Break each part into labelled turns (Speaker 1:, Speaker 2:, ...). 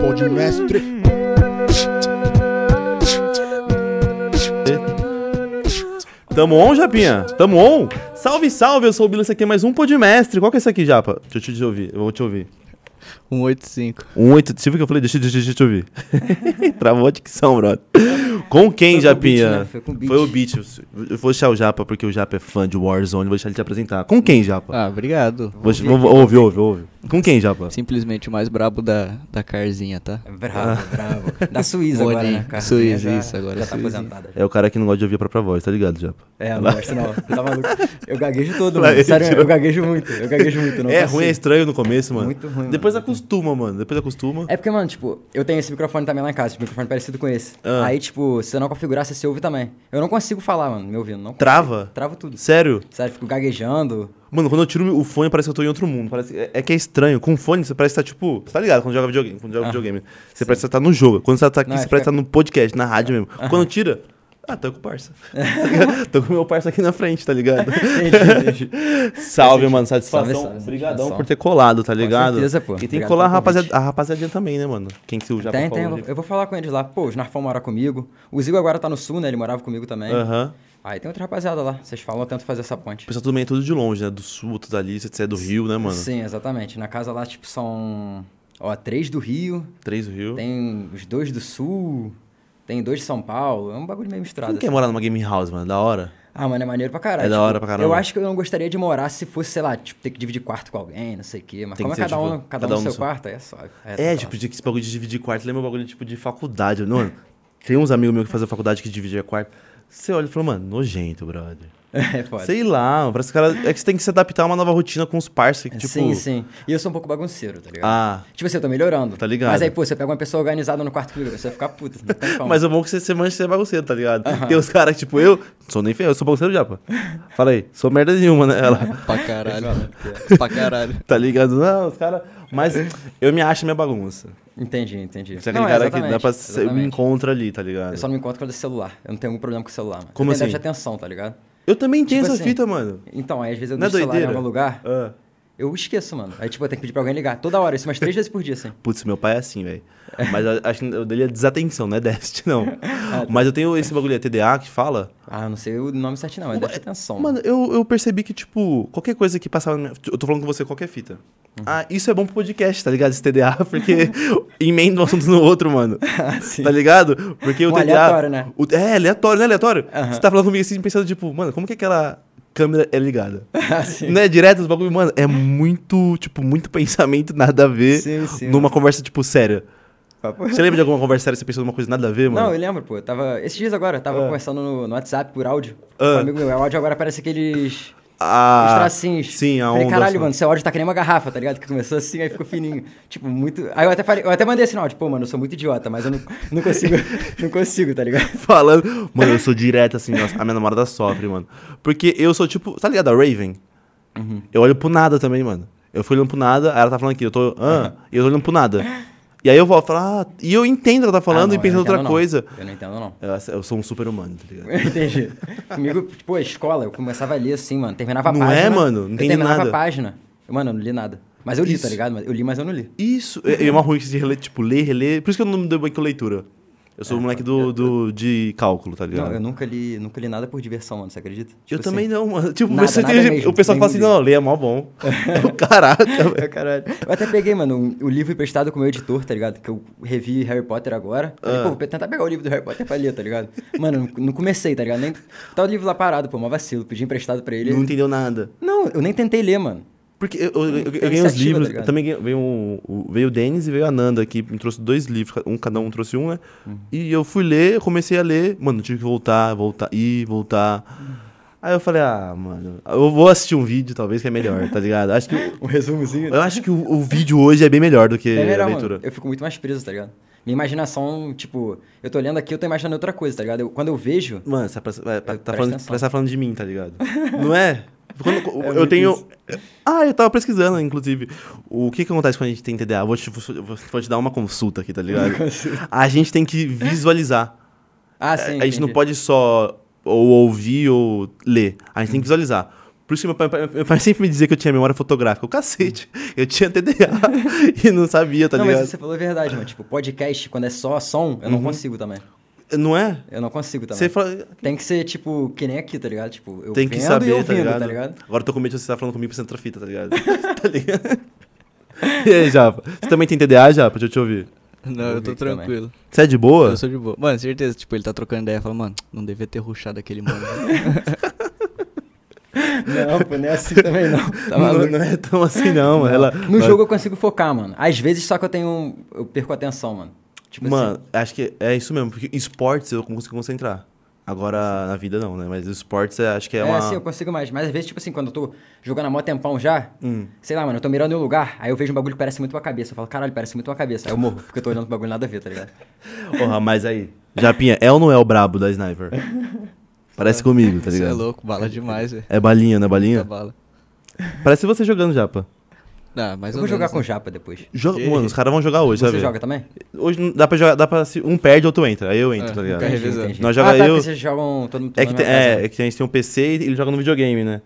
Speaker 1: Pô de mestre.
Speaker 2: Tamo on, Japinha? Tamo on? Salve, salve, eu sou o Bilo, esse aqui é mais um podmestre. Qual que é esse aqui, Japa? Deixa eu te ouvir, eu vou te ouvir.
Speaker 3: 185.
Speaker 2: Um oito, você viu que eu falei? Deixa, deixa, deixa eu te ouvir. Travou a dicção, brother. Com
Speaker 4: Foi
Speaker 2: quem,
Speaker 4: com o
Speaker 2: Japinha?
Speaker 4: beat, né? Foi com o beat.
Speaker 2: Foi o beat. Eu vou deixar o Japa, porque o Japa é fã de Warzone, vou deixar ele te apresentar. Com quem, Japa?
Speaker 3: Ah, obrigado.
Speaker 2: Vou- vou- ouve, ouve, ouve. Com quem, Japa?
Speaker 3: Simplesmente o mais brabo da, da carzinha, tá?
Speaker 2: Ah.
Speaker 4: Bravo, bravo. Da Suíça
Speaker 3: Boninho,
Speaker 4: agora, né? cara?
Speaker 3: Suíça,
Speaker 4: Já-
Speaker 3: isso, agora
Speaker 4: Já tá
Speaker 3: Suíça.
Speaker 4: aposentada.
Speaker 2: É o cara que não gosta de ouvir a própria voz, tá ligado, Japa?
Speaker 4: É, não gosto não. Tá maluco. Eu gaguejo todo,
Speaker 2: Lá
Speaker 4: mano.
Speaker 2: ele
Speaker 4: Sério,
Speaker 2: tirou.
Speaker 4: eu gaguejo muito. Eu gaguejo muito. Não
Speaker 2: é
Speaker 4: consigo.
Speaker 2: ruim, é estranho no começo, mano.
Speaker 4: Muito ruim,
Speaker 2: Depois
Speaker 4: mano.
Speaker 2: acostuma, mano. Depois acostuma.
Speaker 4: É porque, mano, tipo, eu tenho esse microfone também lá em casa, tipo, microfone parecido com esse.
Speaker 2: Ah.
Speaker 4: Aí, tipo, se eu não configurar, você se ouve também. Eu não consigo falar, mano, me ouvindo. Não
Speaker 2: Trava?
Speaker 4: Travo tudo.
Speaker 2: Sério?
Speaker 4: Sério, fico gaguejando.
Speaker 2: Mano, quando eu tiro o fone, parece que eu tô em outro mundo. Parece, é, é que é estranho. Com fone, você parece que tá tipo. Você tá ligado quando joga videogame? Quando joga videogame. Você parece que você tá no jogo. Quando você tá aqui,
Speaker 4: Ah, Não, é,
Speaker 2: você parece que
Speaker 4: fica-
Speaker 2: tá no podcast, na rádio mesmo. Quando tira. Ah, tô com o parça. Tá tô com o meu parça aqui na frente, tá ligado? salve,
Speaker 4: Salve,
Speaker 2: mano. Satisfação.
Speaker 4: salve,
Speaker 2: Obrigadão
Speaker 4: satisfação.
Speaker 2: por ter colado, tá ligado?
Speaker 4: certeza, pô.
Speaker 2: E tem que
Speaker 4: Obrigado
Speaker 2: colar a
Speaker 4: pelo convite.
Speaker 2: rapaziada, a rapaziadinha também, né, mano? Quem que o Japa
Speaker 4: tem, tem, eu
Speaker 2: falou.
Speaker 4: vou, eu vou falar com eles lá. Pô, o Snarfão mora comigo. O Zigo agora tá no sul, né? Ele morava comigo também.
Speaker 2: Aham.
Speaker 4: Aí tem outra rapaziada lá. Vocês falam, eu tento fazer essa ponte.
Speaker 2: O pessoal também é tudo de longe, né? Do sul, outro dali, você é do Rio, né, mano?
Speaker 4: Sim, exatamente. Na casa lá, tipo, são. Ó, três do Rio,
Speaker 2: Três do Rio.
Speaker 4: tem os dois do Sul, tem dois de São Paulo. É um bagulho meio
Speaker 2: Quem
Speaker 4: misturado.
Speaker 2: quer
Speaker 4: assim.
Speaker 2: morar numa game house, mano? Da hora.
Speaker 4: Ah, mano, é maneiro pra caralho.
Speaker 2: É da
Speaker 4: Tipo,
Speaker 2: hora pra caramba.
Speaker 4: Eu acho que eu não gostaria de morar se fosse, sei lá, tipo, ter que dividir quarto com alguém, não sei o quê. Mas
Speaker 2: Tem
Speaker 4: como é
Speaker 2: que ser,
Speaker 4: cada, um,
Speaker 2: tipo,
Speaker 4: cada, um no seu quarto, aí é só.
Speaker 2: É,
Speaker 4: só
Speaker 2: tipo, de- esse bagulho de dividir quarto. Lembra o bagulho, tipo, de faculdade? Mano, tem uns amigos meus que fazem faculdade que dividia quarto. Você olha e fala, mano, nojento, brother.
Speaker 4: É foda.
Speaker 2: Sei lá, parece que cara. É que você tem que se adaptar a uma nova rotina com os parceiros. que, Tipo,
Speaker 4: É, Sim, sim. E eu sou um pouco bagunceiro, tá ligado?
Speaker 2: Ah.
Speaker 4: Tipo assim, eu tô melhorando.
Speaker 2: Tá ligado.
Speaker 4: Mas aí, pô, você pega uma pessoa organizada no quarto comigo, você vai ficar puto. Não tem como.
Speaker 2: Mas é bom que você, você manja ser bagunceiro, tá ligado? Tem os caras, que, tipo, eu. não Sou nem feio, eu sou bagunceiro já, pô. Fala aí, sou merda nenhuma, né? Ela.
Speaker 3: Pra caralho. pra caralho.
Speaker 2: Tá ligado? Não, os caras. Mas eu me acho minha bagunça.
Speaker 4: Entendi, entendi.
Speaker 2: Você é aquele cara que dá
Speaker 4: exatamente,
Speaker 2: pra. Você me
Speaker 4: exatamente.
Speaker 2: encontra ali, tá ligado?
Speaker 4: Eu só não me encontro quando é celular. Eu não tenho algum problema com o celular, mano.
Speaker 2: Como
Speaker 4: eu tenho
Speaker 2: assim?
Speaker 4: déficit de atenção, tá ligado?
Speaker 2: Eu também tenho
Speaker 4: Tipo
Speaker 2: essa
Speaker 4: assim,
Speaker 2: fita, mano.
Speaker 4: Então, aí às vezes eu
Speaker 2: Não é
Speaker 4: deixo o celular em
Speaker 2: doideira?
Speaker 4: algum lugar,
Speaker 2: Ah.
Speaker 4: eu esqueço, mano. Aí, tipo, eu tenho que pedir pra alguém ligar. Toda hora, isso umas três vezes por dia, assim.
Speaker 2: Putz, meu pai é assim, velho. Mas eu acho que o dele é desatenção, não é déficit, não. Mas eu tenho esse bagulho, é TDA que fala.
Speaker 4: Ah, não sei o nome certinho, não. É déficit de atenção.
Speaker 2: Mano, eu, eu percebi que, tipo, qualquer coisa que passava. na minha- Eu tô falando com você qualquer fita.
Speaker 4: Uhum.
Speaker 2: Ah, isso é bom pro podcast, tá ligado? Esse TDA, porque emenda um assunto no outro, mano. Tá ligado? Porque o
Speaker 4: Ah, Um
Speaker 2: TDA.
Speaker 4: aleatório, né?
Speaker 2: o- é, aleatório, né? Aleatório. Você tá falando comigo assim, pensando, tipo, mano, como que aquela câmera é ligada?
Speaker 4: Assim.
Speaker 2: Não é direto os bagulho, mano. É muito, tipo, muito pensamento, nada a ver.
Speaker 4: Sim, sim, Tá
Speaker 2: numa conversa, tipo, séria. Você lembra de alguma conversa séria que você pensou numa coisa nada a ver, mano?
Speaker 4: Não, eu lembro, pô. Eu tava. Esses dias agora, eu tava conversando no, no WhatsApp por áudio. Com
Speaker 2: Ah.
Speaker 4: um amigo meu. O áudio agora parece aqueles.
Speaker 2: Ah,
Speaker 4: os tracinhos.
Speaker 2: Sim, a
Speaker 4: Falei,
Speaker 2: onda.
Speaker 4: caralho,
Speaker 2: assim.
Speaker 4: mano, seu áudio tá que nem uma garrafa, tá ligado? Que começou assim, aí ficou fininho. tipo, muito. Aí eu até falei, eu até mandei esse áudio, pô, mano, eu sou muito idiota, mas eu não, não consigo. não consigo, tá ligado?
Speaker 2: Falando. Mano, eu sou direto assim, nossa, a minha namorada sofre, mano. Porque eu sou tipo. Tá ligado? A Raven?
Speaker 4: Uhum.
Speaker 2: Eu olho pro nada também, mano. Eu fui olhando pro nada, aí ela tá falando aqui, eu tô. Ah, e eu tô olhando pro nada. E aí eu volto, falo, ah, e eu entendo o que ela tá falando
Speaker 4: Ah, não,
Speaker 2: e
Speaker 4: eu
Speaker 2: pensando
Speaker 4: não
Speaker 2: outra
Speaker 4: entendo, não.
Speaker 2: coisa.
Speaker 4: Eu não entendo, não.
Speaker 2: Eu, eu sou um super humano, tá ligado?
Speaker 4: Entendi. Comigo, tipo, a escola, eu começava a ler assim, mano. Terminava a
Speaker 2: Não é,
Speaker 4: página.
Speaker 2: mano? Não
Speaker 4: eu
Speaker 2: entendi
Speaker 4: terminava
Speaker 2: nada.
Speaker 4: a página. Eu, Mano, eu não li nada. Mas eu li,
Speaker 2: Isso.
Speaker 4: tá ligado? Eu li, mas eu não li.
Speaker 2: Isso, é é uma ruim de reler, tipo, ler, reler. Por isso que eu não me dou bem com leitura. Eu sou um moleque do, do, de cálculo, tá ligado?
Speaker 4: Não, eu nunca li, nunca li nada por diversão, mano. Você acredita?
Speaker 2: Eu
Speaker 4: Tipo
Speaker 2: também
Speaker 4: assim,
Speaker 2: não, mano. Tipo,
Speaker 4: nada,
Speaker 2: você
Speaker 4: nada
Speaker 2: tem-
Speaker 4: mesmo,
Speaker 2: o pessoal fala assim,
Speaker 4: nenhum
Speaker 2: não, lê é mó bom. Eu, Caraca, velho.
Speaker 4: assim. Caralho. Eu até peguei, mano, um- o livro emprestado com o meu editor, tá ligado? Que eu revi Harry Potter agora. Falei,
Speaker 2: Ah.
Speaker 4: pô, vou tentar pegar o livro do Harry Potter pra ler, tá ligado? Mano, eu não- não comecei, tá ligado? Nem... Tá o livro lá parado, pô, mó vacilo. Pedi emprestado pra ele.
Speaker 2: Não entendeu nada.
Speaker 4: Não, eu nem tentei ler, mano.
Speaker 2: Porque eu, eu, eu- eu
Speaker 4: Tem
Speaker 2: ganhei os
Speaker 4: iniciativa,
Speaker 2: livros,
Speaker 4: tá ligado?
Speaker 2: eu também ganhei, veio, um- o- veio o Denis e veio a Nanda aqui, me trouxe dois livros, um, cada um trouxe um, né?
Speaker 4: Uhum.
Speaker 2: E eu fui ler, eu comecei a ler, mano, tive que voltar, voltar, ir,
Speaker 4: Uhum.
Speaker 2: voltar. Aí eu falei, ah, mano, eu vou assistir um vídeo, talvez, que é melhor, tá ligado? Acho que,
Speaker 4: Um resumozinho.
Speaker 2: eu acho que o, o vídeo hoje é bem melhor do que
Speaker 4: É melhor,
Speaker 2: a
Speaker 4: mano.
Speaker 2: leitura.
Speaker 4: Eu fico muito mais preso, tá ligado? Minha imaginação, tipo, eu tô olhando aqui, eu tô imaginando outra coisa, tá ligado? Eu- quando eu vejo.
Speaker 2: Mano, você parece- vai- tá,
Speaker 4: presta
Speaker 2: falando,
Speaker 4: atenção.
Speaker 2: parece que tá falando de mim, tá ligado? Não é? Quando- eu
Speaker 4: muito
Speaker 2: tenho.
Speaker 4: isso.
Speaker 2: Ah, eu tava pesquisando, inclusive. O que, que acontece quando a gente tem TDA? Vou te, vou- vou te dar uma consulta aqui, tá ligado? a gente tem que visualizar.
Speaker 4: Ah,
Speaker 2: É, a
Speaker 4: sim.
Speaker 2: gente não
Speaker 4: entendi. Uhum.
Speaker 2: pode só ou ouvir ou ler. A gente tem que visualizar. Por isso que meu pai, meu pai- meu pai sempre me dizia que eu tinha memória fotográfica. O cacete. Eu tinha TDA e não sabia, tá
Speaker 4: não, mas
Speaker 2: ligado?
Speaker 4: isso que você falou é verdade, mano. Tipo, podcast, quando é só som, eu não consigo também.
Speaker 2: Não é?
Speaker 4: Eu não consigo também.
Speaker 2: Você fala.
Speaker 4: Tem que ser, tipo, que nem aqui, tá ligado? Tipo, eu
Speaker 2: Tem
Speaker 4: vendo
Speaker 2: que saber,
Speaker 4: e ouvindo,
Speaker 2: tá, ligado?
Speaker 4: tá ligado?
Speaker 2: Agora eu tô com medo de você estar falando comigo pra centro fita, tá ligado? tá ligado? E aí, Japa? Você também tem TDA, Japa? Deixa eu te ouvir.
Speaker 3: Não, eu tô
Speaker 4: Ouvi também.
Speaker 3: tranquilo.
Speaker 2: Você é de boa?
Speaker 3: Eu sou de boa. Mano, certeza, tipo, ele tá trocando ideia e fala, mano, não devia ter ruxado aquele mano.
Speaker 4: Não, pô, não é assim também não. Tá
Speaker 2: não,
Speaker 4: maluco?
Speaker 2: não é tão assim, não. Ela,
Speaker 4: No jogo eu consigo focar, mano. Às vezes só que eu tenho. Eu perco a atenção, mano.
Speaker 3: assim.
Speaker 4: Tipo
Speaker 2: Mano, acho que é isso mesmo. Porque em esportes eu consigo concentrar. Agora, na vida não, né? Mas esportes é- acho que é,
Speaker 4: assim.
Speaker 2: uma...
Speaker 4: assim, eu consigo mais. Mas às vezes, tipo assim, quando eu tô jogando há mó tempão já,
Speaker 2: Hum.
Speaker 4: sei lá, mano, eu tô mirando em um lugar, aí eu vejo um bagulho que parece muito uma cabeça. Eu falo, caralho, parece muito uma cabeça. Aí eu morro, porque eu tô olhando pro bagulho nada a ver, tá ligado?
Speaker 2: Porra, mas aí... Japinha, é ou não é o brabo da Sniper? Parece comigo, tá
Speaker 3: Você é
Speaker 2: ligado?
Speaker 3: louco, Tá bala demais, velho.
Speaker 2: É balinha, não é balinha?
Speaker 3: Muita bala.
Speaker 2: Parece você jogando, Japa.
Speaker 3: Não, mas
Speaker 4: eu vou jogar com o Japa depois.
Speaker 2: Joga...
Speaker 3: Que-
Speaker 2: Mano, os caras vão jogar hoje,
Speaker 4: Você
Speaker 2: sabe?
Speaker 4: joga também?
Speaker 2: Hoje não- dá pra jogar... Dá pra... se- Um perde, outro entra. Aí eu entro,
Speaker 3: É,
Speaker 2: tá ligado?
Speaker 3: fica revezando.
Speaker 2: Nós joga
Speaker 4: ah, tá,
Speaker 2: eu-
Speaker 4: porque vocês jogam todo mundo. todo
Speaker 2: É que,
Speaker 4: mundo
Speaker 2: tem,
Speaker 4: na casa, né?
Speaker 2: é, é que a gente tem um PC e ele joga no videogame, né?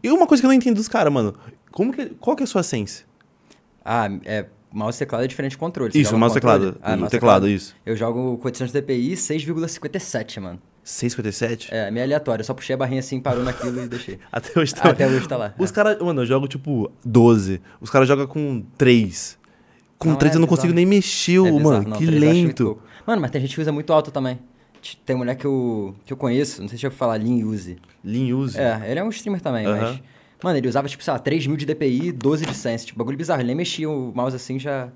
Speaker 2: E uma coisa que eu não entendo dos caras, mano. Como que... Qual que é a sua sense?
Speaker 4: Ah, é. Mouse e teclado é diferente de controle. Você
Speaker 2: Isso,
Speaker 4: joga no
Speaker 2: mouse e
Speaker 4: controle?
Speaker 2: teclado.
Speaker 4: Ah,
Speaker 2: o
Speaker 4: mouse e
Speaker 2: teclado, isso.
Speaker 4: Eu jogo 400 DPI 6,57, mano.
Speaker 2: 6,57?
Speaker 4: É, meio aleatório. Eu só puxei a barrinha assim, parou naquilo e deixei.
Speaker 2: Até hoje tá.
Speaker 4: Até hoje tá lá.
Speaker 2: Os caras, mano, eu jogo tipo 12. Os caras jogam com 3. Com
Speaker 4: Não,
Speaker 2: 3
Speaker 4: é
Speaker 2: eu não
Speaker 4: bizarro.
Speaker 2: consigo nem mexer,
Speaker 4: É bizarro,
Speaker 2: mano.
Speaker 4: não,
Speaker 2: que
Speaker 4: três eu acho muito
Speaker 2: lento.
Speaker 4: pouco. Mano, mas tem gente que usa muito alto também. T- Tem mulher que eu, que eu conheço, não sei se eu falar Lin Uzi.
Speaker 2: Lean use.
Speaker 4: É, ele é um streamer também, mas.
Speaker 2: Aham.
Speaker 4: Mano, ele usava, tipo, sei lá, 3 mil de DPI, 12 de sense. Tipo, bagulho bizarro. Ele nem mexia o mouse assim, já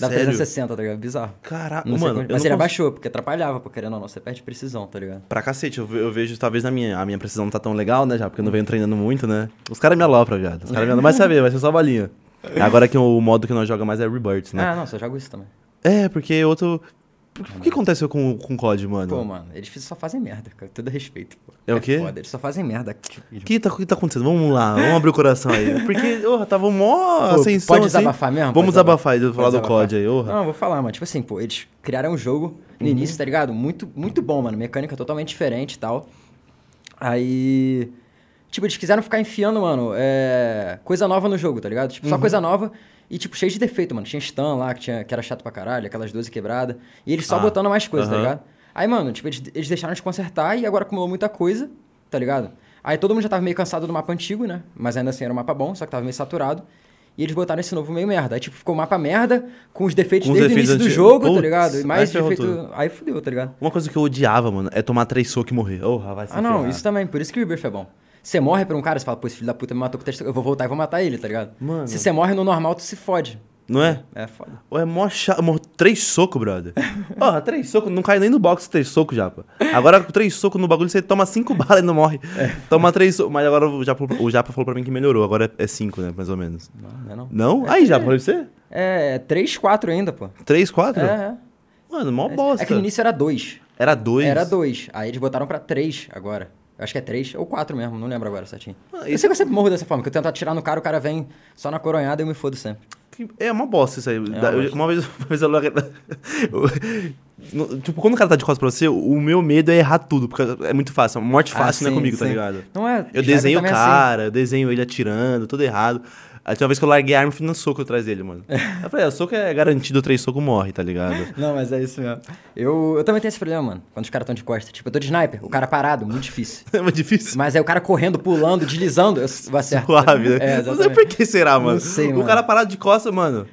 Speaker 4: dá
Speaker 2: Sério?
Speaker 4: 360, tá ligado? Bizarro.
Speaker 2: Caraca,
Speaker 4: Não sei
Speaker 2: mano.
Speaker 4: como-
Speaker 2: eu
Speaker 4: Mas
Speaker 2: não
Speaker 4: ele
Speaker 2: cons-
Speaker 4: abaixou, porque atrapalhava, pô, querendo ou não, você perde precisão, tá ligado?
Speaker 2: Pra cacete, eu, ve- eu vejo, talvez na minha. A minha precisão não tá tão legal, né, já? Porque eu não venho treinando muito, né? Os caras me alopram, viado. Os caras me alopram. Mas saber, vai ser só balinha. Agora que o modo que nós joga mais é Rebirth, né?
Speaker 4: Ah, não, só jogo isso também.
Speaker 2: É, porque outro. O que aconteceu com, com o COD, mano?
Speaker 4: Pô, mano, eles só fazem merda, cara. Todo respeito, pô.
Speaker 2: É o quê?
Speaker 4: Foda, eles só fazem merda. Tipo,
Speaker 2: O que tá, o que tá acontecendo? Vamos lá, vamos abrir o coração aí. Porque, oh, tava mó
Speaker 4: Pô,
Speaker 2: ascensão,
Speaker 4: pode
Speaker 2: assim.
Speaker 4: desabafar mesmo?
Speaker 2: Vamos
Speaker 4: Pode
Speaker 2: desabafar aí, falar
Speaker 4: Pode
Speaker 2: do
Speaker 4: desabafar.
Speaker 2: COD aí, Uhum. oh.
Speaker 4: Não, eu vou falar, mano. Tipo assim, pô, eles criaram um jogo no início, tá ligado? Muito, muito bom, mano. Mecânica totalmente diferente e tal. Aí. Tipo, eles quiseram ficar enfiando, mano, é, coisa nova no jogo, tá ligado? Tipo,
Speaker 2: Uhum.
Speaker 4: só coisa nova e, tipo, cheio de defeito, mano. Tinha stun lá, que, tinha, que era chato pra caralho, aquelas 12 quebradas. E eles só
Speaker 2: Ah,
Speaker 4: botando mais coisa, tá
Speaker 2: aham.
Speaker 4: ligado? Aí, mano, tipo, eles, eles deixaram de consertar e agora acumulou muita coisa, tá ligado? Aí todo mundo já tava meio cansado do mapa antigo, né? Mas ainda assim era um mapa bom, só que tava meio saturado. E eles botaram esse novo meio merda. Aí, tipo, ficou um mapa merda, com os defeitos
Speaker 2: Com os
Speaker 4: desde
Speaker 2: defeitos
Speaker 4: o início do
Speaker 2: antigos.
Speaker 4: jogo,
Speaker 2: Putz, é
Speaker 4: tá ligado? E mais
Speaker 2: aí ferrou
Speaker 4: defeito. Aí fudeu, tá ligado?
Speaker 2: Uma coisa que eu odiava, mano, é tomar três socos e morrer. Oh, vai se
Speaker 4: Ah, não,
Speaker 2: ferrar.
Speaker 4: isso também. Por isso que o Rebirth é bom. Você morre pra um cara, você fala, pô, esse filho da puta me matou com o texto. Eu vou voltar e vou matar ele, tá ligado?
Speaker 2: Mano.
Speaker 4: Se você morre no normal, tu se fode.
Speaker 2: Não é?
Speaker 4: É foda.
Speaker 2: Ou é mó chato. mó- Três socos, brother. Porra, três socos. Não cai nem no box três socos, Japa. Agora com três socos no bagulho, você toma cinco balas e não morre.
Speaker 4: É.
Speaker 2: Toma três socos. Mas agora o Japa, o Japa falou pra mim que melhorou. Agora é- é cinco, né? Mais ou menos.
Speaker 4: Não, não é não.
Speaker 2: Não? Aí, Japa, falei pra você?
Speaker 4: É, é 3, 4 ainda, pô.
Speaker 2: Três, quatro?
Speaker 4: É, é.
Speaker 2: Mano, mó
Speaker 4: É que no
Speaker 2: bosta.
Speaker 4: início era 2.
Speaker 2: Era dois.
Speaker 4: Era 2. Aí eles botaram pra 3 agora. Eu acho que é 3 ou 4 mesmo, não lembro agora certinho.
Speaker 2: Ah,
Speaker 4: Eu sei que eu sempre morro dessa forma, que eu tento atirar no cara, o cara vem só na coronhada e eu me fodo sempre.
Speaker 2: Que- É uma bosta isso aí. Da- eu-
Speaker 4: bosta.
Speaker 2: uma, vez, uma vez eu. eu- no- tipo, quando o cara tá de costas pra você, o meu medo é errar tudo, porque é muito fácil. A morte
Speaker 4: Ah,
Speaker 2: fácil não é
Speaker 4: sim,
Speaker 2: comigo, tá
Speaker 4: sim.
Speaker 2: ligado?
Speaker 4: Não é?
Speaker 2: Eu
Speaker 4: Jairo
Speaker 2: desenho o
Speaker 4: também é assim.
Speaker 2: cara, eu desenho ele atirando, tudo errado. Aí tem uma vez que eu larguei a arma e fui no soco atrás dele, mano. Eu falei, ah, soco é garantido, três soco morre, tá ligado?
Speaker 4: Não, mas é isso mesmo. Eu, eu também tenho esse problema, mano. Quando os caras estão de costas. Tipo, eu tô de sniper, o cara parado, muito difícil.
Speaker 2: É muito difícil.
Speaker 4: Mas aí o cara correndo, pulando, deslizando, eu s- vou acertar.
Speaker 2: Suave, né?
Speaker 4: É,
Speaker 2: não sei
Speaker 4: exatamente.
Speaker 2: por que será, mano.
Speaker 4: sei,
Speaker 2: o
Speaker 4: mano.
Speaker 2: cara parado de costas, mano.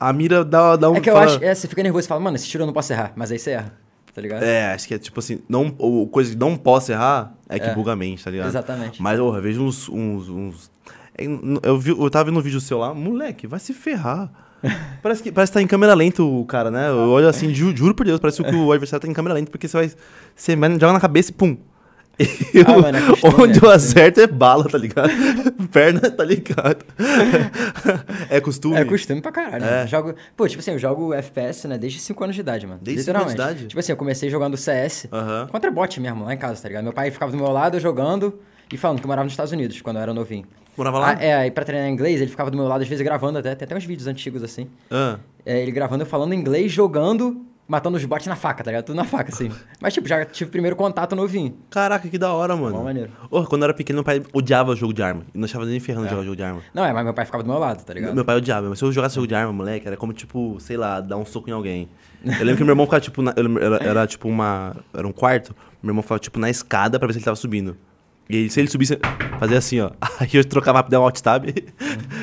Speaker 2: A mira dá, dá um.
Speaker 4: É que eu
Speaker 2: fala-
Speaker 4: acho, é, você fica nervoso e fala, mano, esse tiro eu não posso errar. Mas aí você erra, tá ligado?
Speaker 2: É, acho que é tipo assim, não, ou coisa que não posso errar é que buga a mente, tá ligado?
Speaker 4: Exatamente.
Speaker 2: Mas, porra, eu vejo uns. uns, uns- é, n- Eu, vi, eu tava vendo um vídeo seu lá, moleque, vai se ferrar. parece, que, parece que tá em câmera lenta o cara, né? Eu olho assim, ju- juro por Deus, parece que o adversário tá em câmera lenta, porque você vai. Você man- joga na cabeça e pum. Eu-
Speaker 4: Ah, mano, é costume,
Speaker 2: onde
Speaker 4: né?
Speaker 2: eu acerto é bala, tá ligado? Perna, tá ligado? é costume.
Speaker 4: É costume pra caralho.
Speaker 2: É.
Speaker 4: mano. Jogo, pô, tipo assim, eu jogo FPS, né, desde 5 anos de idade, mano.
Speaker 2: Desde cinco anos
Speaker 4: Literalmente.
Speaker 2: de idade?
Speaker 4: Tipo assim, eu comecei jogando CS
Speaker 2: Aham.
Speaker 4: contra bot mesmo, lá em casa, tá ligado? Meu pai ficava do meu lado, eu jogando e falando que eu morava nos Estados Unidos, quando eu era novinho.
Speaker 2: Morava lá?
Speaker 4: Ah, é, aí pra treinar inglês, ele ficava do meu lado, às vezes gravando até. Tem até uns vídeos antigos assim.
Speaker 2: Ah.
Speaker 4: É, ele gravando, eu falando inglês, jogando matando os bots na faca, tá ligado? Tudo na faca, assim. Mas, tipo, já tive o primeiro contato novinho.
Speaker 2: Caraca, que da hora, mano.
Speaker 4: Mó maneiro.
Speaker 2: Ô, quando eu era pequeno, meu pai odiava jogo de arma. E não achava nem ferrando jogar jogo de arma.
Speaker 4: Não, é, mas meu pai ficava do meu lado, tá ligado?
Speaker 2: Meu pai odiava, mas se eu jogasse jogo de arma, moleque, era como, tipo, sei lá, dar um soco em alguém. Eu lembro que meu irmão ficava, tipo, na- eu lembro- era, era, tipo uma. Era um quarto, meu irmão ficava, tipo, na escada pra ver se ele tava subindo. E aí, se ele subisse, fazia assim, ó. Aí eu trocava rápido, dava um alt tab.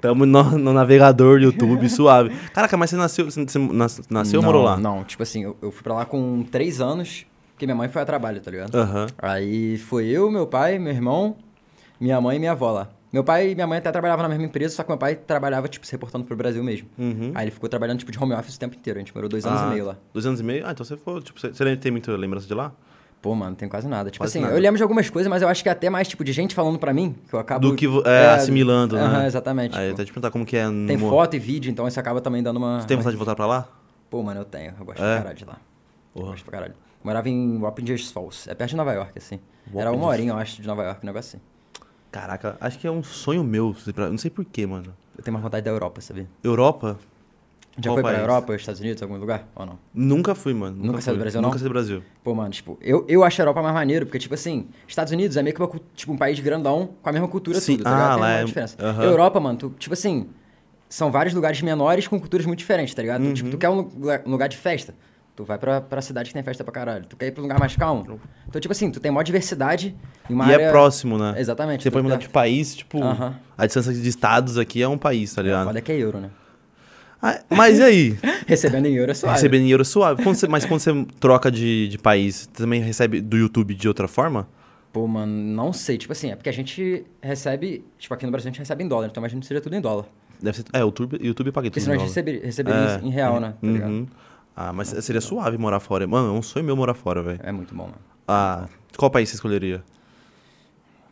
Speaker 2: Tamo no, no navegador do YouTube, suave. Caraca, mas você nasceu, você você nas- nasceu ou
Speaker 4: Não,
Speaker 2: morou lá?
Speaker 4: Não, tipo assim, eu, eu fui pra lá com 3 anos, porque minha mãe foi a trabalho, tá ligado?
Speaker 2: Aham.
Speaker 4: Aí foi eu, meu pai, meu irmão, minha mãe e minha avó lá. Meu pai e minha mãe até trabalhavam na mesma empresa, só que meu pai trabalhava, tipo, se reportando pro Brasil mesmo. Aí ele ficou trabalhando, tipo, de home office o tempo inteiro. A gente morou dois anos
Speaker 2: Uhum. Ah,
Speaker 4: e meio lá.
Speaker 2: Dois anos e meio? Ah, então você ficou, tipo, você, você tem muita lembrança de lá?
Speaker 4: Pô, mano, tem quase nada. Tipo
Speaker 2: Quase
Speaker 4: assim,
Speaker 2: nada.
Speaker 4: eu lembro de algumas coisas, mas eu acho que é até mais, tipo, de gente falando pra mim, que eu acabo...
Speaker 2: Do que vo- é, assimilando, né?
Speaker 4: Aham, exatamente.
Speaker 2: Aí eu
Speaker 4: tipo,
Speaker 2: até te perguntar como que é.
Speaker 4: Tem
Speaker 2: no-
Speaker 4: foto e vídeo, então isso acaba também dando uma...
Speaker 2: Você tem vontade de voltar pra lá?
Speaker 4: Pô, mano, eu tenho. Eu gosto
Speaker 2: É?
Speaker 4: pra caralho de lá. Eu
Speaker 2: Porra.
Speaker 4: gosto pra caralho. Eu morava em Wappingers Falls. É perto de Nova York, assim. Era
Speaker 2: Wappingers.
Speaker 4: uma horinha, eu acho, de Nova York, um negócio assim.
Speaker 2: Caraca, acho que é um sonho meu. se pra- Não sei porquê, mano.
Speaker 4: Eu tenho mais vontade da Europa, sabia?
Speaker 2: Europa?
Speaker 4: Já
Speaker 2: Qual
Speaker 4: foi
Speaker 2: país?
Speaker 4: pra Europa, Estados Unidos, algum lugar? Ou não?
Speaker 2: Nunca fui, mano.
Speaker 4: Nunca saiu do
Speaker 2: fui.
Speaker 4: Brasil,
Speaker 2: Nunca
Speaker 4: não?
Speaker 2: saí do Brasil.
Speaker 4: Pô, mano, tipo, eu, eu acho a Europa mais maneiro, porque, tipo assim, Estados Unidos é meio que uma cu- tipo, um país grandão com a mesma cultura
Speaker 2: Sim,
Speaker 4: tudo, tá
Speaker 2: ah,
Speaker 4: ligado? Tem
Speaker 2: lá
Speaker 4: uma
Speaker 2: é-
Speaker 4: diferença.
Speaker 2: aham.
Speaker 4: Europa, mano, tu, tipo assim, são vários lugares menores com culturas muito diferentes, tá ligado? Tu,
Speaker 2: Uhum.
Speaker 4: tipo, tu quer um lugar, um lugar de festa, tu vai pra, pra cidade que tem festa pra caralho. Tu quer ir pra um lugar mais calmo. Então, tipo assim, tu tem maior diversidade e uma
Speaker 2: e
Speaker 4: área...
Speaker 2: é próximo, né?
Speaker 4: Exatamente, tá
Speaker 2: Você
Speaker 4: tudo
Speaker 2: pode mudar
Speaker 4: perto.
Speaker 2: de país, tipo.
Speaker 4: Aham.
Speaker 2: A distância de estados aqui é um país, tá ligado?
Speaker 4: Foda que é euro, né?
Speaker 2: Ah, mas e aí?
Speaker 4: Recebendo em euro é suave.
Speaker 2: Recebendo em euro suave. Quando você- mas quando você troca de, de país, você também recebe do YouTube de outra forma?
Speaker 4: Pô, mano, não sei. Tipo assim, é porque a gente recebe... Tipo, aqui no Brasil a gente recebe em dólar, então imagino que seja tudo em dólar.
Speaker 2: Deve ser. É, o YouTube, YouTube paga tudo.
Speaker 4: Porque senão a
Speaker 2: em
Speaker 4: gente
Speaker 2: dólar.
Speaker 4: receber- receberia
Speaker 2: É.
Speaker 4: em real, né? Tá ligado?
Speaker 2: Uhum. Ah, mas seria suave morar fora. Mano, é um sonho meu morar fora, velho.
Speaker 4: É muito bom, mano.
Speaker 2: Ah, qual país você escolheria?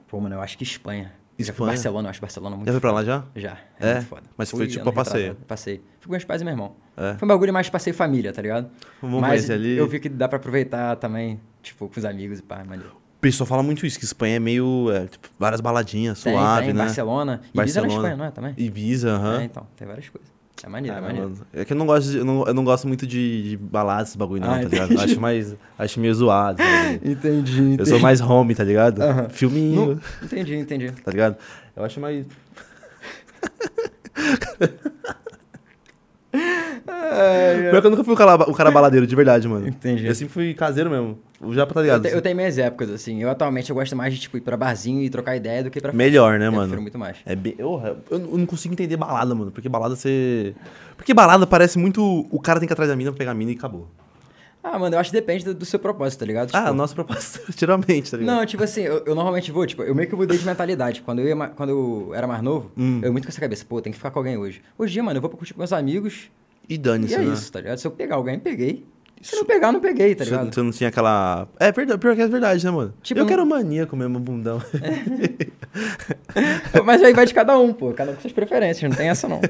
Speaker 4: Pô, mano, eu acho que Espanha. Já fui
Speaker 2: Espanha?
Speaker 4: Barcelona, eu acho Barcelona muito
Speaker 2: Já foi pra lá já?
Speaker 4: foda. Já,
Speaker 2: É?
Speaker 4: é, muito foda.
Speaker 2: Mas foi,
Speaker 4: Fui
Speaker 2: tipo,
Speaker 4: ano
Speaker 2: a passeio?
Speaker 4: retrasado, Passei. Fui com meus pais e meu irmão.
Speaker 2: É.
Speaker 4: Foi um bagulho mais passei família, tá ligado?
Speaker 2: Vamos
Speaker 4: Mas
Speaker 2: conhecer ali.
Speaker 4: eu vi que dá pra aproveitar também, tipo, com os amigos e pá, maneiro.
Speaker 2: O pessoal fala muito isso, que Espanha é meio. é, tipo, várias baladinhas,
Speaker 4: Tem,
Speaker 2: suave,
Speaker 4: tem,
Speaker 2: né?
Speaker 4: Barcelona. Ibiza na Espanha, não é também?
Speaker 2: Ibiza, aham.
Speaker 4: É, então, tem várias coisas. É maneiro,
Speaker 2: Ah,
Speaker 4: é maneiro.
Speaker 2: mano, É que eu não gosto, de- eu não, eu não gosto muito de, de baladas, esses bagulho, não,
Speaker 4: Ah,
Speaker 2: tá ligado? Eu
Speaker 4: entendi.
Speaker 2: acho mais. Acho meio zoado. tá ligado?
Speaker 4: Entendi,
Speaker 2: eu sou mais home, tá ligado?
Speaker 4: Aham.
Speaker 2: Filminho,
Speaker 4: Entendi, entendi.
Speaker 2: tá ligado? Eu acho mais.
Speaker 4: É,
Speaker 2: Pior que eu nunca fui o cara, o cara baladeiro, de verdade, mano.
Speaker 4: Entendi.
Speaker 2: Eu sempre fui caseiro mesmo. O Japa, tá
Speaker 4: Eu,
Speaker 2: ligado?
Speaker 4: te- eu tenho minhas épocas, assim. Eu atualmente eu gosto mais de, tipo, ir pra barzinho e trocar ideia do que pra...
Speaker 2: Melhor, né,
Speaker 4: Eu
Speaker 2: mano?
Speaker 4: prefiro muito mais.
Speaker 2: É bem- eu, eu não consigo entender balada, mano. Porque balada você. Porque balada parece muito. O cara tem que ir atrás da mina, pegar a mina e acabou.
Speaker 4: Ah, mano, eu acho que depende do, do seu propósito, tá ligado?
Speaker 2: Ah,
Speaker 4: Tipo,
Speaker 2: nossa proposta, geralmente, tá ligado?
Speaker 4: Não, tipo assim, eu, eu normalmente vou, tipo, eu meio que mudei de mentalidade. Quando eu, ia ma- quando eu era mais novo,
Speaker 2: Hum.
Speaker 4: eu ia muito com essa cabeça, pô, tem que ficar com alguém hoje. Hoje em dia, mano, eu vou pra curtir com meus amigos
Speaker 2: E dane-se,
Speaker 4: e é
Speaker 2: né?
Speaker 4: isso, tá ligado? Se eu pegar alguém, peguei. Se não pegar, não peguei, tá
Speaker 2: Você-
Speaker 4: ligado?
Speaker 2: Você não tinha aquela. É verdade, pior que é verdade, né, mano?
Speaker 4: Tipo,
Speaker 2: eu
Speaker 4: não-
Speaker 2: quero maníaco mesmo, bundão.
Speaker 4: Mas aí vai de cada um, pô, cada um com suas preferências, não tem essa não.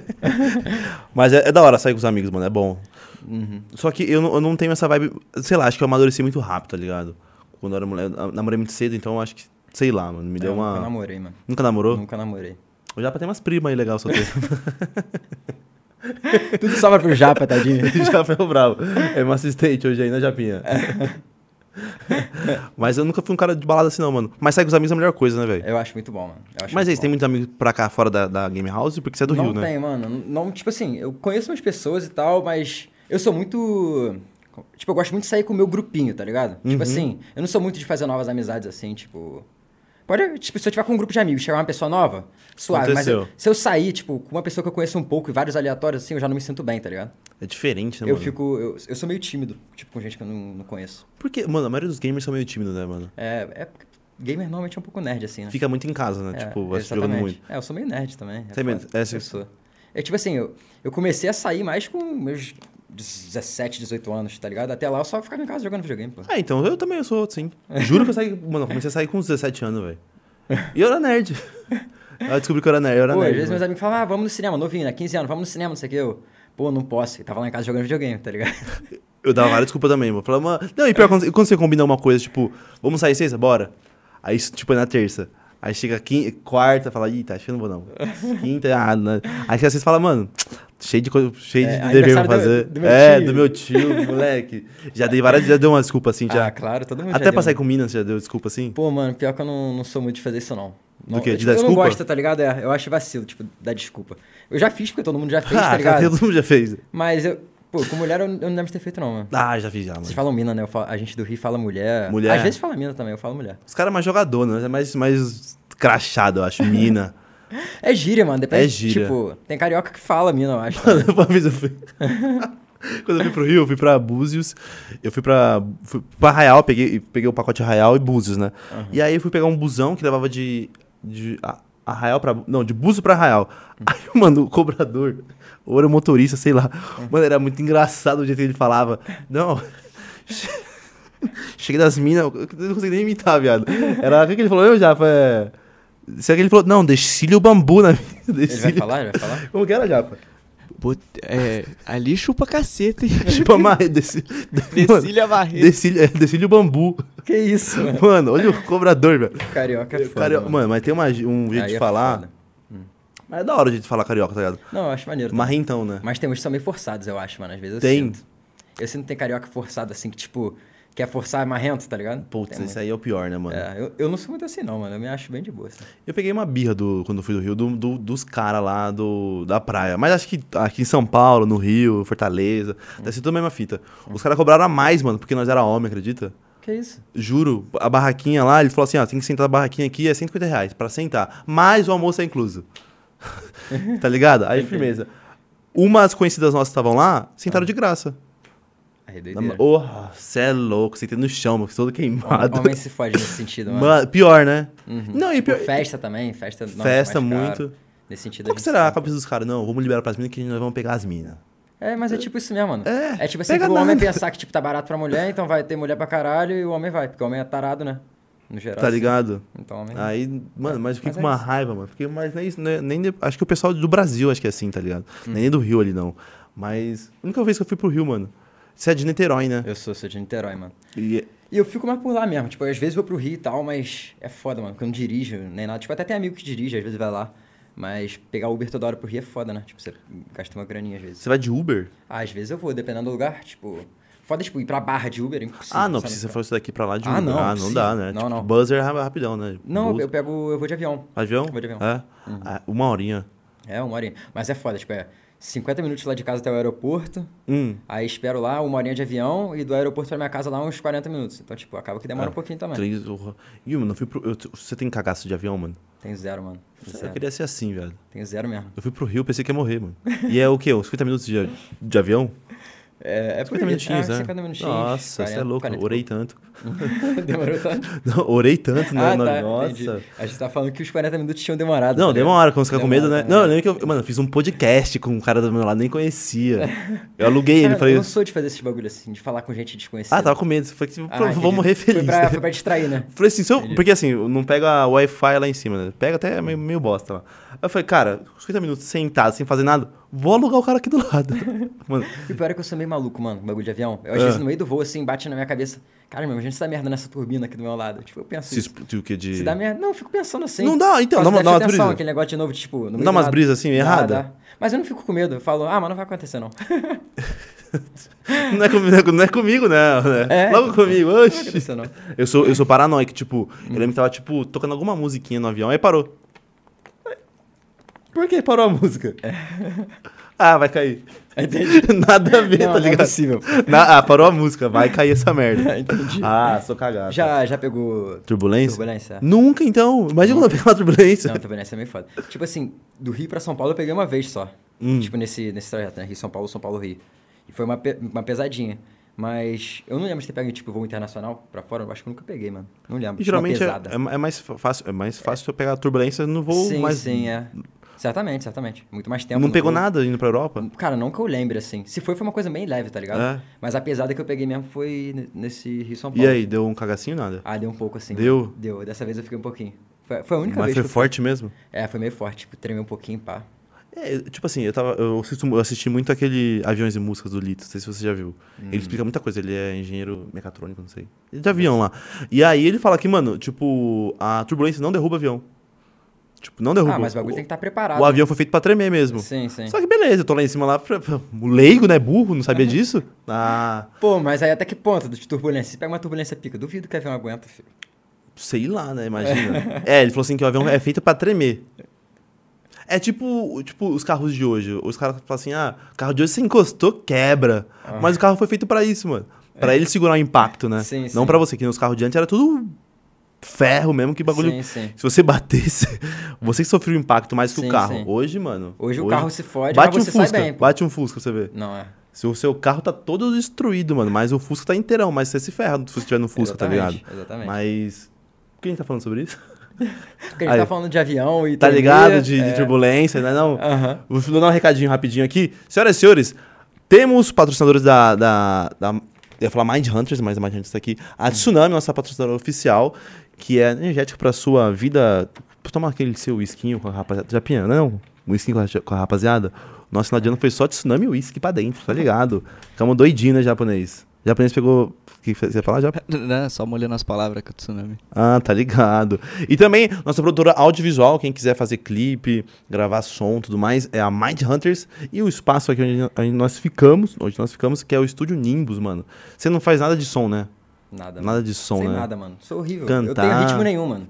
Speaker 2: Mas é, é da hora sair com os amigos, mano, é bom.
Speaker 4: Uhum.
Speaker 2: Só que eu, não- eu não tenho essa vibe. Sei lá, acho que eu amadureci muito rápido, tá ligado? Quando eu era mulher, eu namorei muito cedo, então eu acho que. Sei lá, mano, me deu
Speaker 4: eu
Speaker 2: uma.
Speaker 4: É, nunca namorei, mano.
Speaker 2: Nunca namorou?
Speaker 4: Nunca namorei.
Speaker 2: O Japa tem umas primas aí legal solteiro.
Speaker 4: Tudo sobra pro japa, tadinho.
Speaker 2: Já foi o bravo. É meu assistente hoje aí na Japinha. Mas eu nunca fui um cara de balada assim, não, mano. Mas sair com os amigos é a melhor coisa, né, velho?
Speaker 4: Eu acho muito bom, mano. Eu acho
Speaker 2: Mas
Speaker 4: muito
Speaker 2: aí, você tem
Speaker 4: bom.
Speaker 2: muitos amigos pra cá fora da, da Game House? Porque você é do
Speaker 4: não
Speaker 2: Rio, né?
Speaker 4: tem, mano. Não, tipo assim, eu conheço umas pessoas e tal, mas eu sou muito. Tipo, eu gosto muito de sair com o meu grupinho, tá ligado?
Speaker 2: Uhum.
Speaker 4: Tipo assim, eu não sou muito de fazer novas amizades assim, tipo. Pode, tipo, se eu tiver com um grupo de amigos, chegar uma pessoa nova, suave.
Speaker 2: Aconteceu.
Speaker 4: Mas eu- se eu sair, tipo, com uma pessoa que eu conheço um pouco e vários aleatórios, assim, eu já não me sinto bem, tá ligado?
Speaker 2: É diferente, né,
Speaker 4: eu
Speaker 2: mano?
Speaker 4: fico. Eu, eu sou meio tímido, tipo, com gente que eu não, não conheço.
Speaker 2: Porque, mano, a maioria dos gamers são meio tímidos, né, mano?
Speaker 4: É. é porque gamer normalmente é um pouco nerd, assim, né?
Speaker 2: Fica muito em casa, né?
Speaker 4: É,
Speaker 2: tipo, vai se jogando
Speaker 4: exatamente.
Speaker 2: muito.
Speaker 4: É, eu sou meio nerd também.
Speaker 2: Você é meio-
Speaker 4: foda.
Speaker 2: é, você-
Speaker 4: Eu sou. É tipo assim, eu, eu comecei a sair mais com meus 17, 18 anos, tá ligado? Até lá eu só ficava em casa jogando videogame, pô.
Speaker 2: Ah, então eu também sou outro, sim. Juro que eu saí. Mano, eu comecei a sair com uns 17 anos, velho. E eu era nerd. Aí eu descobri que eu era nerd. Eu era
Speaker 4: Pô, às
Speaker 2: nerd.
Speaker 4: vezes meus
Speaker 2: mano.
Speaker 4: amigos falam, ah, vamos no cinema, novinho, né? 15 anos, vamos no cinema, não sei o que. Eu, pô, não posso. Eu tava lá em casa jogando videogame, tá ligado?
Speaker 2: Eu dava várias desculpas também, mano. Eu Falava, mano. Não, e pior, quando, quando você combina uma coisa, tipo, vamos sair sexta? Bora. Aí, isso, tipo, é na terça. Aí chega quinta, quarta, fala, ih, tá, acho que eu não vou não. Quinta, ah, não. Aí chega vocês fala, mano, cheio de coisa, cheio
Speaker 4: É,
Speaker 2: de dever pra
Speaker 4: aniversário do-
Speaker 2: fazer.
Speaker 4: do meu
Speaker 2: é,
Speaker 4: tio.
Speaker 2: do meu tio, moleque. Já dei várias, já deu uma desculpa assim, já.
Speaker 4: Ah, claro, todo mundo já
Speaker 2: Até
Speaker 4: deu,
Speaker 2: pra sair
Speaker 4: né?
Speaker 2: com Minas já deu desculpa assim.
Speaker 4: Pô, mano, pior que eu não, não sou muito de fazer isso, não.
Speaker 2: Do
Speaker 4: Não,
Speaker 2: quê?
Speaker 4: eu,
Speaker 2: De
Speaker 4: tipo,
Speaker 2: dar
Speaker 4: Eu não
Speaker 2: desculpa?
Speaker 4: gosto, tá ligado? É, eu acho vacilo, tipo, dar desculpa. Eu já fiz, porque todo mundo já fez, tá
Speaker 2: ah, já
Speaker 4: ligado?
Speaker 2: todo mundo já fez.
Speaker 4: Mas eu... Pô, com mulher eu, eu não lembro de ter feito, não, mano.
Speaker 2: Ah, já fiz já, mano.
Speaker 4: Vocês falam mina, né? Eu falo- a gente do Rio fala mulher.
Speaker 2: Mulher.
Speaker 4: Às vezes fala mina também, eu falo mulher.
Speaker 2: Os caras é mais jogador, né? É mais, mais crachado, eu acho. Mina.
Speaker 4: É gíria, mano. Depende,
Speaker 2: É gíria.
Speaker 4: Tipo, tem carioca que fala mina, eu acho.
Speaker 2: Mano, uma vez eu fui. Quando eu fui pro Rio, eu fui pra Búzios. Eu fui pra. Fui pra Arraial, peguei, peguei o pacote Arraial e Búzios, né? E aí eu fui pegar um busão que levava de. de a- Arraial pra. Não, de Búzios pra Arraial.
Speaker 4: Hum.
Speaker 2: Aí, mano, o cobrador, ou era o motorista, sei lá.
Speaker 4: Hum.
Speaker 2: Mano, era muito engraçado o jeito que ele falava. Não. Cheguei das minas, eu não consegui nem imitar, viado. Era o que que ele falou, eu já, foi. Será que ele falou? Não, descilha o bambu na minha.
Speaker 4: Ele vai
Speaker 2: Descilha.
Speaker 4: falar? Ele vai falar?
Speaker 2: Como que era, Japa?
Speaker 3: Pô, é, ali chupa caceta, hein?
Speaker 2: Tipo, amarre, desci,
Speaker 3: Decília Barreto.
Speaker 2: decilha, é, decilha o bambu.
Speaker 4: Que isso, mano.
Speaker 2: Mano, olha o cobrador, velho.
Speaker 4: Carioca é foda.
Speaker 2: Cario-
Speaker 4: mano.
Speaker 2: Mano, mas tem uma- um jeito
Speaker 4: Aí
Speaker 2: de
Speaker 4: é
Speaker 2: falar.
Speaker 4: foda.
Speaker 2: mas é da hora o jeito de falar carioca, tá ligado?
Speaker 4: Não, eu acho maneiro. também.
Speaker 2: Marrentão, né?
Speaker 4: Mas tem uns que são meio forçados, eu acho, mano. Às vezes eu
Speaker 2: Tem.
Speaker 4: sinto. Eu sinto que tem carioca forçado, assim, que tipo, quer forçar marrento, tá ligado?
Speaker 2: Putz,
Speaker 4: Tem
Speaker 2: isso aí é o pior, né,
Speaker 4: muito.
Speaker 2: mano?
Speaker 4: É, eu, eu não sou muito assim, não, mano. Eu me acho bem de boa. Assim.
Speaker 2: Eu peguei uma birra do, quando eu fui do Rio, do- do- dos caras lá do, da praia. Mas acho que aqui em São Paulo, no Rio, Fortaleza,
Speaker 4: Hum.
Speaker 2: deve ser tudo a mesma fita. Os caras cobraram a mais, mano, porque nós era homem, acredita?
Speaker 4: Que isso?
Speaker 2: Juro, a barraquinha lá, ele falou assim, ó, tem que sentar a barraquinha aqui, é 150 reais pra sentar. Mas o almoço é incluso. tá ligado? Aí, firmeza. Umas conhecidas nossas que estavam lá, sentaram de graça.
Speaker 4: Aí,
Speaker 2: Na-
Speaker 4: doideira.
Speaker 2: Oh, cê é louco, sentei no chão, meu, todo queimado.
Speaker 4: Homem se foge nesse sentido, mano.
Speaker 2: Mano, pior, né? Não, e
Speaker 4: Tipo,
Speaker 2: pior...
Speaker 4: festa também, festa nossa,
Speaker 2: Festa
Speaker 4: mais caro.
Speaker 2: muito.
Speaker 4: Nesse sentido. a
Speaker 2: Qual que
Speaker 4: gente
Speaker 2: será a
Speaker 4: sente.
Speaker 2: cabeça dos caras? Não, vamos liberar pras minas que nós vamos pegar as minas. Tá
Speaker 4: É, mas é tipo isso mesmo, mano.
Speaker 2: É,
Speaker 4: É, tipo assim,
Speaker 2: pega
Speaker 4: pro homem
Speaker 2: nada.
Speaker 4: pensar que tipo, tá barato pra mulher, então vai ter mulher pra caralho e o homem vai, porque o homem é tarado, né? No geral.
Speaker 2: Tá
Speaker 4: assim.
Speaker 2: ligado?
Speaker 4: Então o homem.
Speaker 2: Aí, mano, mas eu fiquei
Speaker 4: Mas
Speaker 2: com
Speaker 4: é
Speaker 2: uma
Speaker 4: isso.
Speaker 2: raiva, mano. Fiquei, mas nem, isso, né, nem de- acho que o pessoal do Brasil acho que é assim, tá ligado?
Speaker 4: Hum.
Speaker 2: Nem do Rio ali, não. Mas a única vez que eu fui pro Rio, mano. Você é de Niterói, né?
Speaker 4: Eu sou, sou de Niterói, mano.
Speaker 2: E-
Speaker 4: E eu fico mais por lá mesmo. Tipo, às vezes eu vou pro Rio e tal, mas é foda, mano, porque eu não dirijo nem nada. Tipo, até tem amigo que dirige, às vezes vai lá. Mas pegar Uber toda hora pro Rio é foda, né? Tipo, você gasta uma graninha às vezes.
Speaker 2: Você vai de Uber?
Speaker 4: Ah, às vezes eu vou, dependendo do lugar. Tipo, foda, tipo, ir pra barra de Uber é impossível.
Speaker 2: ah, não,
Speaker 4: sabe?
Speaker 2: precisa falar isso daqui pra lá de
Speaker 4: Ah,
Speaker 2: Uber.
Speaker 4: não,
Speaker 2: ah, não
Speaker 4: precisa.
Speaker 2: dá, né?
Speaker 4: Não,
Speaker 2: tipo,
Speaker 4: não.
Speaker 2: Buzzer é ra- rapidão, né?
Speaker 4: Não,
Speaker 2: Bus-
Speaker 4: eu pego, eu vou de avião.
Speaker 2: Avião?
Speaker 4: Vou de avião. Uhum.
Speaker 2: É? Ah, uma horinha.
Speaker 4: É, uma horinha. Mas é foda, tipo, é 50 minutos lá de casa até o aeroporto.
Speaker 2: Hum.
Speaker 4: Aí espero lá uma horinha de avião e do aeroporto pra minha casa lá uns 40 minutos. Então, tipo, acaba que
Speaker 2: Ah,
Speaker 4: demora um pouquinho também.
Speaker 2: Três. oh. Ih, mano, eu fui pro. eu- você tem cagaço de avião, mano?
Speaker 4: Tem zero, mano. Tem
Speaker 2: Eu
Speaker 4: zero.
Speaker 2: queria ser assim, velho.
Speaker 4: Tem zero mesmo.
Speaker 2: Eu fui pro Rio, pensei que ia morrer, mano. E é o quê? Uns 50 minutos de, de avião?
Speaker 4: É, é
Speaker 2: 50 minutinhos,
Speaker 4: é,
Speaker 2: né?
Speaker 4: 50 minutinhos.
Speaker 2: Nossa, você é
Speaker 4: 40,
Speaker 2: louco.
Speaker 4: 40.
Speaker 2: Orei tanto.
Speaker 4: Demorou tanto.
Speaker 2: Não, orei tanto, né?
Speaker 4: ah,
Speaker 2: na-
Speaker 4: tá,
Speaker 2: Nossa.
Speaker 4: entendi. A gente tá falando que os 40 minutos tinham demorado.
Speaker 2: Não,
Speaker 4: tá ligado?
Speaker 2: demora quando você fica com medo, né?
Speaker 4: Demora,
Speaker 2: Não, eu lembro que eu, mano, eu fiz um podcast com um cara do meu lado, nem conhecia. Eu aluguei ele,
Speaker 4: Cara,
Speaker 2: falei.
Speaker 4: Eu não sou de fazer esses bagulho assim, de falar com gente desconhecida.
Speaker 2: Ah, tava com medo. Falei que
Speaker 4: Ah,
Speaker 2: vou
Speaker 4: entendi.
Speaker 2: morrer feliz.
Speaker 4: Foi pra,
Speaker 2: né?
Speaker 4: foi pra distrair, né?
Speaker 2: Falei assim, se eu- porque assim, eu não pega Wi-Fi lá em cima, né? Pega até meio, meio bosta lá. Aí eu falei, cara, 50 minutos sentado, sem fazer nada, vou alugar o cara aqui do lado. Mano,
Speaker 4: E o pior é que eu sou meio maluco, mano, com bagulho de avião.
Speaker 2: É.
Speaker 4: Eu, às vezes, no meio do voo, assim, bate na minha cabeça. Cara, meu, imagina se dá merda nessa turbina aqui do meu lado. Tipo, eu penso
Speaker 2: se
Speaker 4: isso.
Speaker 2: exp- o que de.
Speaker 4: Se dá merda... Não, eu fico pensando assim.
Speaker 2: Não dá, então,
Speaker 4: Faço
Speaker 2: dá uma- dá
Speaker 4: déficit de
Speaker 2: umas
Speaker 4: atenção,
Speaker 2: brisas.
Speaker 4: Aquele negócio de novo, de, tipo... no meio
Speaker 2: Dá
Speaker 4: do
Speaker 2: umas
Speaker 4: nada.
Speaker 2: brisas, assim,
Speaker 4: Dá,
Speaker 2: errada?
Speaker 4: dá. Mas eu não fico com medo. Eu falo, ah, mas não vai acontecer, não. não
Speaker 2: Não é, comigo, não é com- não é comigo, não, né?
Speaker 4: É.
Speaker 2: Logo comigo,
Speaker 4: vai
Speaker 2: oxi.
Speaker 4: acontecer, não.
Speaker 2: Eu sou, eu sou paranoico, tipo, eu lembro que tava, tipo, tocando alguma musiquinha no avião, aí parou. Por que parou a música?
Speaker 4: É.
Speaker 2: Ah, vai cair.
Speaker 4: Entendi.
Speaker 2: Nada a ver,
Speaker 4: Não,
Speaker 2: tá
Speaker 4: não é
Speaker 2: ligado?
Speaker 4: possível.
Speaker 2: Na- ah, parou a música, vai cair essa merda.
Speaker 4: Entendi.
Speaker 2: Ah, sou cagado.
Speaker 4: Já, já pegou...
Speaker 2: Turbulência?
Speaker 4: Turbulência, é.
Speaker 2: Nunca, então. Imagina quando eu pegar uma turbulência.
Speaker 4: Não, turbulência é meio foda. Tipo assim, do Rio pra São Paulo eu peguei uma vez só.
Speaker 2: Hum.
Speaker 4: Tipo, nesse, nesse trajeto, né? Rio, São Paulo, São Paulo, Rio. E foi uma, pe- uma pesadinha. Mas eu não lembro de ter pego, tipo, voo internacional pra fora. Eu acho que eu nunca peguei, mano. Não lembro.
Speaker 2: E geralmente
Speaker 4: uma
Speaker 2: é,
Speaker 4: pesada.
Speaker 2: é- é mais fa- fácil, é mais fácil eu pegar a turbulência no voo,
Speaker 4: Sim,
Speaker 2: mas
Speaker 4: sim, é. Certamente, certamente. Muito mais tempo.
Speaker 2: não
Speaker 4: no
Speaker 2: pegou
Speaker 4: voo.
Speaker 2: nada indo pra Europa?
Speaker 4: Cara, não que eu lembre, assim. Se foi, foi uma coisa bem leve, tá ligado?
Speaker 2: É.
Speaker 4: Mas a pesada que eu peguei mesmo foi ne- nesse Rio São Paulo.
Speaker 2: E aí, deu um cagacinho nada?
Speaker 4: Ah, deu um pouco, assim.
Speaker 2: Deu?
Speaker 4: Deu. Dessa vez eu fiquei um pouquinho. Foi, foi a única
Speaker 2: mas
Speaker 4: vez
Speaker 2: foi
Speaker 4: que eu...
Speaker 2: forte mesmo?
Speaker 4: É, foi meio forte. Tipo, tremei um pouquinho, pá.
Speaker 2: É, tipo assim, eu, tava, eu, assisto- eu assisti muito aquele Aviões e Músicas do Lito, não sei se você já viu.
Speaker 4: Uhum.
Speaker 2: Ele explica muita coisa, ele é engenheiro mecatrônico, não sei. Ele de avião
Speaker 4: Uhum.
Speaker 2: lá. E aí ele fala que, mano, tipo, a turbulência não derruba avião. Tipo, não derruba.
Speaker 4: Ah, mas o bagulho tem que estar
Speaker 2: o,
Speaker 4: preparado.
Speaker 2: o avião foi feito pra tremer mesmo.
Speaker 4: Sim, sim.
Speaker 2: Só que beleza, eu tô lá em cima lá, pra- pra- o leigo, né, burro, não sabia disso. Ah,
Speaker 4: Pô, mas aí até que ponto de turbulência? Se pega uma turbulência pica, duvido que o avião aguenta, filho.
Speaker 2: sei lá, né, imagina. é, ele falou assim que o avião é feito pra tremer. É tipo, tipo os carros de hoje. Os caras falam assim, ah, o carro de hoje se encostou, quebra.
Speaker 4: Ah.
Speaker 2: Mas o carro foi feito pra isso, mano. Pra ele segurar o impacto, né?
Speaker 4: É. Sim,
Speaker 2: não
Speaker 4: sim.
Speaker 2: pra você, que nos carros de antes era tudo ferro mesmo, que bagulho...
Speaker 4: Sim, sim.
Speaker 2: Se você batesse, você que sofreu o impacto mais que o
Speaker 4: Sim,
Speaker 2: carro.
Speaker 4: sim.
Speaker 2: Hoje, mano...
Speaker 4: Hoje, o carro se fode,
Speaker 2: Bate um
Speaker 4: mas você sai
Speaker 2: Fusca,
Speaker 4: bem. pô.
Speaker 2: bate um Fusca pra você ver.
Speaker 4: Não, é.
Speaker 2: Se o seu carro tá todo destruído, mano, mas o Fusca tá inteirão, mas você se ferra se você tiver no Fusca, tá
Speaker 4: Exatamente,
Speaker 2: ligado?
Speaker 4: Exatamente.
Speaker 2: Mas. Por que a gente tá falando sobre isso?
Speaker 4: Porque a gente
Speaker 2: Aí.
Speaker 4: tá falando de avião e...
Speaker 2: Tá
Speaker 4: tremia,
Speaker 2: ligado? De, de
Speaker 4: é.
Speaker 2: turbulência, né? Não.
Speaker 4: Aham.
Speaker 2: Vou dar um recadinho rapidinho aqui. Senhoras e senhores, temos patrocinadores da. da, da eu ia falar Mind Hunters, mas a Mind Hunters tá aqui.
Speaker 4: Hum.
Speaker 2: A Tsunami, nossa patrocinadora oficial, que é energético pra sua vida. Toma aquele seu whiskinho com a rapaziada. Já pinha, não? Um whiskinho com a, com a rapaziada. Nosso final de ano foi só Tsunami e whisky pra dentro, tá ligado? Ficamos doidinho, né, japonês? japonês pegou. O que você ia falar, Jap?
Speaker 3: Não, só molhando as palavras com o tsunami.
Speaker 2: Ah, tá ligado. E também, nossa produtora audiovisual, quem quiser fazer clipe, gravar som e tudo mais, é a Mind Hunters. E o espaço aqui onde, onde nós ficamos, onde nós ficamos, que é o Estúdio Nimbus, mano. Você não faz nada de som, né?
Speaker 4: Nada, mano.
Speaker 2: Nada de som,
Speaker 4: Sem
Speaker 2: né?
Speaker 4: nada, mano. Sou horrível. Eu
Speaker 2: Cantar.
Speaker 4: tenho ritmo nenhum, mano.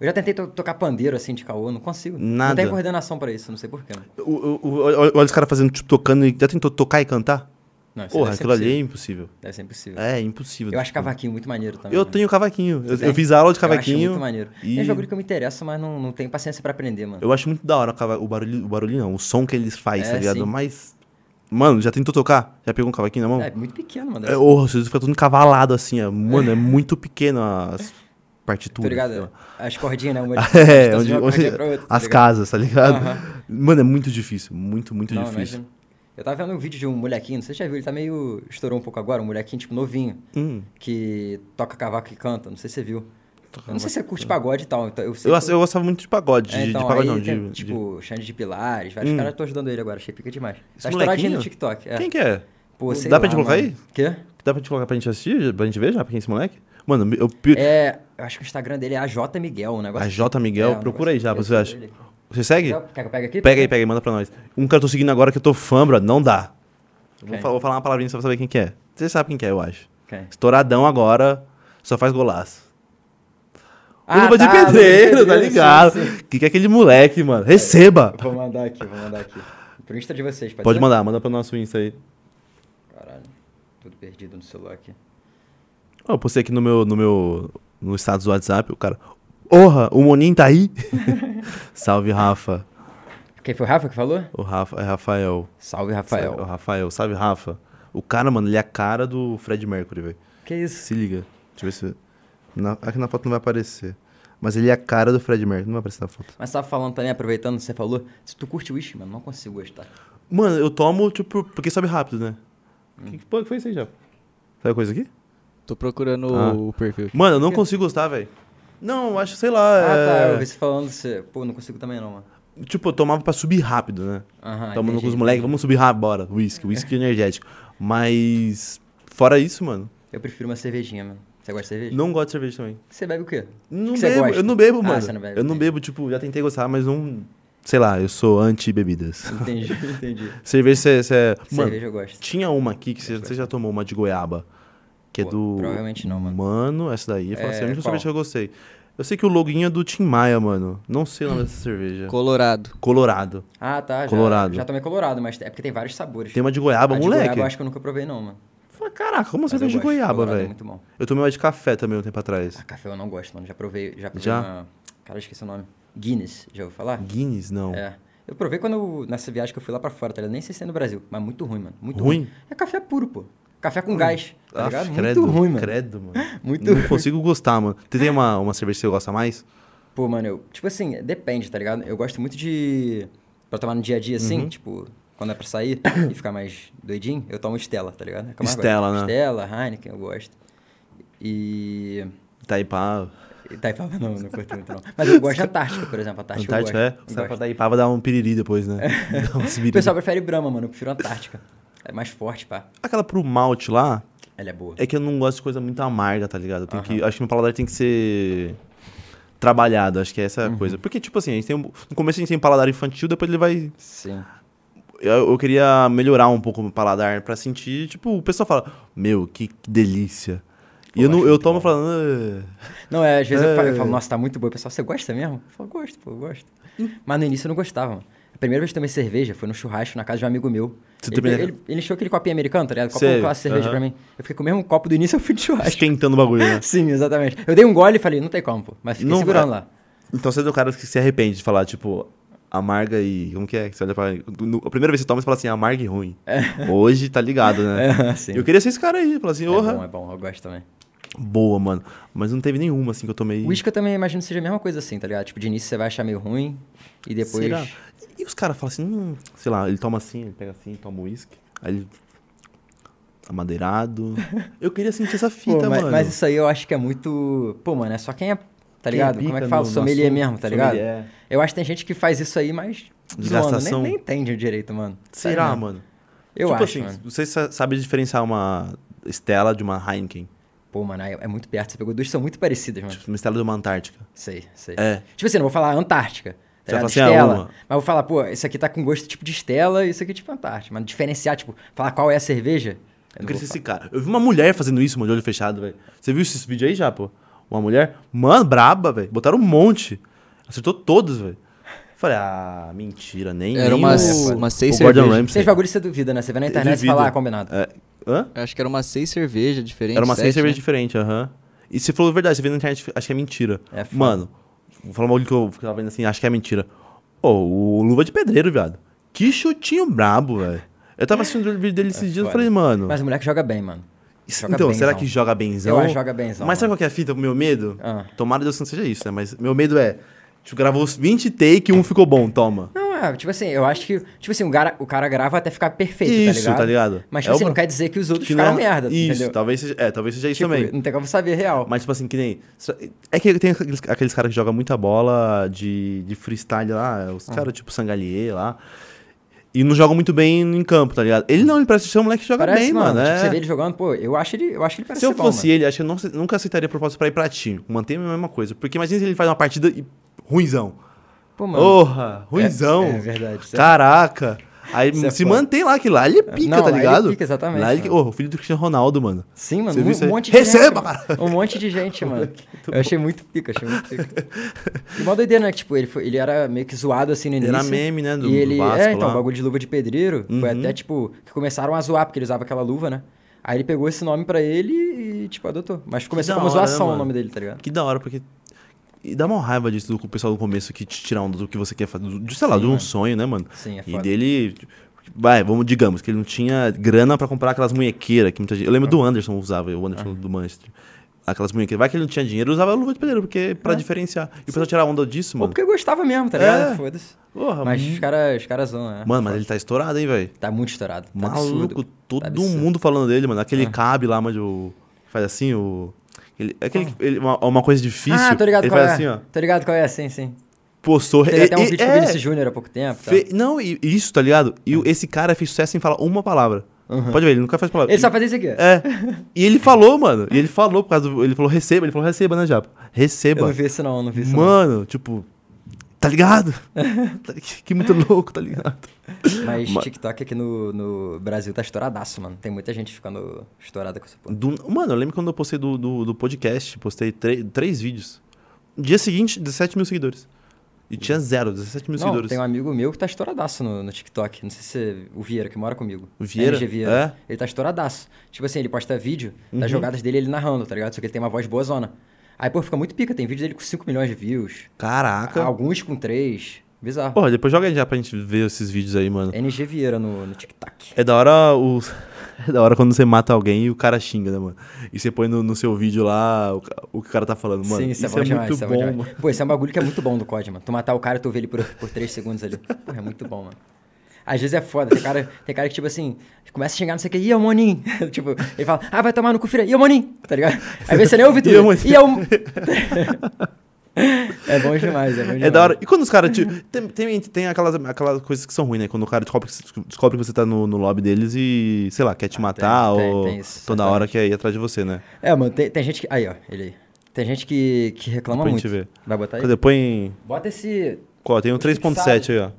Speaker 4: Eu já tentei to- tocar pandeiro assim de caô, não consigo.
Speaker 2: Nada.
Speaker 4: Não tem coordenação pra isso, não sei porquê.
Speaker 2: O- o- o- olha olha os caras fazendo, tipo, tocando e já tentou tocar e cantar?
Speaker 4: Não, isso
Speaker 2: Porra,
Speaker 4: deve ser
Speaker 2: aquilo ali é
Speaker 4: impossível.
Speaker 2: impossível.
Speaker 4: Deve ser impossível.
Speaker 2: É, impossível.
Speaker 4: Eu acho cavaquinho muito maneiro também.
Speaker 2: Eu
Speaker 4: mano.
Speaker 2: tenho cavaquinho. Eu,
Speaker 4: Tem?
Speaker 2: eu fiz aula de
Speaker 4: Eu acho
Speaker 2: cavaquinho.
Speaker 4: muito maneiro.
Speaker 2: e-
Speaker 4: É um bagulho que eu me interesso, mas não, não tenho paciência pra aprender, mano.
Speaker 2: Eu acho muito da hora o cava- o barulho, o barulho não, o som que eles fazem,
Speaker 4: É,
Speaker 2: tá ligado?
Speaker 4: sim.
Speaker 2: Mas, mano, já tentou tocar? Já pegou um cavaquinho na mão?
Speaker 4: É muito pequeno, mano.
Speaker 2: É, ô, vocês ficam tudo encavalado assim, ó. mano, é muito pequeno as partituras.
Speaker 4: Tá ligado?
Speaker 2: sei lá.
Speaker 4: As cordinhas, né? Uma de-
Speaker 2: É,
Speaker 4: tá
Speaker 2: onde,
Speaker 4: de uma
Speaker 2: onde-
Speaker 4: cordinha pra outra, tá
Speaker 2: as
Speaker 4: ligado?
Speaker 2: casas, tá ligado?
Speaker 4: Aham.
Speaker 2: Mano, é muito difícil, muito, muito
Speaker 4: Não,
Speaker 2: difícil.
Speaker 4: imagina. Eu tava vendo um vídeo de um molequinho, não sei se você já viu, ele tá meio. estourou um pouco agora, um molequinho, tipo, novinho,
Speaker 2: Hum.
Speaker 4: que toca cavaco e canta, não sei se você viu. Eu não sei se você curte pagode e tal. Então eu, sei
Speaker 2: Eu,
Speaker 4: que-
Speaker 2: ass- eu gostava muito de pagode, de,
Speaker 4: É, então,
Speaker 2: de pagode
Speaker 4: aí
Speaker 2: não, de-
Speaker 4: tem,
Speaker 2: de-
Speaker 4: Tipo, Xande de Pilares, vários caras estão ajudando ele agora, achei pica demais.
Speaker 2: Esse
Speaker 4: Tá estouradinho
Speaker 2: molequinho?
Speaker 4: no TikTok. É.
Speaker 2: Quem que é?
Speaker 4: Pô, sei
Speaker 2: Dá
Speaker 4: lá,
Speaker 2: pra gente colocar
Speaker 4: mano.
Speaker 2: aí?
Speaker 4: Quê?
Speaker 2: Dá pra gente colocar pra gente assistir, pra gente ver já, pra quem é esse moleque? Mano, eu... pi-
Speaker 4: É, eu acho que o Instagram dele é AJ Miguel, um negócio.
Speaker 2: a J. Miguel,
Speaker 4: É, um
Speaker 2: procura aí já,
Speaker 4: negócio
Speaker 2: você acha.
Speaker 4: dele.
Speaker 2: Você segue?
Speaker 4: Quer que eu pegue aqui?
Speaker 2: Pega aí, pega aí, manda pra nós. Um cara eu tô seguindo agora que eu tô fã, bro, não dá. Eu Vou,
Speaker 4: Ok.
Speaker 2: fa- vou falar uma palavrinha só pra saber quem que é. Você sabe quem que é, eu acho.
Speaker 4: Ok.
Speaker 2: Estouradão agora, só faz golaço.
Speaker 4: Ah,
Speaker 2: o Luva de
Speaker 4: tá, Luva de
Speaker 2: Pedreiro, tá
Speaker 4: Pedreiro, sim,
Speaker 2: ligado?
Speaker 4: sim.
Speaker 2: Que que é aquele moleque, mano? Receba!
Speaker 4: Vou mandar aqui, vou mandar aqui. Pro Insta tá de vocês, pode
Speaker 2: Pode
Speaker 4: ser?
Speaker 2: mandar, manda pro nosso Insta aí.
Speaker 4: Caralho, tudo perdido no celular aqui.
Speaker 2: Ó, Eu postei aqui no meu, no meu no status do WhatsApp, o cara. Porra, o Monin tá aí? Salve, Rafa.
Speaker 4: Quem foi o Rafa que falou?
Speaker 2: O Rafa é Rafael.
Speaker 4: Salve,
Speaker 2: Salve,
Speaker 4: Rafael.
Speaker 2: o Rafael, salve, Rafa. O cara, mano, ele é a cara do Fred Mercury, velho.
Speaker 4: Que isso?
Speaker 2: Se liga. Deixa eu ver se. na- aqui na foto não vai aparecer. Mas ele é a cara do Fred Mercury, não vai aparecer na foto.
Speaker 4: Mas tava falando também, aproveitando, você falou, se tu curte uísque, mano, não consigo gostar.
Speaker 2: Mano, eu tomo, tipo, porque sobe rápido, né? Que, que porra que foi isso aí, já? Sabe a coisa aqui?
Speaker 3: Tô procurando
Speaker 2: Ah.
Speaker 3: o perfil.
Speaker 2: Mano, eu não consigo gostar, velho. Não, eu acho, sei lá.
Speaker 4: Ah, tá,
Speaker 2: é-
Speaker 4: eu vi você falando, você... pô, não consigo também não, mano.
Speaker 2: Tipo, eu tomava pra subir rápido, né?
Speaker 4: Aham, Ah,
Speaker 2: Tamo no
Speaker 4: entendi.
Speaker 2: com os moleques, vamos subir rápido, bora. Whisky, whisky energético. Mas. Fora isso, mano.
Speaker 4: Eu prefiro uma cervejinha, mano. Você gosta de cerveja?
Speaker 2: Não gosto de cerveja também.
Speaker 4: Você bebe o quê?
Speaker 2: Não
Speaker 4: O que você
Speaker 2: bebo,
Speaker 4: gosta?
Speaker 2: eu não bebo,
Speaker 4: Ah,
Speaker 2: mano.
Speaker 4: você não bebe,
Speaker 2: eu não
Speaker 4: entendi.
Speaker 2: bebo, tipo, já tentei gostar, mas não. Sei lá, eu sou anti-bebidas.
Speaker 4: Entendi, entendi.
Speaker 2: cerveja, você. você- Mano,
Speaker 4: cerveja eu gosto.
Speaker 2: tinha uma aqui que você, você já tomou, uma de goiaba. Que é
Speaker 4: Pô,
Speaker 2: do.
Speaker 4: provavelmente não, mano.
Speaker 2: Mano, essa daí. Eu falo
Speaker 4: É,
Speaker 2: assim, a única
Speaker 4: qual?
Speaker 2: cerveja que eu gostei. Eu sei que o loginho é do Tim Maia, mano. Não sei o nome dessa cerveja.
Speaker 3: Colorado.
Speaker 2: Colorado.
Speaker 4: Ah, tá. já-
Speaker 2: Colorado.
Speaker 4: Já tomei colorado, mas é porque tem vários sabores.
Speaker 2: Tem uma de goiaba,
Speaker 4: A de
Speaker 2: moleque.
Speaker 4: goiaba eu acho que eu nunca provei não, mano.
Speaker 2: Fala, Caraca, como uma
Speaker 4: Mas eu
Speaker 2: cerveja de
Speaker 4: gosto.
Speaker 2: goiaba,
Speaker 4: Colorado é
Speaker 2: velho?
Speaker 4: muito bom.
Speaker 2: Eu tomei uma de café também um tempo atrás.
Speaker 4: Ah, café eu não gosto, mano. Já provei, já provei
Speaker 2: Já?
Speaker 4: uma... Cara, eu esqueci o nome. Guinness, já ouviu falar?
Speaker 2: Guinness, não.
Speaker 4: É. Eu provei quando eu- nessa viagem que eu fui lá pra fora, tá ligado? Nem sei se é no Brasil, mas muito ruim, mano. Muito ruim.
Speaker 2: Ruim?
Speaker 4: É café puro, pô. Café com gás, tá
Speaker 2: Aff,
Speaker 4: ligado?
Speaker 2: credo,
Speaker 4: muito ruim, mano.
Speaker 2: Credo, mano.
Speaker 4: Muito
Speaker 2: não
Speaker 4: ruim.
Speaker 2: consigo gostar, mano. Você tem uma, uma cerveja que você gosta mais?
Speaker 4: Pô, mano, eu, tipo assim, depende, tá ligado? Eu gosto muito de. Pra tomar no dia a dia, assim,
Speaker 2: Uhum.
Speaker 4: tipo, quando é pra sair e ficar mais doidinho, eu tomo Estela, tá ligado? É que eu mais gosto.
Speaker 2: Stella, né?
Speaker 4: Stella, Heineken, eu gosto. E.
Speaker 2: Itaipá.
Speaker 4: Itaipava não, não curto muito não. Mas eu gosto de Antártica, por exemplo. Antártica,
Speaker 2: Antártica,
Speaker 4: eu
Speaker 2: é?
Speaker 4: gosto.
Speaker 2: Você vai
Speaker 4: Gosto.
Speaker 2: pra Itaipava dar um piriri depois, né? Dá umas
Speaker 4: O
Speaker 2: biriri.
Speaker 4: pessoal prefere Brahma, mano. Eu prefiro Antártica. É mais forte, pá.
Speaker 2: Aquela pro malte lá,
Speaker 4: Ela é boa.
Speaker 2: é que eu não gosto de coisa muito amarga, tá ligado? Eu tenho que, acho que meu paladar tem que ser trabalhado, acho que é essa
Speaker 4: Uhum.
Speaker 2: a coisa. Porque, tipo assim, a gente tem um- no começo a gente tem um paladar infantil, depois ele vai
Speaker 4: Sim.
Speaker 2: eu, eu queria melhorar um pouco o meu paladar pra sentir, tipo, o pessoal fala, meu, que, que delícia. E eu, não, eu tomo falando. "Ah".
Speaker 4: Não, é, às vezes eu, falo, eu
Speaker 2: É. Hum.
Speaker 4: falo, nossa, tá muito boa. O pessoal, você gosta mesmo? Eu falo, gosto, pô, eu gosto. Mas no início eu não gostava, mano. A primeira vez que eu tomei cerveja foi no churrasco na casa de um amigo meu.
Speaker 2: Você
Speaker 4: Ele,
Speaker 2: também-
Speaker 4: ele, ele encheu aquele copinho americano, tá ligado? Copo
Speaker 2: Sei,
Speaker 4: com a cerveja
Speaker 2: aham.
Speaker 4: pra mim. Eu fiquei com o mesmo copo do início ao fim de churrasco.
Speaker 2: Esquentando o bagulho, né?
Speaker 4: Sim, exatamente. Eu dei um gole e falei, não tem como, pô. Mas fiquei
Speaker 2: Não
Speaker 4: segurando
Speaker 2: vai.
Speaker 4: lá.
Speaker 2: Então você é do cara que se arrepende de falar, tipo, amarga e. Como que é? que Você olha pra. no- a primeira vez que você toma, você fala assim, amarga e ruim. Hoje tá ligado, né?
Speaker 4: É, sim.
Speaker 2: Eu queria ser esse cara aí, falar assim,
Speaker 4: É bom,
Speaker 2: orra.
Speaker 4: é bom, eu gosto também.
Speaker 2: Boa, mano. Mas não teve nenhuma assim que eu tomei.
Speaker 4: O uísque eu também imagino que seja a mesma coisa assim, tá ligado? Tipo, de início você vai achar meio ruim e depois.
Speaker 2: Será? E os caras falam assim, hum, sei lá, ele toma assim, ele pega assim, toma uísque. Aí ele. Amadeirado. Eu queria sentir essa
Speaker 4: Pô,
Speaker 2: fita,
Speaker 4: mas,
Speaker 2: mano.
Speaker 4: mas isso aí eu acho que é muito. Pô, mano, é só quem é. Tá ligado?
Speaker 2: Quem
Speaker 4: Como é
Speaker 2: bica
Speaker 4: que fala?
Speaker 2: no- no
Speaker 4: Sommelier
Speaker 2: assunto,
Speaker 4: mesmo, tá ligado?
Speaker 2: sommelier. é.
Speaker 4: Eu acho que tem gente que faz isso aí, mas. Zoando, nem,
Speaker 2: Desgastação.
Speaker 4: nem entende direito, mano.
Speaker 2: Será,
Speaker 4: Sério mesmo.
Speaker 2: mano?
Speaker 4: Tá Eu
Speaker 2: tipo
Speaker 4: acho,
Speaker 2: assim,
Speaker 4: mano.
Speaker 2: você sa- sabe diferenciar uma Estela de uma Heineken?
Speaker 4: Pô, mano, aí é muito perto. Você pegou duas que são muito parecidas, mano.
Speaker 2: Tipo, uma Estela de uma Antártica.
Speaker 4: Sei, sei.
Speaker 2: É.
Speaker 4: Tipo assim, não vou falar Antártica.
Speaker 2: Você
Speaker 4: Tá ligado?
Speaker 2: vai falar assim, ah,
Speaker 4: Estela.
Speaker 2: uma.
Speaker 4: Mas vou falar, pô, isso aqui tá com gosto tipo de Estela e isso aqui é tipo Antártica. Mas diferenciar, tipo, falar qual é a cerveja.
Speaker 2: Eu
Speaker 4: não
Speaker 2: queria
Speaker 4: vou
Speaker 2: ser é esse cara. Eu vi uma mulher fazendo isso, mano, de olho fechado, velho. Você viu esse vídeo aí já, pô? Uma mulher, mano, braba, velho. Botaram um monte. Acertou todos, velho. Falei, ah, mentira, nem.
Speaker 3: Era
Speaker 2: nem
Speaker 3: umas-
Speaker 2: o,
Speaker 3: umas seis
Speaker 2: o Gordon
Speaker 3: cervejas.
Speaker 2: Ramsay.
Speaker 4: Seis bagulho você duvida, né? Você vai na internet e
Speaker 2: duvido.
Speaker 4: fala, ah, combinado.
Speaker 2: É. Hã?
Speaker 3: Eu acho que era umas seis cervejas diferentes.
Speaker 2: Era uma seis
Speaker 3: sete,
Speaker 2: cervejas
Speaker 3: né?
Speaker 2: diferentes, aham. E você falou a verdade, você viu na internet, acho que é mentira.
Speaker 4: É foda.
Speaker 2: Mano, vou falar um bagulho que eu que eu tava vendo assim, acho que é mentira. Ô, o Luva de Pedreiro, viado. Que chutinho brabo, velho. Eu tava assistindo o vídeo dele esses dias e
Speaker 4: É foda.
Speaker 2: falei, mano.
Speaker 4: Mas o moleque joga bem, mano.
Speaker 2: Isso-
Speaker 4: Joga
Speaker 2: então, será
Speaker 4: benzão.
Speaker 2: que joga benzão?
Speaker 4: Eu acho que joga benzão,
Speaker 2: Mas sabe
Speaker 4: mano.
Speaker 2: qual que é a fita? O meu medo?
Speaker 4: Ah.
Speaker 2: Tomara Deus que não seja isso, né? Mas meu medo é. Tipo, gravou os 20 take e um ficou bom, toma.
Speaker 4: Não, é, tipo assim, eu acho que. Tipo assim, o cara, o cara grava até ficar perfeito,
Speaker 2: Isso,
Speaker 4: tá ligado?
Speaker 2: tá ligado?
Speaker 4: Mas tipo
Speaker 2: É
Speaker 4: assim,
Speaker 2: uma-
Speaker 4: não quer dizer que os outros
Speaker 2: Que não
Speaker 4: ficaram
Speaker 2: é-
Speaker 4: merda,
Speaker 2: Isso,
Speaker 4: entendeu?
Speaker 2: talvez seja. É, talvez seja isso
Speaker 4: Tipo,
Speaker 2: também.
Speaker 4: Não tem como saber real.
Speaker 2: Mas, tipo assim, que nem. É que tem aqueles, aqueles caras que jogam muita bola de, de freestyle lá,
Speaker 4: Ah.
Speaker 2: os caras tipo Sangalier lá. E não jogam muito bem em campo, tá ligado? Ele não, ele parece ser um moleque que joga
Speaker 4: Parece,
Speaker 2: bem,
Speaker 4: mano.
Speaker 2: mano.
Speaker 4: tipo,
Speaker 2: é.
Speaker 4: Você vê ele jogando, pô, eu acho ele, eu acho que ele parece
Speaker 2: Se eu
Speaker 4: ser bom,
Speaker 2: fosse
Speaker 4: mano.
Speaker 2: ele, acho que eu não- nunca aceitaria proposta pra ir pra time. Manter a mesma coisa. Porque imagina se ele faz uma partida e. ruinzão.
Speaker 4: Pô, mano.
Speaker 2: Porra, ruinzão.
Speaker 4: é verdade, isso é-
Speaker 2: Caraca. Aí
Speaker 4: Isso é
Speaker 2: se
Speaker 4: foda.
Speaker 2: mantém lá, que lá ele pica,
Speaker 4: Não,
Speaker 2: tá
Speaker 4: lá ele
Speaker 2: ligado?
Speaker 4: pica, exatamente,
Speaker 2: Lá ele-
Speaker 4: mano.
Speaker 2: Ô, o filho do Cristiano Ronaldo, mano.
Speaker 4: Sim, mano,
Speaker 2: Você viu isso
Speaker 4: um,
Speaker 2: aí?
Speaker 4: monte de
Speaker 2: Receba,
Speaker 4: gente.
Speaker 2: cara!
Speaker 4: Um monte de gente, mano. Eu achei muito pica, achei muito pica. E mó doideira, né? que, Tipo, ele, foi- ele era meio que zoado assim no
Speaker 2: Ele
Speaker 4: início.
Speaker 2: era meme, né, do-
Speaker 4: e
Speaker 2: do
Speaker 4: ele,
Speaker 2: Vasco
Speaker 4: É, então,
Speaker 2: lá. Uhum.
Speaker 4: o bagulho de luva de pedreiro foi até, tipo, que começaram a zoar, porque ele usava aquela luva, né? Aí ele pegou esse nome pra ele e, tipo, adotou. Mas começou
Speaker 2: da
Speaker 4: como
Speaker 2: hora, né,
Speaker 4: zoação o
Speaker 2: mano?
Speaker 4: nome dele, tá ligado?
Speaker 2: Que da hora, porque. E dá uma raiva disso do pessoal do começo que te tira onda do que você quer fazer. do- De, sei lá, de um sonho, né, mano?
Speaker 4: Sim, é
Speaker 2: E
Speaker 4: foda.
Speaker 2: dele. Vai, vamos, digamos, que ele não tinha grana pra comprar aquelas munhequeiras que muita gente. Eu lembro
Speaker 4: Uhum.
Speaker 2: do Anderson usava, o Anderson do Manchester. Aquelas munhequeiras. Vai que ele não tinha dinheiro, usava luva de pedreiro, porque é
Speaker 4: É.
Speaker 2: pra diferenciar. E o pessoal tirar onda disso,
Speaker 4: Ou
Speaker 2: mano.
Speaker 4: porque gostava mesmo, tá
Speaker 2: É. Tá
Speaker 4: ligado? Foda-se.
Speaker 2: Porra,
Speaker 4: Mas
Speaker 2: mano.
Speaker 4: os caras os caras zoam, né?
Speaker 2: Mano, mas ele tá estourado, hein, velho?
Speaker 4: Tá muito estourado. Tá
Speaker 2: Maluco,
Speaker 4: absurdo.
Speaker 2: todo
Speaker 4: Tá absurdo. É.
Speaker 2: mundo falando dele, mano. Aquele cabe lá, mas o. Faz assim, o. Ele, aquele, ele, uma, uma coisa difícil.
Speaker 4: Ah, tô ligado
Speaker 2: Ele
Speaker 4: qual
Speaker 2: faz
Speaker 4: é.
Speaker 2: assim, ó.
Speaker 4: Tô ligado qual é, sim, sim.
Speaker 2: Postou.
Speaker 4: Teve
Speaker 2: é-
Speaker 4: até um
Speaker 2: é-
Speaker 4: vídeo com o
Speaker 2: é.
Speaker 4: Vinícius Júnior há pouco tempo. tá?
Speaker 2: Fe- Não, e e isso, tá ligado? E o- esse cara fez sucesso sem falar uma palavra. Pode ver, ele nunca faz palavra.
Speaker 4: Ele só fazia isso aqui. ó.
Speaker 2: É. E ele falou, mano. E ele falou por causa do. Ele falou receba, ele falou receba, né, Japa?
Speaker 4: Eu não
Speaker 2: Receba.
Speaker 4: vi isso não, eu não vi isso
Speaker 2: Mano, tipo. Tá ligado? Tá- que- que muito louco, tá ligado?
Speaker 4: não. Mas
Speaker 2: Ma-
Speaker 4: TikTok aqui no, no Brasil tá estouradaço, mano. Tem muita gente ficando estourada com essa porra.
Speaker 2: Do- mano, eu lembro quando eu postei do, do, do podcast, postei tre- três vídeos. No Dia seguinte, 17 mil seguidores. E tinha zero, 17 mil
Speaker 4: não,
Speaker 2: seguidores.
Speaker 4: tem um amigo meu que tá estouradaço no, no TikTok. Não sei se é o Vieira, que mora comigo.
Speaker 2: O Vieira? É?
Speaker 4: LG Vieira. Ele tá estouradaço. Tipo assim, ele posta vídeo
Speaker 2: Uhum.
Speaker 4: das jogadas dele ele narrando, tá ligado? Só que ele tem uma voz boa zona. Aí, pô, fica muito pica. Tem vídeo dele com 5 milhões de views.
Speaker 2: Caraca.
Speaker 4: Alguns com 3. Bizarro.
Speaker 2: Porra, depois joga aí já pra gente ver esses vídeos aí, mano.
Speaker 4: NG Vieira no, no TikTok.
Speaker 2: É da hora o. É da hora quando você mata alguém e o cara xinga, né, mano? E você põe no, no seu vídeo lá o, ca- o que o cara tá falando, mano.
Speaker 4: Sim,
Speaker 2: isso,
Speaker 4: isso,
Speaker 2: é,
Speaker 4: bom demais,
Speaker 2: muito
Speaker 4: isso é
Speaker 2: bom,
Speaker 4: demais.
Speaker 2: mano.
Speaker 4: Pô, isso é um bagulho que é muito bom do COD, mano. Tu matar o cara e tu vê ele por, por 3 segundos ali. Porra, é muito bom, mano. Às vezes é foda. Tem cara, tem cara que, tipo assim, começa a xingar, não sei o que, e o Monin? tipo, ele fala, ah, vai tomar no cu, filha, e o Monin? Tá ligado? Às vezes você nem ouve tudo.
Speaker 2: Ih, ô, Monin.
Speaker 4: E é o. é bom demais, é bom demais.
Speaker 2: É da hora. E quando os caras te. Tem, tem, tem aquelas, aquelas coisas que são ruins, né? Quando o cara descobre que, você- descobre que você tá no, no lobby deles e, sei lá, quer te matar
Speaker 4: Ah, tem,
Speaker 2: ou
Speaker 4: tem isso,
Speaker 2: toda hora quer ir atrás de você, né?
Speaker 4: É, mano, tem, tem gente que. Aí, ó, ele aí. Tem gente que, que reclama muito.
Speaker 2: Depois a gente vê.
Speaker 4: Vai botar aí?
Speaker 2: Cadê? Põe.
Speaker 4: Bota esse.
Speaker 2: Qual? Tem um 3.7 aí, ó.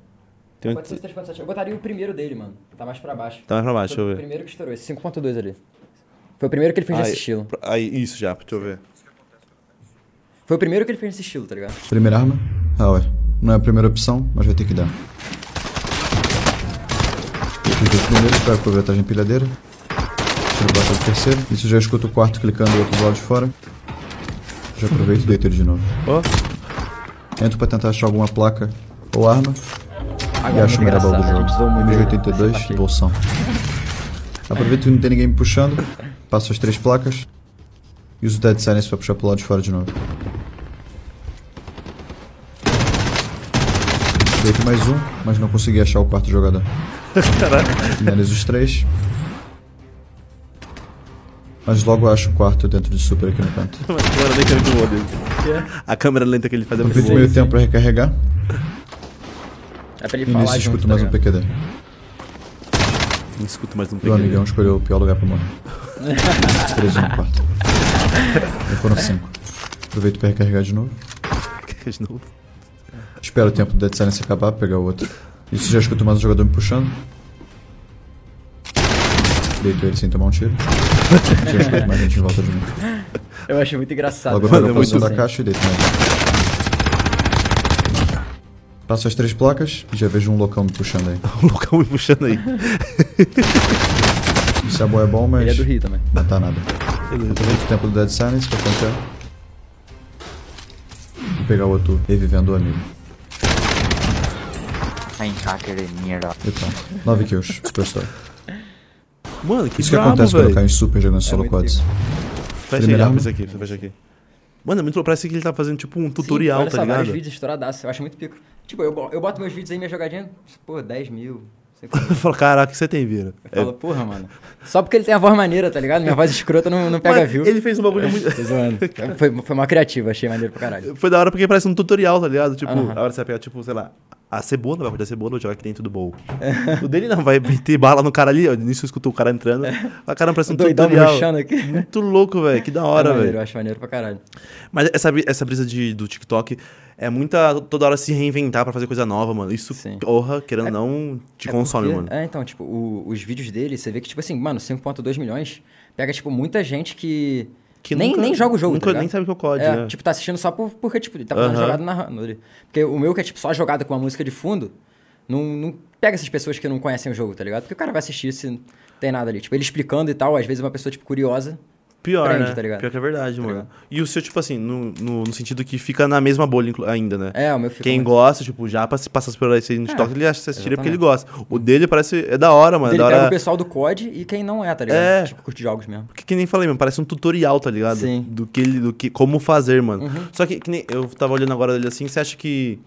Speaker 2: Tem um...
Speaker 4: Pode ser esse 3.7. Eu botaria o primeiro dele, mano. Tá mais pra baixo.
Speaker 2: Tá mais pra baixo,
Speaker 4: Foi
Speaker 2: deixa eu
Speaker 4: O
Speaker 2: ver.
Speaker 4: primeiro que estourou, esse 5.2 ali. Foi o primeiro que ele fez nesse estilo.
Speaker 2: Aí, isso já, deixa eu ver.
Speaker 4: Foi o primeiro que ele fez nesse estilo, tá ligado?
Speaker 5: Primeira arma? Ah, ué. Não é a primeira opção, mas vai ter que dar. Eu fiz o primeiro, pego com a vantagem pilhadeira. Tiro bota o terceiro. Isso já escuto o quarto clicando do outro lado de fora. Já aproveito e deito ele de novo.
Speaker 2: Ó.
Speaker 5: Entro pra tentar achar alguma placa ou arma. e
Speaker 4: Agora,
Speaker 5: acho o mirabout do jogo. M82, bolsão. Aproveito que não tem ninguém me puxando. Passo as três placas. E uso o Dead Silence pra puxar pro lado de fora de novo. Deito mais um, mas não consegui achar o quarto jogador. Finalizo os três. Mas logo acho o quarto dentro de super aqui no canto.
Speaker 2: Mas a câmera lenta é muito boa dele. A câmera lenta que ele faz é muito
Speaker 5: Aproveito meio
Speaker 2: boa.
Speaker 5: tempo pra recarregar.
Speaker 4: É pra ele
Speaker 5: E nisso
Speaker 4: falar
Speaker 5: escuto
Speaker 4: junto,
Speaker 5: mais
Speaker 4: tá
Speaker 5: um
Speaker 4: ligado?
Speaker 5: PQD.
Speaker 2: Não escuta mais um
Speaker 5: Meu
Speaker 2: pequeno.
Speaker 5: amigão escolheu o pior lugar pra morrer. Preso no quarto. E foram cinco. Aproveito pra recarregar de novo.
Speaker 2: De novo.
Speaker 5: Espero o tempo do Dead Silence acabar pra pegar o outro. Isso já escuto mais um jogador me puxando. Deito ele sem tomar um tiro. Já escuto mais gente em volta de mim.
Speaker 4: Eu achei Tá. muito engraçado.
Speaker 5: Logo eu
Speaker 2: Mano,
Speaker 5: pego
Speaker 2: é
Speaker 5: a posição
Speaker 2: muito
Speaker 5: da caixa e deito mais um. Passo as três placas e já vejo um loucão me puxando aí.
Speaker 2: O Lucão me puxando aí.
Speaker 5: O sabor é bom, mas
Speaker 4: Ele é do Rio também.
Speaker 5: não tá nada. Aproveito o tempo do Dead Silence pra contar. Vou pegar o outro revivendo o amigo.
Speaker 6: Ein Tá Hacker de mierda.
Speaker 5: Então, 9 kills, superstar.
Speaker 2: Mano, que
Speaker 5: Isso que
Speaker 2: brabo,
Speaker 5: acontece quando eu
Speaker 2: velho.
Speaker 5: caio em super jogando solo
Speaker 4: É muito
Speaker 5: quads.
Speaker 2: Fecha aí, abre
Speaker 5: Primeira arma.
Speaker 2: isso aqui, você fecha aqui. Mano, é muito louco, parece que ele tá fazendo tipo um
Speaker 4: Sim,
Speaker 2: tutorial,
Speaker 4: olha
Speaker 2: tá
Speaker 4: só,
Speaker 2: ligado?
Speaker 4: vários vídeos estouradaço. Eu acho muito pico. Tipo, eu, bo- eu boto meus vídeos aí, minha jogadinha, pô, 10 mil. sei lá.
Speaker 2: Fala, caraca, o que você tem, É, Vira?
Speaker 4: Eu falo, porra, mano. Só porque ele tem a voz maneira, tá ligado? Minha voz escrota não, não pega
Speaker 2: Mas
Speaker 4: view.
Speaker 2: Ele fez um bagulho muito.
Speaker 4: Tô zoando. Foi, foi uma criativa, achei maneiro pra caralho.
Speaker 2: Foi da hora porque parece um tutorial, tá ligado? Tipo,
Speaker 4: Aham.
Speaker 2: a hora você vai pegar, tipo, sei lá, a cebola, vai pegar a cebola ou jogar aqui dentro do bowl. o dele não, vai meter bala no cara ali, ó. Nisso eu escuto o cara entrando. Fala, Caramba, parece um
Speaker 4: É. Doidão
Speaker 2: tutorial.
Speaker 4: murchando aqui.
Speaker 2: Muito louco, velho. Que da hora,
Speaker 4: é maneiro, eu
Speaker 2: velho.
Speaker 4: acho maneiro pra caralho.
Speaker 2: Mas essa, bri- essa brisa de, do TikTok é muita. toda hora se reinventar pra fazer coisa nova, mano. Isso,
Speaker 4: Sim.
Speaker 2: porra, querendo ou não, te
Speaker 4: É
Speaker 2: consome,
Speaker 4: porque-
Speaker 2: mano.
Speaker 4: É, então, tipo, o- os vídeos dele, você vê que, tipo assim, mano, 5.2 milhões pega, tipo, muita gente que.
Speaker 2: Que
Speaker 4: nem,
Speaker 2: nunca-
Speaker 4: nem joga o jogo,
Speaker 2: nunca-
Speaker 4: tá ligado?
Speaker 2: nem sabe o que é o COD,
Speaker 4: É,
Speaker 2: né?
Speaker 4: tipo, tá assistindo só por, porque, tipo, ele tá fazendo
Speaker 2: Aham.
Speaker 4: jogada narrando ali. Porque o meu, que é, tipo, só jogada com uma música de fundo, não, não pega essas pessoas que não conhecem o jogo, tá ligado? Porque o cara vai assistir se não tem nada ali. Tipo, ele explicando e tal, às vezes uma pessoa, tipo, curiosa.
Speaker 2: Pior,
Speaker 4: Prende,
Speaker 2: né?
Speaker 4: tá ligado?
Speaker 2: Pior que é verdade, mano.
Speaker 4: ligado?
Speaker 2: E o seu, tipo assim, no, no, no sentido que fica na mesma bolha inclu- ainda, né?
Speaker 4: É, o meu fica
Speaker 2: Quem
Speaker 4: muito- É,
Speaker 2: gosta, tipo, já passa, passa por esse no TikTok, ele acha que você assistir porque ele gosta. O dele parece. É da hora, mano. É
Speaker 4: Ele
Speaker 2: da
Speaker 4: pega o
Speaker 2: hora.
Speaker 4: pessoal do COD e quem não é, tá ligado?
Speaker 2: É.
Speaker 4: Tipo, curte jogos mesmo.
Speaker 2: Porque que nem falei, mano, parece um tutorial, tá ligado?
Speaker 4: Sim.
Speaker 2: Do que ele. Do que, como fazer, mano. Só que, que nem. Eu tava olhando agora dele assim, você acha que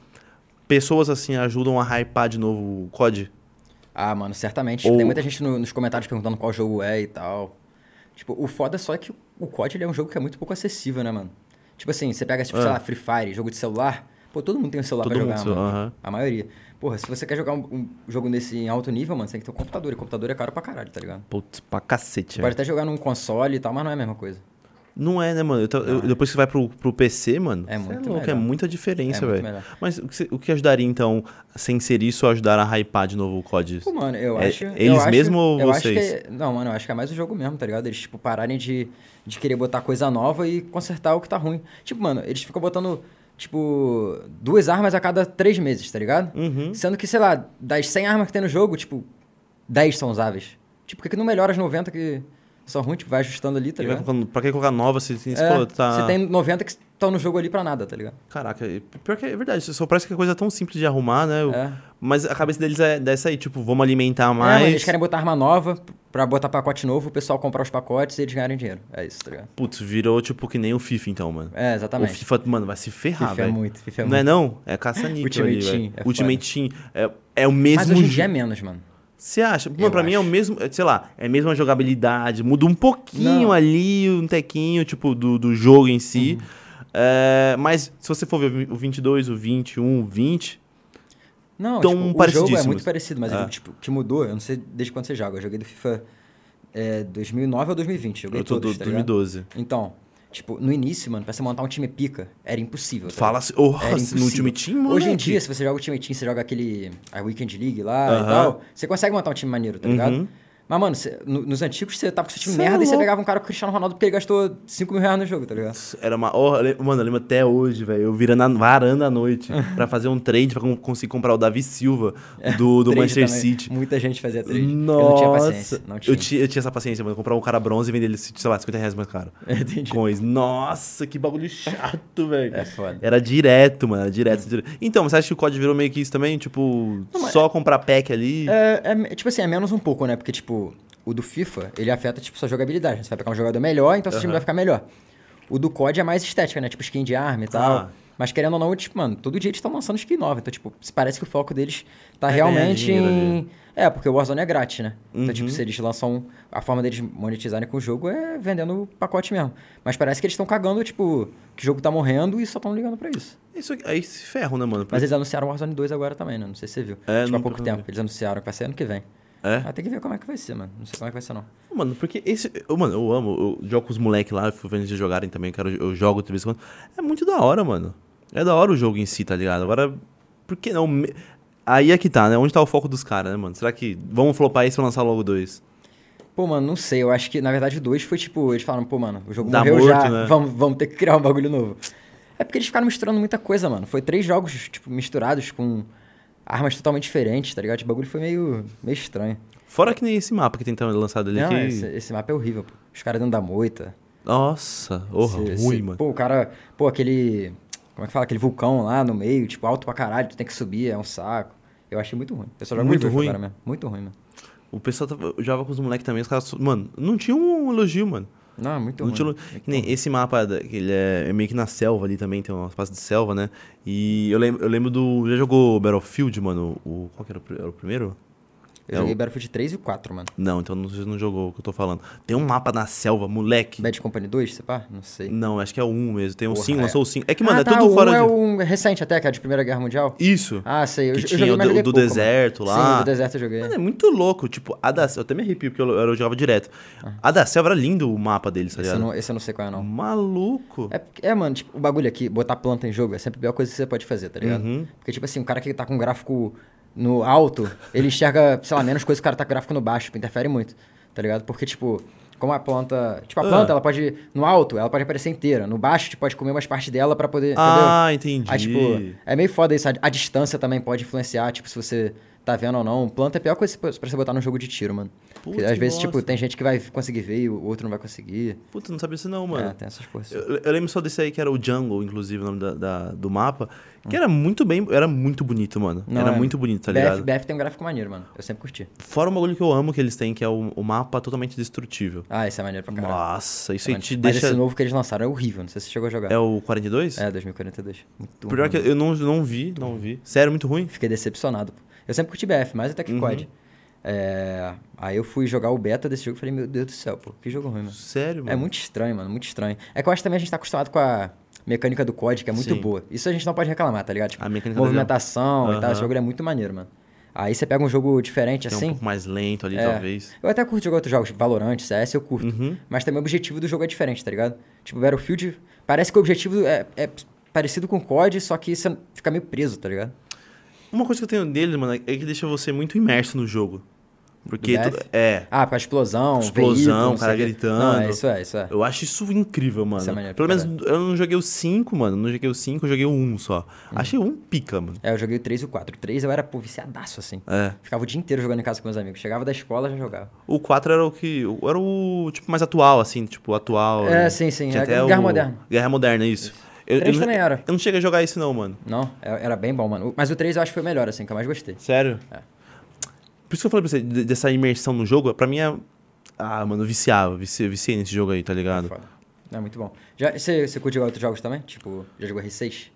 Speaker 2: pessoas assim ajudam a hypar de novo o COD?
Speaker 4: Ah, mano, certamente.
Speaker 2: Ou-
Speaker 4: Tem muita gente no- nos comentários perguntando qual jogo é e tal. Tipo, o foda só é que o COD ele é um jogo que é muito pouco acessível, né, mano? Tipo assim, você pega, tipo, sei lá, Free Fire, jogo de celular. Pô, todo mundo tem um celular
Speaker 2: É. Todo
Speaker 4: pra
Speaker 2: mundo
Speaker 4: jogar,
Speaker 2: tem,
Speaker 4: mano.
Speaker 2: aham.
Speaker 4: A maioria. Porra, se você quer jogar um, um jogo nesse em alto nível, mano, você tem que ter um computador. E computador é caro pra caralho, tá ligado?
Speaker 2: Putz, pra cacete,
Speaker 4: Pode
Speaker 2: velho.
Speaker 4: até jogar num console e tal, mas não é a mesma coisa.
Speaker 2: Não é, né, mano? Eu tava- eu- depois que você vai pro, pro PC, mano,
Speaker 4: Ah. É
Speaker 2: cê
Speaker 4: muito
Speaker 2: louco, é
Speaker 4: melhor.
Speaker 2: muita diferença,
Speaker 4: É muito
Speaker 2: velho.
Speaker 4: melhor.
Speaker 2: Mas o que, cê- o que ajudaria, então, sem ser isso, ajudar a hypar de novo o COD?
Speaker 4: Pô, mano, tá eu
Speaker 2: É,
Speaker 4: acho. eu
Speaker 2: eles
Speaker 4: acho-
Speaker 2: mesmo ou
Speaker 4: eu acho
Speaker 2: vocês?
Speaker 4: que- não, mano, eu acho que é mais o jogo mesmo, tá ligado? Eles, tipo, pararem de, de querer botar coisa nova e consertar o que tá ruim. Tipo, mano, eles ficam botando, tipo, duas armas a cada três meses, tá ligado?
Speaker 2: Uhum.
Speaker 4: Sendo que, sei lá, das 100 armas que tem no jogo, tipo, 10 são usáveis. Tipo, por que que não melhora as 90 que são ruins? Tipo, vai ajustando ali, tá
Speaker 2: Ele vai
Speaker 4: ligado?
Speaker 2: colocando- pra que colocar nova se tem...
Speaker 4: É,
Speaker 2: pô, tá...
Speaker 4: Você tem 90 que estão no jogo ali pra nada, tá ligado?
Speaker 2: Caraca, e pior que é verdade, só parece que é coisa tão simples de arrumar, né? Eu-
Speaker 4: É.
Speaker 2: Mas a cabeça deles é dessa aí, tipo, vamos alimentar
Speaker 4: É, mano,
Speaker 2: mais.
Speaker 4: eles querem botar arma nova pra botar pacote novo, o pessoal comprar os pacotes e eles ganharem dinheiro. É isso, tá ligado?
Speaker 2: Putz, virou tipo que nem o FIFA então, mano.
Speaker 4: É,
Speaker 2: o
Speaker 4: exatamente.
Speaker 2: FIFA, mano, vai se ferrar,
Speaker 4: FIFA é
Speaker 2: Ah, velho.
Speaker 4: muito, FIFA é
Speaker 2: não
Speaker 4: muito.
Speaker 2: é não? É caça-níquel ali,
Speaker 4: Ultimate
Speaker 2: velho.
Speaker 4: Team, é
Speaker 2: Ultimate Team. É, é o mesmo...
Speaker 4: Mas hoje em
Speaker 2: jo-
Speaker 4: dia é menos, mano.
Speaker 2: Você acha? Mano,
Speaker 4: Eu
Speaker 2: pra mim é o
Speaker 4: acho.
Speaker 2: mesmo, é, sei lá, é a mesma jogabilidade, muda um pouquinho
Speaker 4: Não. Uhum.
Speaker 2: ali, um tequinho, tipo, do, do jogo em si. É, mas se você for ver o vi- o 22, o 21, o 20,
Speaker 4: Não, tipo,
Speaker 2: Tão
Speaker 4: o jogo é
Speaker 2: parecidíssimos.
Speaker 4: muito parecido, mas
Speaker 2: É.
Speaker 4: eu digo, tipo, que mudou, eu não sei desde quando você joga. Eu joguei do FIFA é, 2009 ou 2020, joguei
Speaker 2: eu tô
Speaker 4: todos,
Speaker 2: do
Speaker 4: tá ligado?
Speaker 2: 2012.
Speaker 4: Então, tipo, no início, mano, pra você montar um time pica, era impossível. tá
Speaker 2: Fala
Speaker 4: ligado?
Speaker 2: assim, oh,
Speaker 4: Era
Speaker 2: no
Speaker 4: impossível.
Speaker 2: Ultimate Team, mano. é
Speaker 4: Hoje em dia, se você joga o time team, você joga aquele a Weekend League lá
Speaker 2: Aham.
Speaker 4: e tal, você consegue montar um time maneiro, tá ligado?
Speaker 2: Uhum.
Speaker 4: Mas, mano, você- no- nos antigos você tava com seu time
Speaker 2: Cê é
Speaker 4: merda e você
Speaker 2: louco.
Speaker 4: pegava um cara com o Cristiano Ronaldo porque ele gastou 5 mil reais no jogo, tá ligado?
Speaker 2: Era uma. Oh, eu lem- mano, eu lembro até hoje, velho. Eu virando a varanda à noite pra fazer um trade pra con- conseguir comprar o Davi Silva do, do
Speaker 4: É, Trade
Speaker 2: Manchester
Speaker 4: também.
Speaker 2: City.
Speaker 4: Muita gente fazia trade.
Speaker 2: Nossa.
Speaker 4: Eu não tinha paciência. Não tinha.
Speaker 2: Eu, ti- eu tinha essa paciência, mano. Comprar um cara bronze e vender ele, sei lá, 50 reais mais caro.
Speaker 4: Entendi.
Speaker 2: Coins. Nossa, que bagulho chato, velho.
Speaker 4: É foda.
Speaker 2: Era direto, mano. Era direto, direto. Então, você acha que o COD virou meio que isso também? Tipo, só comprar pack ali?
Speaker 4: É, é- tipo assim, é menos um pouco, né? Porque, tipo, o do FIFA, ele afeta, tipo, sua jogabilidade. né? Você vai pegar um jogador melhor, então seu time vai ficar melhor. O do COD é mais estética, né? Tipo, skin de arma e tal.
Speaker 2: Ah.
Speaker 4: Mas querendo ou não, tipo, mano, todo dia eles estão lançando skin nova. Então, tipo, se parece que o foco deles tá realmente
Speaker 2: É dinheiro Uhum.
Speaker 4: em... É, porque o Warzone é grátis, né? Então, tipo, se eles lançam... A forma deles monetizarem com o jogo é vendendo o pacote mesmo. Mas parece que eles estão cagando, tipo, que o jogo tá morrendo e só estão ligando pra isso.
Speaker 2: Isso aqui- aí se ferram, né, mano?
Speaker 4: Mas é- eles anunciaram o Warzone 2 agora também, né? Não sei se você viu.
Speaker 2: É,
Speaker 4: tipo,
Speaker 2: não
Speaker 4: há pouco
Speaker 2: tô
Speaker 4: tempo.
Speaker 2: vendo.
Speaker 4: Eles anunciaram que vai sair ano que vem.
Speaker 2: É?
Speaker 4: Ah, tem que ver como é que vai ser, mano. Não sei como é que vai ser, não.
Speaker 2: Mano, porque esse. eu, mano, eu amo. Eu jogo com os moleques lá, eu fico vendo eles jogarem também, cara. Eu, eu jogo de vez em quando. É muito da hora, mano. É da hora o jogo em si, tá ligado? Agora, por que não? Me- Aí é que tá, né? Onde tá o foco dos caras, né, mano? Será que vamos flopar isso pra lançar logo dois?
Speaker 4: Pô, mano, não sei. Eu acho que, na verdade, o 2 foi tipo... Eles falaram, pô, mano, o jogo
Speaker 2: Dá
Speaker 4: morreu
Speaker 2: morto,
Speaker 4: já.
Speaker 2: né?
Speaker 4: Vamos, vamos ter que criar um bagulho novo. É porque eles ficaram misturando muita coisa, mano. Foi três jogos, tipo, misturados com armas totalmente diferentes, tá ligado? O bagulho foi meio, meio estranho.
Speaker 2: Fora que nem esse mapa que tentaram lançar dele
Speaker 4: Não,
Speaker 2: aqui.
Speaker 4: esse, esse mapa é horrível, pô. Os caras dentro da moita.
Speaker 2: Nossa, orra,
Speaker 4: Esse- esse-
Speaker 2: ruim, mano.
Speaker 4: Pô, o cara... Pô, aquele... Como é que fala? Aquele vulcão lá no meio, tipo, alto pra caralho. Tu tem que subir, é um saco. Eu achei muito ruim. Eu só jogo
Speaker 2: Muito
Speaker 4: dois
Speaker 2: ruim?
Speaker 4: agora mesmo. Muito ruim, mano.
Speaker 2: O pessoal tava, jogava com os moleques também, os caras. só- Mano, não tinha um elogio, mano.
Speaker 4: Não, é muito
Speaker 2: Não
Speaker 4: ruim.
Speaker 2: tinha elo- que nem esse mapa, da- que ele é é meio que na selva ali também, tem uma espaço de selva, né? E eu lembro, eu lembro do. Já jogou Battlefield, mano? O, qual que era o, pri- era o primeiro?
Speaker 4: Eu
Speaker 2: É,
Speaker 4: joguei
Speaker 2: o-
Speaker 4: Battlefield 3 e o 4, mano.
Speaker 2: Não, então não, você não jogou o que eu tô falando. Tem um mapa na selva, moleque.
Speaker 4: Bad Company 2, sei pá? Não sei.
Speaker 2: Não, acho que é o 1 mesmo. Tem o
Speaker 4: Porra,
Speaker 2: 5,
Speaker 4: é.
Speaker 2: lançou o 5. É que, mano,
Speaker 4: ah,
Speaker 2: é
Speaker 4: tá,
Speaker 2: tudo
Speaker 4: o
Speaker 2: fora
Speaker 4: um
Speaker 2: de.
Speaker 4: é um recente até, que é de Primeira Guerra Mundial.
Speaker 2: Isso.
Speaker 4: Ah, sei. Eu,
Speaker 2: que
Speaker 4: eu
Speaker 2: tinha
Speaker 4: joguei,
Speaker 2: o
Speaker 4: mas
Speaker 2: do,
Speaker 4: joguei
Speaker 2: do
Speaker 4: pouco, mano.
Speaker 2: deserto lá.
Speaker 4: Sim, do deserto eu joguei.
Speaker 2: Mano, é muito louco. Tipo, a da, eu até me arrepio, porque eu, eu jogava direto. A da selva era lindo o mapa deles, tá
Speaker 4: esse, eu
Speaker 2: ligado?
Speaker 4: Ah. não, esse eu não sei qual é,
Speaker 2: Uhum.
Speaker 4: não.
Speaker 2: Maluco.
Speaker 4: É, porque- é, mano, tipo, o bagulho aqui, botar planta em jogo, é sempre a pior coisa que você pode fazer, tá ligado?
Speaker 2: Uhum.
Speaker 4: Porque, tipo assim, um cara que tá com gráfico no alto, ele enxerga, sei lá, menos coisa que o cara tá com gráfico no baixo, tipo, interfere muito, tá ligado? Porque, tipo, como a planta. Tipo, a
Speaker 2: Ah.
Speaker 4: planta, ela pode. No alto, ela pode aparecer inteira. No baixo, tipo, pode comer umas partes dela pra poder. entendeu?
Speaker 2: ah, entendi.
Speaker 4: Aí, tipo, é meio foda isso. A, a distância também pode influenciar, tipo, se você tá vendo ou não. Planta é a pior coisa pra pra você botar num jogo de tiro, mano. Porque
Speaker 2: Putz,
Speaker 4: às vezes,
Speaker 2: nossa.
Speaker 4: tipo, tem gente que vai conseguir ver e o outro não vai conseguir.
Speaker 2: Puta, não sabia isso não,
Speaker 4: Mano.
Speaker 2: mano.
Speaker 4: É, tem essas coisas.
Speaker 2: Eu, eu lembro só desse aí que era o Jungle, inclusive, o nome da, da- do mapa. Que era muito bem. Era muito bonito, mano.
Speaker 4: Não,
Speaker 2: era
Speaker 4: é.
Speaker 2: muito bonito, tá
Speaker 4: BF,
Speaker 2: ligado?
Speaker 4: BF tem um gráfico maneiro, mano. Eu sempre curti.
Speaker 2: Fora o bagulho que eu amo que eles têm, que é o, o mapa totalmente destrutível.
Speaker 4: Ah, esse é maneiro pra caralho.
Speaker 2: Nossa, isso aí te
Speaker 4: Mas
Speaker 2: deixa.
Speaker 4: esse novo que eles lançaram é horrível. Não sei se você chegou a jogar.
Speaker 2: É o 42?
Speaker 4: É, 2042. Muito
Speaker 2: Pior é
Speaker 4: ruim.
Speaker 2: que eu não, não vi, não vi. Sério, muito ruim?
Speaker 4: Fiquei decepcionado. pô. Eu sempre curti BF, mais
Speaker 2: Uhum.
Speaker 4: até que COD. É, Aí eu fui jogar o beta desse jogo e falei, meu Deus do céu, pô, que jogo ruim, mano.
Speaker 2: Sério, mano.
Speaker 4: É muito estranho, mano, muito estranho. É que eu acho que também a gente tá acostumado com a mecânica do COD, que é muito
Speaker 2: Sim.
Speaker 4: boa. Isso a gente não pode reclamar, tá ligado? Tipo,
Speaker 2: A mecânica do
Speaker 4: movimentação
Speaker 2: jogo.
Speaker 4: e tal,
Speaker 2: Aham.
Speaker 4: esse jogo é muito maneiro, mano. Aí você pega um jogo diferente
Speaker 2: É um
Speaker 4: assim.
Speaker 2: pouco mais lento ali,
Speaker 4: é.
Speaker 2: talvez.
Speaker 4: Eu até curto jogar outros jogos, tipo Valorant, CS, eu curto.
Speaker 2: Uhum.
Speaker 4: Mas também o objetivo do jogo é diferente, tá ligado? Tipo, Battlefield, parece que o objetivo é, é parecido com o COD, só que você fica meio preso, tá ligado?
Speaker 2: Uma coisa que eu tenho dele, mano, é que deixa você muito imerso no jogo. Porque.
Speaker 4: Do
Speaker 2: tu-
Speaker 4: BF?
Speaker 2: é.
Speaker 4: Ah, com a explosão,
Speaker 2: Explosão,
Speaker 4: veículo, não
Speaker 2: o cara
Speaker 4: sei o quê.
Speaker 2: gritando.
Speaker 4: Não, é isso é, isso é.
Speaker 2: Eu acho isso incrível, mano.
Speaker 4: Isso é maneiro
Speaker 2: Pelo
Speaker 4: pra
Speaker 2: menos eu não joguei o 5, mano. Não joguei o 5, eu joguei o 1 só.
Speaker 4: Uhum.
Speaker 2: Achei um pica, mano.
Speaker 4: É, eu joguei o 3 e o 4. O 3 eu era, pô, viciadaço, assim.
Speaker 2: É.
Speaker 4: Ficava o dia inteiro jogando em casa com meus amigos. Chegava da escola, já jogava.
Speaker 2: O 4 era o que. Era o tipo mais atual, assim, tipo, atual.
Speaker 4: É, sim, sim,
Speaker 2: Tinha
Speaker 4: é
Speaker 2: até
Speaker 4: Guerra
Speaker 2: o-
Speaker 4: Moderna.
Speaker 2: Guerra Moderna, isso. Eu, eu,
Speaker 4: Três
Speaker 2: não-
Speaker 4: também era.
Speaker 2: eu não cheguei a jogar isso não, mano.
Speaker 4: Não, é- era bem bom, mano. O- Mas o 3 eu acho que foi o melhor, assim, que eu mais gostei.
Speaker 2: Sério?
Speaker 4: É.
Speaker 2: Por isso que eu falei pra você, de- dessa imersão no jogo, pra mim é... Ah, mano, eu viciava, vici- viciei, nesse jogo aí, tá ligado?
Speaker 4: Foda. É muito bom. Já, você, você curte jogar outros jogos também? Tipo, já jogou R6?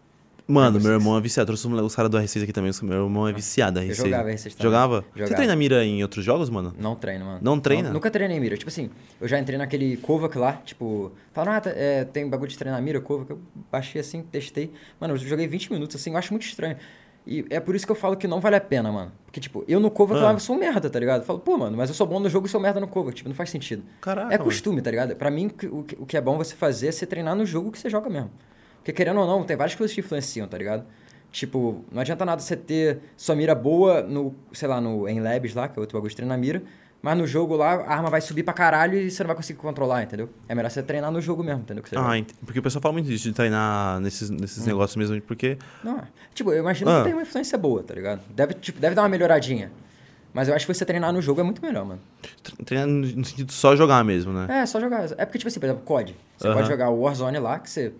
Speaker 2: Mano, meu irmão é viciado. Trouxe os caras do R6 aqui também. os- Meu irmão é viciado R6.
Speaker 4: Ah. jogava R6 também.
Speaker 2: Jogava? Você
Speaker 4: Jogava.
Speaker 2: treina mira em outros jogos, mano?
Speaker 4: Não treino, mano.
Speaker 2: Não treina?
Speaker 4: nunca treinei mira. Tipo assim, eu já entrei naquele Kovac lá, tipo, falaram, ah, tá- é, tem bagulho de treinar mira, Kovac. Eu baixei assim, testei. Mano, eu joguei 20 minutos assim, eu acho muito estranho. E é por isso que eu falo que não vale a pena, mano. Porque, tipo, eu no Kovac
Speaker 2: Ah.
Speaker 4: lá eu sou um merda, tá ligado? Eu falo, pô, mano, mas eu sou bom no jogo e sou merda no Kovac. Tipo, não faz sentido.
Speaker 2: Caraca,
Speaker 4: É
Speaker 2: mano.
Speaker 4: costume, tá ligado? Pra mim, o que- o que- o que é bom você fazer é você treinar no jogo que você joga mesmo. Porque querendo ou não, tem várias coisas que influenciam, tá ligado? Tipo, não adianta nada você ter sua mira boa no, sei lá, no em labs lá, que é outro bagulho de treinar mira, mas no jogo lá a arma vai subir pra caralho e você não vai conseguir controlar, entendeu? É melhor você treinar no jogo mesmo, entendeu? Que você
Speaker 2: Ah,
Speaker 4: joga.
Speaker 2: ent- porque o pessoal fala muito disso, de treinar nesses, nesses
Speaker 4: Hum.
Speaker 2: negócios mesmo, porque...
Speaker 4: Não, é. tipo, eu imagino
Speaker 2: Ah.
Speaker 4: que tem uma influência boa, tá ligado? Deve, tipo, deve dar uma melhoradinha. Mas eu acho que você treinar no jogo é muito melhor, mano.
Speaker 2: tre- Treinar no no sentido de só jogar mesmo, né?
Speaker 4: É, só jogar. É porque, tipo assim, por exemplo, COD. Você
Speaker 2: Aham.
Speaker 4: pode jogar o Warzone lá, que você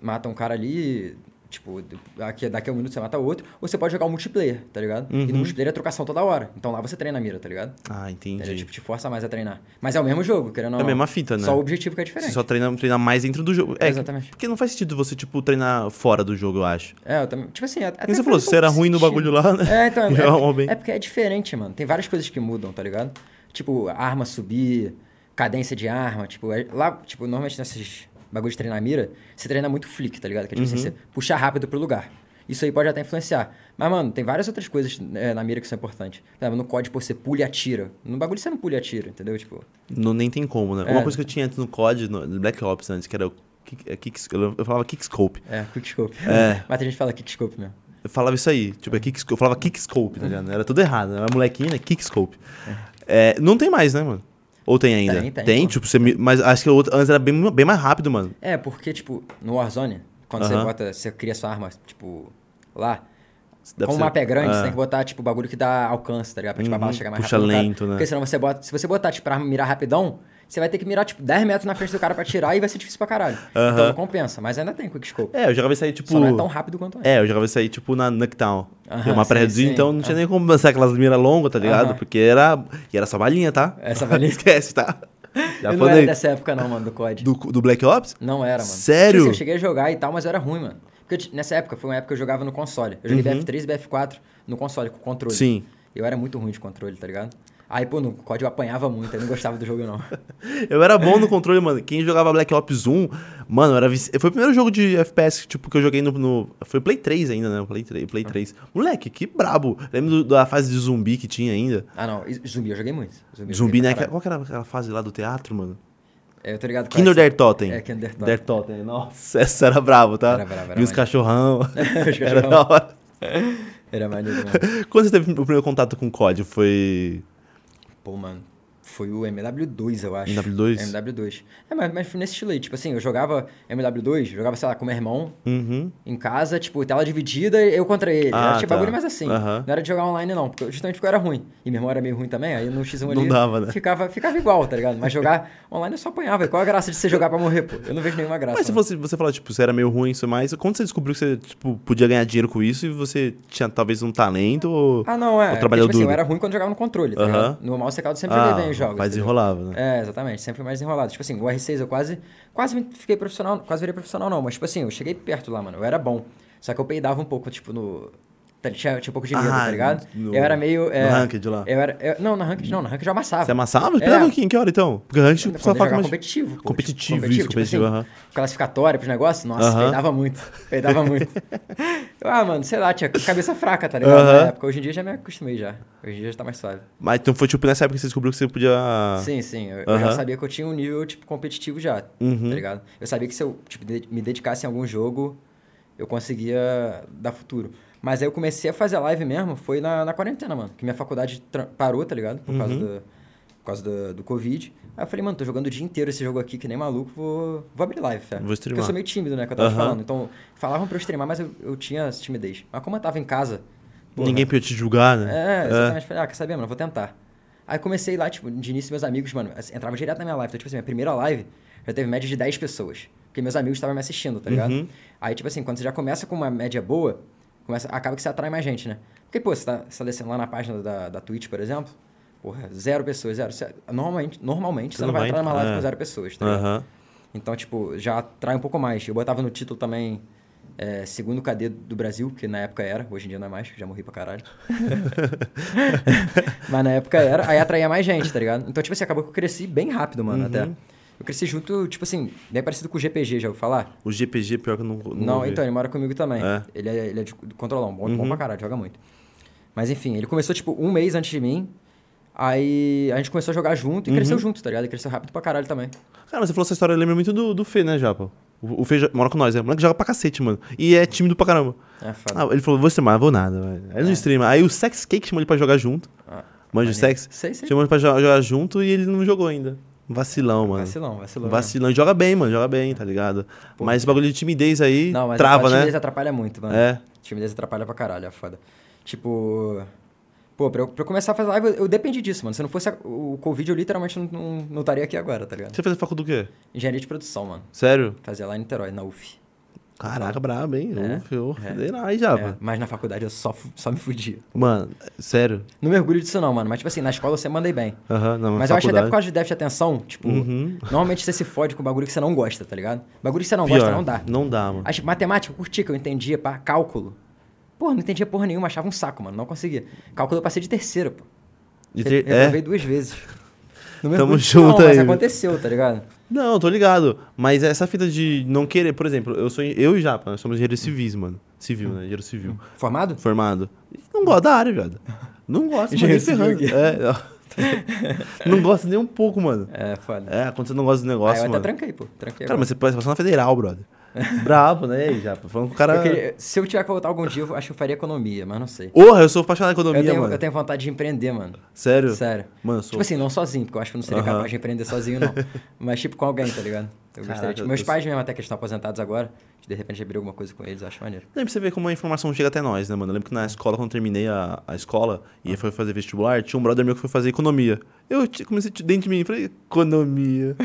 Speaker 4: mata um cara ali, tipo, daqui, daqui a um minuto você mata outro. Ou você pode jogar o multiplayer, tá ligado?
Speaker 2: Uhum.
Speaker 4: E no multiplayer é trocação toda hora. Então lá você treina a mira, tá ligado?
Speaker 2: Ah, entendi.
Speaker 4: Ele, tipo, te força mais a treinar. Mas é o mesmo jogo, querendo ou
Speaker 2: É a
Speaker 4: não.
Speaker 2: mesma fita, né?
Speaker 4: Só o objetivo que é
Speaker 2: Você
Speaker 4: diferente.
Speaker 2: só treina, treina mais dentro do jogo. É,
Speaker 4: Exatamente.
Speaker 2: Porque não faz sentido você, tipo, treinar fora do jogo, eu acho.
Speaker 4: É, eu também. Tipo assim, até
Speaker 2: Como você
Speaker 4: faz
Speaker 2: falou,
Speaker 4: um
Speaker 2: se você era
Speaker 4: pouco de
Speaker 2: ruim no
Speaker 4: sentido.
Speaker 2: bagulho lá, né?
Speaker 4: É, então. É,
Speaker 2: Jogava mal
Speaker 4: porque-
Speaker 2: bem.
Speaker 4: é porque é diferente, mano. Tem várias coisas que mudam, tá ligado? Tipo, arma subir, cadência de arma. Tipo, é- lá, tipo, normalmente nesses bagulhos de treinar mira, você treina muito flick, tá ligado? Que é tipo assim,
Speaker 2: Uhum.
Speaker 4: você puxar rápido pro lugar. Isso aí pode até influenciar. Mas, mano, tem várias outras coisas é, na mira que são importantes. Por exemplo, No código, pô, você pulha e atira. No bagulho você não pulha e atira, entendeu? Tipo,
Speaker 2: Não, nem tem como, né?
Speaker 4: É.
Speaker 2: Uma coisa que eu tinha antes no COD, no no Black Ops antes, que era o... kick- é, kick- Eu eu falava Kickscope.
Speaker 4: é, quickscope.
Speaker 2: É.
Speaker 4: Mas a gente que fala quickscope mesmo.
Speaker 2: Eu falava isso aí, tipo, é kickscope, eu falava kickscope, tá ligado? Era tudo errado, né? Era molequinha, né? Kickscope. É, não tem mais, né, mano? Ou tem ainda?
Speaker 4: Tem, tem, pô.
Speaker 2: tipo, você, me- mas acho que o outro, antes era bem, bem mais rápido, mano.
Speaker 4: É, porque, tipo, no Warzone, quando
Speaker 2: Aham.
Speaker 4: você bota, você cria sua arma, tipo, lá,
Speaker 2: Deve
Speaker 4: como o
Speaker 2: ser-
Speaker 4: mapa é grande,
Speaker 2: é.
Speaker 4: você tem que botar, tipo, bagulho que dá alcance, tá ligado? Pra, tipo, a
Speaker 2: Uhum,
Speaker 4: bala chegar mais
Speaker 2: puxa
Speaker 4: rápido. no cara.
Speaker 2: lento, né?
Speaker 4: Porque senão você bota, se você botar, tipo, pra arma mirar rapidão, você vai ter que mirar, tipo, 10 metros na frente do cara pra tirar e vai ser difícil pra caralho. Então não compensa, mas ainda tem quickscope.
Speaker 2: É, eu jogava isso aí, tipo...
Speaker 4: Só não é tão rápido quanto antes.
Speaker 2: É, eu jogava isso aí, tipo, na Knockdown.
Speaker 4: Aham,
Speaker 2: Tem uma
Speaker 4: sim,
Speaker 2: pré-reduzida,
Speaker 4: sim.
Speaker 2: então não tinha nem como lançar aquelas miras longas, tá ligado?
Speaker 4: Aham.
Speaker 2: Porque era... E era essa balinha, tá?
Speaker 4: Essa balinha.
Speaker 2: Esquece, tá? Já
Speaker 4: eu não
Speaker 2: falei.
Speaker 4: era dessa época não, mano, do COD.
Speaker 2: Do, do Black Ops?
Speaker 4: Não era, mano.
Speaker 2: Sério?
Speaker 4: Tipo assim, Eu cheguei a jogar e tal, mas eu era ruim, mano. Porque eu ti- nessa época, foi uma época que eu jogava no console. Eu joguei BF3 e BF4 no console, com controle.
Speaker 2: Uhum. Sim.
Speaker 4: Eu era muito ruim de controle, tá ligado? Aí, pô, no código eu apanhava muito, eu não gostava do jogo, não.
Speaker 2: Eu era bom no controle, mano. Quem jogava Black Ops 1, mano, eu era vici- foi o primeiro jogo de FPS tipo, que eu joguei no, no- Foi Play 3 ainda, né? Play 3, Play 3. Moleque, que brabo. Lembro do- da fase de zumbi que tinha ainda.
Speaker 4: Ah, não. e Zumbi, eu joguei muito. Zumbi, eu
Speaker 2: Zumbi,
Speaker 4: joguei
Speaker 2: né?
Speaker 4: pra
Speaker 2: Qual que era aquela fase lá do teatro, mano?
Speaker 4: caralho. É, eu tô ligado. qual é
Speaker 2: Kinder
Speaker 4: essa.
Speaker 2: Der Totem.
Speaker 4: É, Kinder Totem.
Speaker 2: Der Totem. Nossa, essa era brabo, tá?
Speaker 4: Era brabo, era
Speaker 2: E os
Speaker 4: maneiro.
Speaker 2: cachorrão.
Speaker 4: Os
Speaker 2: era
Speaker 4: cachorrão.
Speaker 2: da hora.
Speaker 4: Era maneiro, mano.
Speaker 2: Quando você teve o primeiro contato com o COD? Foi...
Speaker 4: Pô, mano. Foi o MW2, eu acho.
Speaker 2: MW2?
Speaker 4: MW2. É, mas, mas foi nesse estilo aí. Tipo assim, eu jogava MW2, jogava, sei lá, com meu irmão,
Speaker 2: Uhum.
Speaker 4: em casa, tipo, tela dividida, eu contra ele.
Speaker 2: Ah,
Speaker 4: era tipo
Speaker 2: tá.
Speaker 4: bagulho mais assim.
Speaker 2: Aham.
Speaker 4: Não era de jogar online, não, porque justamente porque eu era ruim. E meu irmão era meio ruim também, aí no X1
Speaker 2: Não
Speaker 4: ali
Speaker 2: dava, né?
Speaker 4: ficava, ficava igual, tá ligado? Mas jogar online eu só apanhava. E Qual a graça de você jogar pra morrer, pô? Eu não vejo nenhuma graça.
Speaker 2: Mas se
Speaker 4: mano.
Speaker 2: você, você falar, tipo, você era meio ruim isso mais, quando você descobriu que você, tipo, podia ganhar dinheiro com isso e você tinha talvez um talento ou,
Speaker 4: Ah, não, é.
Speaker 2: ou
Speaker 4: Porque,
Speaker 2: trabalhou
Speaker 4: tipo assim, eu
Speaker 2: duro?
Speaker 4: era ruim quando jogava no controle, tá
Speaker 2: Aham.
Speaker 4: ligado? No mouse e teclado eu sempre
Speaker 2: ah,
Speaker 4: joguei bem os jogos.
Speaker 2: mas
Speaker 4: tá ligado?
Speaker 2: enrolava, né?
Speaker 4: É, exatamente, sempre mais enrolado. Tipo assim, o R6 eu quase, quase me- fiquei profissional, quase virei profissional não, mas tipo assim, eu cheguei perto lá, mano, eu era bom. Só que eu peidava um pouco, tipo, no... tá- Tinha, tinha um pouco de medo,
Speaker 2: Ah,
Speaker 4: tá ligado?
Speaker 2: no-
Speaker 4: eu era meio... É,
Speaker 2: no ranked lá.
Speaker 4: Eu era, eu- não, na ranked não, na ranked eu amassava.
Speaker 2: Você amassava? Você Pegava
Speaker 4: É.
Speaker 2: em que- em que hora então? Porque antes
Speaker 4: Quando eu
Speaker 2: só faca
Speaker 4: jogava
Speaker 2: mais.
Speaker 4: competitivo. pô,
Speaker 2: Competitivo,
Speaker 4: tipo,
Speaker 2: isso,
Speaker 4: tipo
Speaker 2: competitivo, aham.
Speaker 4: Classificatória pros negócios, nossa,
Speaker 2: Aham.
Speaker 4: peidava muito, peidava muito. Eu, ah, mano, sei lá, tinha cabeça fraca, tá ligado?
Speaker 2: Aham.
Speaker 4: Na época, hoje em dia já me acostumei já, hoje em dia já tá mais suave.
Speaker 2: Mas então foi tipo nessa época que você descobriu que você podia.
Speaker 4: Sim, sim. Eu, eu já
Speaker 2: Aham. Uhum.
Speaker 4: sabia que eu tinha um nível, tipo, competitivo já, tá ligado? Eu sabia que se eu tipo, de- me dedicasse em algum jogo, eu conseguia dar futuro. Mas aí eu comecei a fazer live mesmo, foi na, na quarentena, mano. Que minha faculdade tra- parou, tá ligado? Por
Speaker 2: Uhum.
Speaker 4: causa, do, por causa do, do Covid. Aí eu falei, mano, tô jogando o dia inteiro esse jogo aqui, que nem maluco, vou, vou abrir live, fé.
Speaker 2: Vou streamar.
Speaker 4: Porque eu sou meio tímido, né, que eu tava
Speaker 2: Aham.
Speaker 4: falando. Então, falavam pra eu streamar, mas eu, eu tinha essa timidez. Mas como eu tava em casa... pô,
Speaker 2: Ninguém podia te julgar, né?
Speaker 4: é, exatamente. Falei, ah, quer saber, mano? Vou tentar. Aí comecei lá, tipo, de início, meus amigos, mano, assim, entrava direto na minha live. Então, tipo assim, minha primeira live já teve média de 10 pessoas. Porque porque meus amigos estavam me assistindo, tá ligado? Aí, tipo assim, quando você já começa com uma média boa, começa, acaba que você atrai mais gente, né? Porque, pô, você tá, você tá descendo lá na página da, da Twitch, por exemplo, porra, zero pessoas, zero. Você- normalmente, normalmente você não vai entrar numa live
Speaker 2: é.
Speaker 4: com zero pessoas, tá ligado?
Speaker 2: Aham.
Speaker 4: Então, tipo, já atrai um pouco mais. Eu botava no título também é, Segundo KD do Brasil, que na época era, hoje em dia não é mais, já morri pra caralho. Mas na época era, aí atraía mais gente, tá ligado? Então, tipo assim, acabou que eu cresci bem rápido, mano, até.
Speaker 2: Uhum.
Speaker 4: Eu cresci junto, tipo assim, bem parecido com o GPG, já ouviu falar?
Speaker 2: O GPG, pior que eu não. Não,
Speaker 4: Não,
Speaker 2: ouvi.
Speaker 4: então, ele mora comigo também.
Speaker 2: É. Uhum.
Speaker 4: Ele, é, ele é de controlão, bom, bom pra caralho, joga muito. Mas enfim, ele começou, tipo, um mês antes de mim. Aí a gente começou a jogar junto e
Speaker 2: Uhum.
Speaker 4: cresceu junto, tá ligado? E cresceu rápido pra caralho também.
Speaker 2: Cara, você falou essa história, lembra muito do, do Fê, né, Japa? O, o Fê jo- mora com nós, é. O moleque joga pra cacete, mano. E é tímido pra caramba.
Speaker 4: É foda. É.
Speaker 2: Ah, ele falou, vou streamar, vou nada, velho. Aí não streama. Aí o Sex Cake chamou ele pra jogar junto.
Speaker 4: Ah, maneiro.
Speaker 2: Manja o Sex?
Speaker 4: Sei, sei.
Speaker 2: Chamou ele pra jo- jogar junto e ele não jogou ainda. Vacilão, mano.
Speaker 4: Vacilão, vacilão. né? mesmo.
Speaker 2: Vacilão. E Joga bem, mano. Joga bem, tá ligado? Mas esse bagulho de timidez aí
Speaker 4: Não, mas
Speaker 2: trava,
Speaker 4: a timidez
Speaker 2: né?
Speaker 4: atrapalha muito, mano.
Speaker 2: É.
Speaker 4: Timidez atrapalha pra caralho, é foda. Tipo. Pô, pra eu, pra eu começar a fazer live, eu, eu dependi disso, mano. Se não fosse a- o Covid, eu literalmente não, não, não estaria aqui agora, tá ligado?
Speaker 2: Você fez a facu do quê?
Speaker 4: Engenharia de produção, mano.
Speaker 2: Sério?
Speaker 4: Fazia lá em Niterói, na UF.
Speaker 2: Caraca, brabo, hein?
Speaker 4: É,
Speaker 2: Uf, eu
Speaker 4: é.
Speaker 2: fudei lá, aí,
Speaker 4: É,
Speaker 2: Japa.
Speaker 4: mas na faculdade eu só, fu- só me fudia.
Speaker 2: Mano, sério.
Speaker 4: Não mergulho disso, não, mano. Mas, tipo assim, na escola você mandei bem.
Speaker 2: Aham, não,
Speaker 4: Mas eu acho que até por causa de déficit de atenção, tipo,
Speaker 2: Uhum.
Speaker 4: normalmente você se fode com um bagulho que você não gosta, tá ligado? Bagulho que você não
Speaker 2: Pior,
Speaker 4: gosta, não dá.
Speaker 2: Não dá, mano.
Speaker 4: Aí, tipo, matemática, eu curti, que eu entendia, pá. Cálculo. Porra, não entendia porra nenhuma, achava um saco, mano. Não conseguia. Cálculo eu passei de terceiro, pô.
Speaker 2: E
Speaker 4: Re-
Speaker 2: ter- é?
Speaker 4: Reprovei duas vezes. Não me
Speaker 2: Tamo
Speaker 4: orgulho,
Speaker 2: junto
Speaker 4: não, Mas
Speaker 2: aí.
Speaker 4: aconteceu, tá ligado?
Speaker 2: Não, tô ligado. Mas essa fita de não querer, por exemplo, eu sou eu e Japa, nós somos engenheiros civis, mano. Civil, né? Engenheiro civil.
Speaker 4: Formado?
Speaker 2: Formado. Não gosto da área, viado. Não gosto, mano. nem
Speaker 4: Engenheiro civil
Speaker 2: ferrando.
Speaker 4: aqui.
Speaker 2: É, não gosto nem um pouco, mano.
Speaker 4: É, foda.
Speaker 2: É, quando você não gosta do
Speaker 4: aí tá
Speaker 2: negócio,
Speaker 4: eu até
Speaker 2: mano.
Speaker 4: tranquei, pô. Tranquei.
Speaker 2: Cara,
Speaker 4: agora.
Speaker 2: mas você pode passar na federal, brother. Bravo, né? E aí, Japa? Falando com o cara.
Speaker 4: Eu queria- se eu tiver que voltar algum dia, eu acho que eu faria economia, mas não sei.
Speaker 2: Porra, eu sou apaixonado em
Speaker 4: Eu
Speaker 2: economia,
Speaker 4: tenho,
Speaker 2: mano.
Speaker 4: eu tenho vontade de empreender, mano.
Speaker 2: Sério?
Speaker 4: Sério.
Speaker 2: Mano, eu sou.
Speaker 4: Tipo assim, não sozinho, porque eu acho que eu não seria
Speaker 2: Aham.
Speaker 4: capaz de empreender sozinho, não. Mas tipo com alguém, tá ligado? Eu
Speaker 2: Caraca,
Speaker 4: gostaria. Tipo, meus
Speaker 2: eu tô-
Speaker 4: pais mesmo até que eles estão aposentados agora. De repente abrir alguma coisa com eles, eu acho maneiro.
Speaker 2: Lembra pra você ver como a informação chega até nós, né, mano? Eu lembro que na escola, quando eu terminei a, a escola
Speaker 4: Ah.
Speaker 2: e foi fazer vestibular, tinha um brother meu que foi fazer economia. Eu te- comecei a- dentro de mim, falei, economia.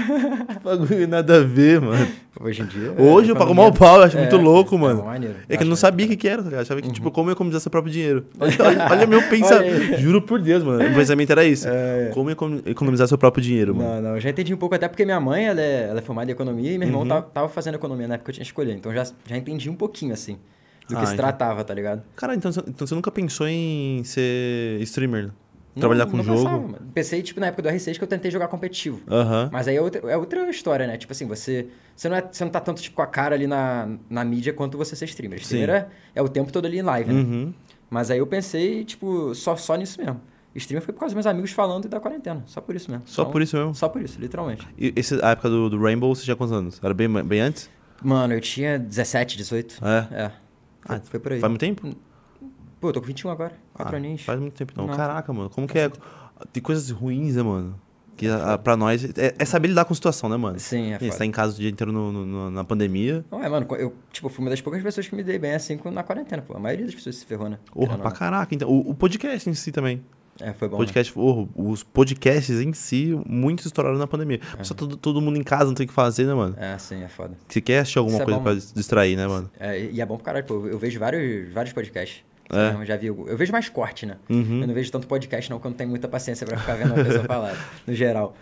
Speaker 2: Que bagulho nada a ver, mano.
Speaker 4: Hoje em dia.
Speaker 2: Hoje eu pago mal o pau, eu acho
Speaker 4: É,
Speaker 2: muito louco,
Speaker 4: é
Speaker 2: mano.
Speaker 4: maneiro,
Speaker 2: É
Speaker 4: eu
Speaker 2: que eu não
Speaker 4: acho Uhum.
Speaker 2: sabia o que, que era, tá ligado? Eu Achava que, tipo, como economizar seu próprio dinheiro. Olha, olha- olha meu pensamento. Juro por Deus, mano. O pensamento era isso. Como econo- economizar seu próprio dinheiro, mano.
Speaker 4: É, Não, não, eu já entendi um pouco, até porque minha mãe ela é, ela é formada em economia e meu
Speaker 2: Uhum.
Speaker 4: irmão tava, tava fazendo economia na época que eu tinha escolhido. Então já, já entendi um pouquinho, assim, do que
Speaker 2: Ah,
Speaker 4: se
Speaker 2: entendi.
Speaker 4: tratava, tá ligado?
Speaker 2: Cara, então, você- então você nunca pensou em ser streamer? né?
Speaker 4: Não-
Speaker 2: Trabalhar com
Speaker 4: não pensava,
Speaker 2: jogo?
Speaker 4: mano. Pensei, tipo, na época do R6 que eu tentei jogar competitivo.
Speaker 2: Aham.
Speaker 4: Mas aí é outra, é outra história, né? Tipo assim, você, você, não é, você não tá tanto tipo, com a cara ali na, na mídia quanto você ser streamer. Streamer é, é o tempo todo ali em live, né?
Speaker 2: Uhum.
Speaker 4: Mas aí eu pensei, tipo, só, só nisso mesmo. Streamer foi por causa dos meus amigos falando e da quarentena. Só por isso mesmo.
Speaker 2: Só
Speaker 4: Então,
Speaker 2: por isso mesmo?
Speaker 4: Só por isso, literalmente.
Speaker 2: E esse, a época do, do Rainbow, você tinha quantos anos? Era bem, bem antes?
Speaker 4: Mano, eu tinha 17, 18.
Speaker 2: É?
Speaker 4: É. Foi, foi por aí.
Speaker 2: Faz muito tempo?
Speaker 4: Pô, eu tô com 21 agora. 4
Speaker 2: Ah,
Speaker 4: aninhos.
Speaker 2: Faz muito tempo, não.
Speaker 4: Não.
Speaker 2: Caraca, mano, como que é? Tem coisas ruins, né, mano? Que a, a- pra nós. É, é saber lidar com a situação, né, mano?
Speaker 4: Sim, é
Speaker 2: Você
Speaker 4: foda.
Speaker 2: tá em casa o dia inteiro no- no- no- na pandemia.
Speaker 4: Não é, mano, eu, tipo, fui uma das poucas pessoas que me dei bem assim com- na quarentena, pô. A maioria das pessoas se ferrou, né?
Speaker 2: Porra,
Speaker 4: Querendo ou
Speaker 2: pra caraca. Então, o, o podcast em si também.
Speaker 4: não. É, foi bom. né?
Speaker 2: podcast, porra, os podcasts em si, muitos estouraram na pandemia. Só todo, todo mundo em casa não tem o que fazer, né, mano?
Speaker 4: É, sim, é foda.
Speaker 2: Você quer assistir alguma
Speaker 4: Isso é
Speaker 2: coisa
Speaker 4: bom,
Speaker 2: pra
Speaker 4: mano.
Speaker 2: se distrair, né, mano?
Speaker 4: É, e é bom pra caralho, pô. Eu vejo vários, vários podcasts.
Speaker 2: É.
Speaker 4: Eu já vi, algum- eu vejo mais corte, né? Eu não vejo tanto podcast, não, porque eu não tenho muita paciência pra ficar vendo uma pessoa falar, no geral.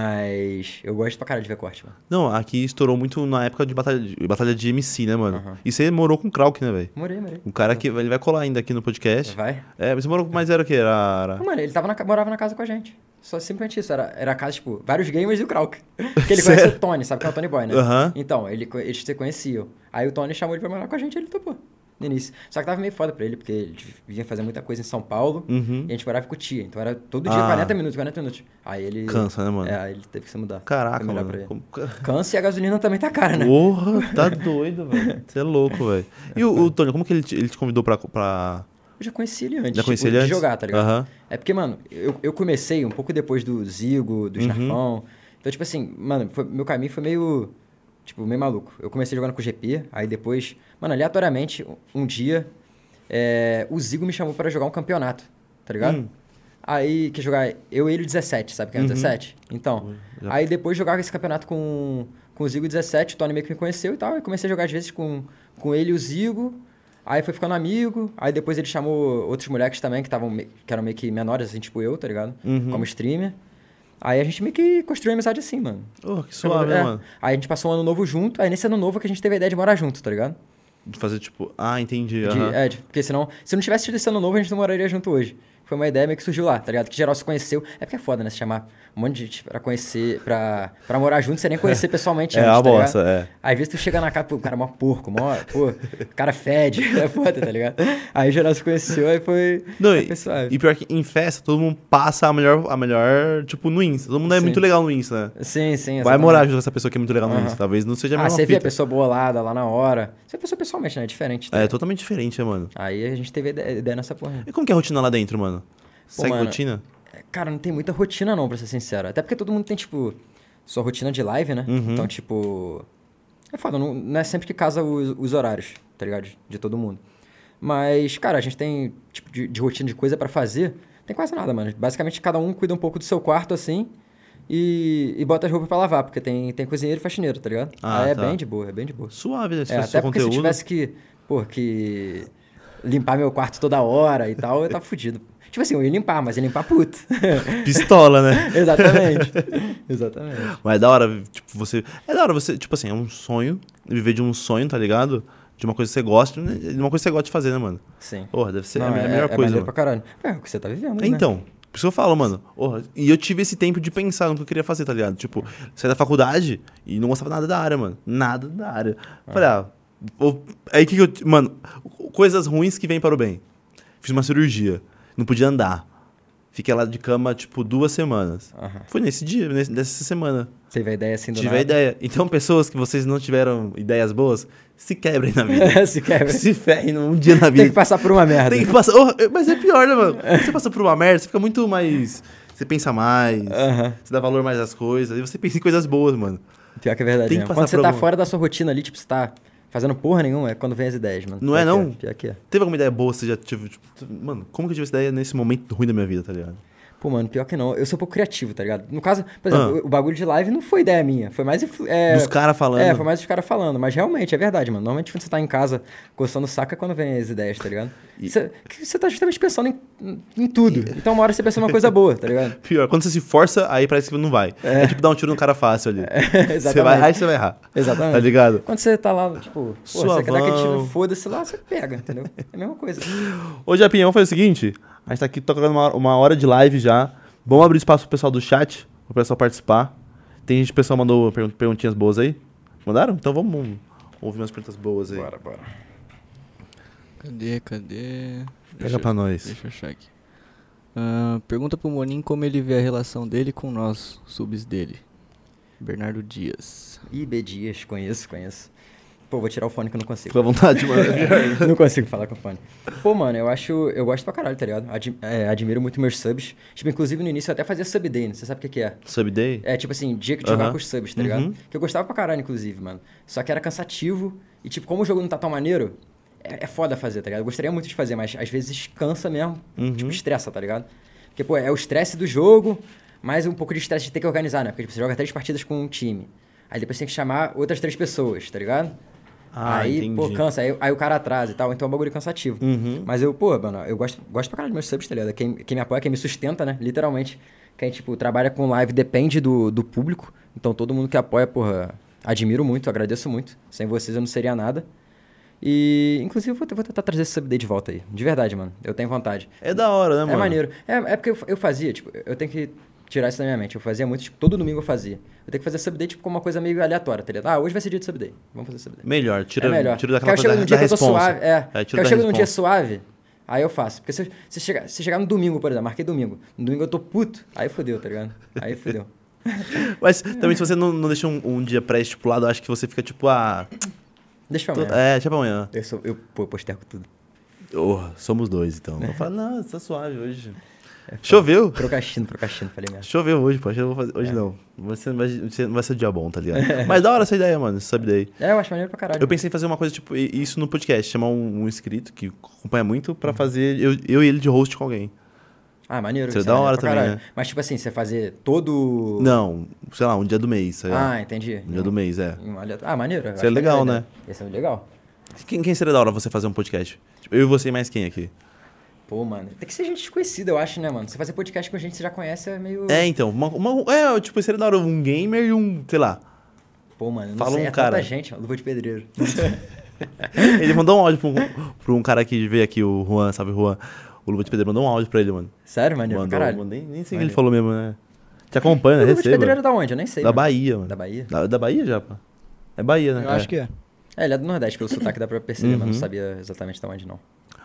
Speaker 4: Mas eu gosto pra caralho de ver corte, mano.
Speaker 2: Não, aqui estourou muito na época de batalha de, batalha de MC, né, mano?
Speaker 4: Aham.
Speaker 2: E você morou com o Krauk, né, velho?
Speaker 4: Morei, morei.
Speaker 2: O cara que ele vai colar ainda aqui no podcast.
Speaker 4: Vai?
Speaker 2: É, mas você morou com mais era o que? Era, era-
Speaker 4: Ah, Mano, ele tava na ca- morava na casa com a gente. Só simplesmente isso. Era, era a casa, tipo, vários gamers e o Krauk. Porque ele conhecia o Tony, sabe que é o Tony Boy, né?
Speaker 2: Aham.
Speaker 4: Então, ele, co- eles se conheciam. Aí o Tony chamou ele pra morar com a gente ele topou. No início. Só que tava meio foda pra ele, porque ele vinha fazer muita coisa em São Paulo.
Speaker 2: Uhum.
Speaker 4: E a gente morava em Cotia. Então era todo dia
Speaker 2: Ah.
Speaker 4: 40 minutos, 40 minutos. Aí ele.
Speaker 2: Cansa, né, mano?
Speaker 4: É, aí ele teve que se mudar.
Speaker 2: Caraca,
Speaker 4: Foi melhor
Speaker 2: mano.
Speaker 4: pra ele.
Speaker 2: Como- ca-
Speaker 4: Cansa e a gasolina também tá cara, né?
Speaker 2: Porra, tá doido, velho. Você é louco, velho. E o, o Tony, como que ele te, ele te convidou pra, pra.
Speaker 4: Eu já conheci ele antes.
Speaker 2: Já conhecia
Speaker 4: tipo,
Speaker 2: ele
Speaker 4: de
Speaker 2: antes?
Speaker 4: jogar, tá ligado?
Speaker 2: Aham.
Speaker 4: É porque, mano, eu, eu comecei um pouco depois do Zigo, do Snarfão. Então, tipo assim, mano, foi- meu caminho foi meio. Tipo, meio maluco. Eu comecei jogando com o GP, aí depois. Mano, aleatoriamente, um- um dia, é, o Zigo me chamou pra jogar um campeonato, tá ligado? Aí,
Speaker 2: Uhum.
Speaker 4: que jogar eu, ele e o 17, sabe quem é o 17? Então. Aí depois jogava esse campeonato com. Com o Zigo 17, o Tony meio que me conheceu e tal. E comecei a jogar às vezes com, com ele e o Zigo. Aí foi ficando amigo. Aí depois ele chamou outros moleques também que, tavam, me- que eram meio que menores, assim, tipo eu, tá ligado?
Speaker 2: Uhum.
Speaker 4: Como streamer. Aí a gente meio que construiu amizade assim, mano.
Speaker 2: Oh, que suave, né,
Speaker 4: É.
Speaker 2: mano?
Speaker 4: Aí a gente passou um ano novo junto. Aí nesse ano novo que a gente teve a ideia de morar junto, tá ligado?
Speaker 2: De fazer tipo, ah, entendi.
Speaker 4: De-
Speaker 2: aham.
Speaker 4: é, de- porque senão, se não tivesse tido esse ano novo, a gente não moraria junto hoje. Foi uma ideia meio que surgiu lá, tá ligado? Que geral se conheceu. É porque é foda, né? Se chamar um monte de gente pra conhecer, pra, pra morar junto, você nem conhecer pessoalmente
Speaker 2: É
Speaker 4: antes,
Speaker 2: uma
Speaker 4: tá ligado?
Speaker 2: bosta, é.
Speaker 4: Aí, Às vezes tu chega na casa, pô, o cara é mó porco, mó, pô, o cara fede, é foda, tá ligado? Aí geral se conheceu, aí foi...
Speaker 2: Não,
Speaker 4: aí
Speaker 2: e,
Speaker 4: foi suave.
Speaker 2: e pior que em festa, todo mundo passa a melhor, a melhor tipo, no Insta. Todo mundo é
Speaker 4: Sim.
Speaker 2: muito legal no Insta, né?
Speaker 4: Sim, sim.
Speaker 2: Vai
Speaker 4: exatamente.
Speaker 2: morar junto com essa pessoa que é muito legal no
Speaker 4: Aham.
Speaker 2: Insta. Talvez não seja a
Speaker 4: Ah,
Speaker 2: mesma
Speaker 4: você vê a
Speaker 2: fita.
Speaker 4: pessoa bolada lá na hora. Você vê a pessoa pessoalmente, né? É diferente. tá
Speaker 2: É
Speaker 4: ligado?
Speaker 2: totalmente diferente, né, mano?
Speaker 4: Aí a gente teve a ideia, ideia nessa porra.
Speaker 2: E como que é a rotina lá dentro, mano? Segue
Speaker 4: mano,
Speaker 2: rotina?
Speaker 4: Cara, não tem muita rotina não, pra ser sincero. Até porque todo mundo tem, tipo, sua rotina de live, né?
Speaker 2: Uhum.
Speaker 4: Então, tipo... É foda, não, não é sempre que casa os, os horários, tá ligado? De, de todo mundo. Mas, cara, a gente tem, tipo, de, de rotina de coisa pra fazer. Tem quase nada, mano. Basicamente, cada um cuida um pouco do seu quarto, assim... E, e bota as roupas pra lavar, porque tem, tem cozinheiro e faxineiro, tá ligado?
Speaker 2: Ah,
Speaker 4: Aí é
Speaker 2: tá.
Speaker 4: bem de boa, é bem de boa.
Speaker 2: Suave, né? Se
Speaker 4: É,
Speaker 2: fosse só
Speaker 4: até porque se eu
Speaker 2: conteúdo.
Speaker 4: tivesse que, pô, que limpar meu quarto toda hora e tal, eu tava fudido. Tipo assim, eu ia limpar, mas ia limpar puto.
Speaker 2: Pistola, né?
Speaker 4: Exatamente. Exatamente.
Speaker 2: Mas é da hora, tipo, você. É da hora você, tipo assim, é um sonho. Viver de um sonho, tá ligado? De uma coisa que você gosta, né? de uma coisa que você gosta de fazer, né, mano?
Speaker 4: Sim.
Speaker 2: Porra, deve ser
Speaker 4: Não,
Speaker 2: a melhor, melhor
Speaker 4: é
Speaker 2: coisa.
Speaker 4: maneiro
Speaker 2: mano.
Speaker 4: pra caralho. É o que você tá vivendo, né?
Speaker 2: Então, por isso que eu falo, mano. Porra, e eu tive esse tempo de pensar no que eu queria fazer, tá ligado? Tipo, saí da faculdade e não gostava nada da área, mano. Nada da área.
Speaker 4: É.
Speaker 2: Falei, ah, vou- aí o que, que eu. t- Mano, co- coisas ruins que vêm para o bem. Fiz uma cirurgia, não podia andar. Fiquei lá de cama, tipo, duas semanas.
Speaker 4: Aham.
Speaker 2: Foi nesse dia, nesse- nessa semana.
Speaker 4: Teve a ideia assim do
Speaker 2: Tive
Speaker 4: nada.
Speaker 2: a ideia. Então, pessoas que vocês não tiveram ideias boas, se quebrem na vida.
Speaker 4: Se quebra.
Speaker 2: se ferrem um dia na vida.
Speaker 4: Tem que passar por uma merda.
Speaker 2: Tem que passar. Oh, mas é pior, né, mano? Quando Você passa por uma merda, você fica muito mais. Você pensa mais,
Speaker 4: Aham.
Speaker 2: você dá valor mais às coisas, e você pensa em coisas boas, mano.
Speaker 4: Pior que é verdade.
Speaker 2: Tem que
Speaker 4: mesmo.
Speaker 2: passar
Speaker 4: Quando você
Speaker 2: por
Speaker 4: tá
Speaker 2: alguma-
Speaker 4: fora da sua rotina ali, tipo, você tá fazendo porra nenhuma, é quando vem as ideias, mano.
Speaker 2: Não
Speaker 4: Pior
Speaker 2: é,
Speaker 4: que
Speaker 2: não?
Speaker 4: Pior que é.
Speaker 2: Teve alguma ideia boa que você já tive? Tipo, tu- mano, como que eu tive essa ideia nesse momento ruim da minha vida, tá ligado?
Speaker 4: Pô, mano, pior que não. Eu sou um pouco criativo, tá ligado? No caso, por exemplo,
Speaker 2: Ah.
Speaker 4: o- o bagulho de live não foi ideia minha. Foi mais. influ- É,
Speaker 2: Dos caras falando.
Speaker 4: É, foi mais os caras falando. Mas realmente, é verdade, mano. Normalmente quando você tá em casa coçando o saco é quando vem as ideias, tá ligado? Você, que você tá justamente pensando em, em tudo. Então uma hora você pensa numa coisa boa, tá ligado?
Speaker 2: Pior, quando você se força, aí parece que não vai. É, tipo dar um tiro no cara fácil ali.
Speaker 4: É, exatamente.
Speaker 2: Você vai errar e você vai errar.
Speaker 4: Exatamente.
Speaker 2: Tá ligado?
Speaker 4: Quando você tá lá, tipo, pô, você quer dar aquele
Speaker 2: Suavão.
Speaker 4: tiro, foda-se lá, você pega, entendeu? É a mesma coisa.
Speaker 2: Ô, Japinhão, faz o seguinte: a gente tá aqui tocando uma, uma hora de live já. Vamos abrir espaço pro pessoal do chat, pro pessoal participar. Tem gente, o pessoal mandou pergun- perguntinhas boas aí? Mandaram? Então vamos ouvir umas perguntas boas aí.
Speaker 4: Bora, bora.
Speaker 3: Cadê, cadê?
Speaker 2: Pega pra nós.
Speaker 3: Deixa eu achar aqui. Ah, pergunta pro Monin como ele vê a relação dele com nós, subs dele. Bernardo Dias.
Speaker 4: IB Dias, conheço, conheço. Pô, vou tirar o fone que eu não consigo.
Speaker 2: Fica à vontade, mano.
Speaker 4: não consigo falar com o fone. Pô, mano, eu acho. Eu gosto pra caralho, tá ligado? Admi- é, admiro muito meus subs. Tipo, inclusive no início eu até fazia sub day, né? Você sabe o que, que é?
Speaker 2: Sub day?
Speaker 4: É, tipo assim, dia que de jogar
Speaker 2: Aham.
Speaker 4: com os subs, tá ligado? Que eu gostava pra caralho, inclusive, mano. Só que era cansativo. E, tipo, como o jogo não tá tão maneiro, é, é foda fazer, tá ligado? Eu gostaria muito de fazer, mas às vezes cansa mesmo. Tipo, estressa, tá ligado? Porque, pô, é o estresse do jogo, mais um pouco de estresse de ter que organizar, né? Porque tipo, você joga três partidas com um time. Aí depois tem que chamar outras três pessoas, tá ligado?
Speaker 2: Ah,
Speaker 4: aí, pô,
Speaker 2: entendi. Uhum.
Speaker 4: cansa, aí, aí o cara atrasa e tal, então é um bagulho cansativo. Mas eu, pô, mano, eu gosto, gosto pra caralho dos meus subs, tá ligado? Quem, quem me apoia, quem me sustenta, né? Literalmente. Quem, tipo, trabalha com live depende do, do público. Então todo mundo que apoia, porra, admiro muito, agradeço muito. Sem vocês eu não seria nada. E, inclusive, eu vou, vou tentar trazer esse sub day de volta aí. De verdade, mano. Eu tenho vontade.
Speaker 2: É da hora, né, mano?
Speaker 4: É maneiro. É, é porque eu, eu fazia, tipo, eu tenho que tirar isso da minha mente. Eu fazia muito, tipo, todo domingo eu fazia. Eu tenho que fazer subday, tipo, com uma coisa meio aleatória, tá ligado? Ah, hoje vai ser dia de subday. Vamos fazer subday.
Speaker 2: Melhor, tira,
Speaker 4: é melhor.
Speaker 2: tira
Speaker 4: Porque
Speaker 2: daquela
Speaker 4: eu chego
Speaker 2: coisa
Speaker 4: num
Speaker 2: da, da
Speaker 4: dia que eu tô
Speaker 2: responsa.
Speaker 4: suave. É,
Speaker 2: Aí
Speaker 4: que eu
Speaker 2: da
Speaker 4: chego num dia
Speaker 2: responsa.
Speaker 4: suave, aí eu faço. Porque se, se, chegar, se chegar no domingo, por exemplo, marquei domingo. No domingo eu tô puto, aí fodeu, tá ligado? Aí fodeu.
Speaker 2: Mas também, se você não, não deixa um, um dia pré-estipulado, eu acho que você fica tipo, ah.
Speaker 4: Deixa
Speaker 2: tô-
Speaker 4: pra amanhã.
Speaker 2: é, deixa pra amanhã.
Speaker 4: Eu, sou, eu, pô, eu postergo tudo.
Speaker 2: Porra, somos dois, então. É Eu falo, não, tá suave hoje. Choveu?
Speaker 4: Procrastino, procrastino, falei merda.
Speaker 2: Choveu hoje, pô. acho que eu vou fazer-
Speaker 4: É.
Speaker 2: Hoje não. Você não, vai, você não vai ser um dia bom, tá ligado? Mas da hora essa ideia, mano, esse sub day.
Speaker 4: É, eu acho maneiro pra caralho.
Speaker 2: Eu pensei em fazer uma coisa tipo i- isso no podcast, chamar um, um inscrito que acompanha muito pra fazer eu, eu e ele de host com alguém.
Speaker 4: Ah, maneiro.
Speaker 2: Isso é
Speaker 4: isso
Speaker 2: da
Speaker 4: maneiro
Speaker 2: hora
Speaker 4: pra
Speaker 2: também,
Speaker 4: caralho.
Speaker 2: né?
Speaker 4: Mas tipo assim, você fazer todo...
Speaker 2: Não, sei lá, um dia do mês. Sei lá.
Speaker 4: Ah, entendi.
Speaker 2: Um dia do mês, é.
Speaker 4: Em um aleatório. Ah, maneiro. eu
Speaker 2: Isso
Speaker 4: acho
Speaker 2: é legal,
Speaker 4: maneiro,
Speaker 2: né?
Speaker 4: Isso é legal.
Speaker 2: Quem, quem seria da hora você fazer um podcast? Tipo, eu e você e mais quem aqui?
Speaker 4: Pô, mano. Tem que ser gente desconhecida, eu acho, né, mano? Você fazer podcast com gente que você já conhece é meio...
Speaker 2: É, então. Uma, uma- é, tipo, seria da hora um gamer e um, sei lá.
Speaker 4: Pô, mano, não
Speaker 2: Fala
Speaker 4: sei,
Speaker 2: um
Speaker 4: é
Speaker 2: cara.
Speaker 4: tanta gente, mano. Luva de pedreiro.
Speaker 2: Ele mandou um áudio pra um, pra um cara que veio aqui, o Juan, sabe, Juan? O Luva de Pedreiro mandou um áudio pra ele, mano.
Speaker 4: Sério, maneiro, pra
Speaker 2: mandou,
Speaker 4: caralho.
Speaker 2: mandou, nem, nem sei o que
Speaker 4: Maneiro.
Speaker 2: ele falou mesmo, né? Te acompanha, né?
Speaker 4: Luva de pedreiro é
Speaker 2: receba.
Speaker 4: da onde? Eu nem sei.
Speaker 2: Da
Speaker 4: mano.
Speaker 2: Bahia, mano.
Speaker 4: Da Bahia?
Speaker 2: Da, da Bahia, Japa? É Bahia, né?
Speaker 3: Eu acho que é.
Speaker 4: É, ele é do Nordeste, pelo sotaque dá pra perceber,
Speaker 2: Uhum.
Speaker 4: mas não sabia exatamente de onde, não.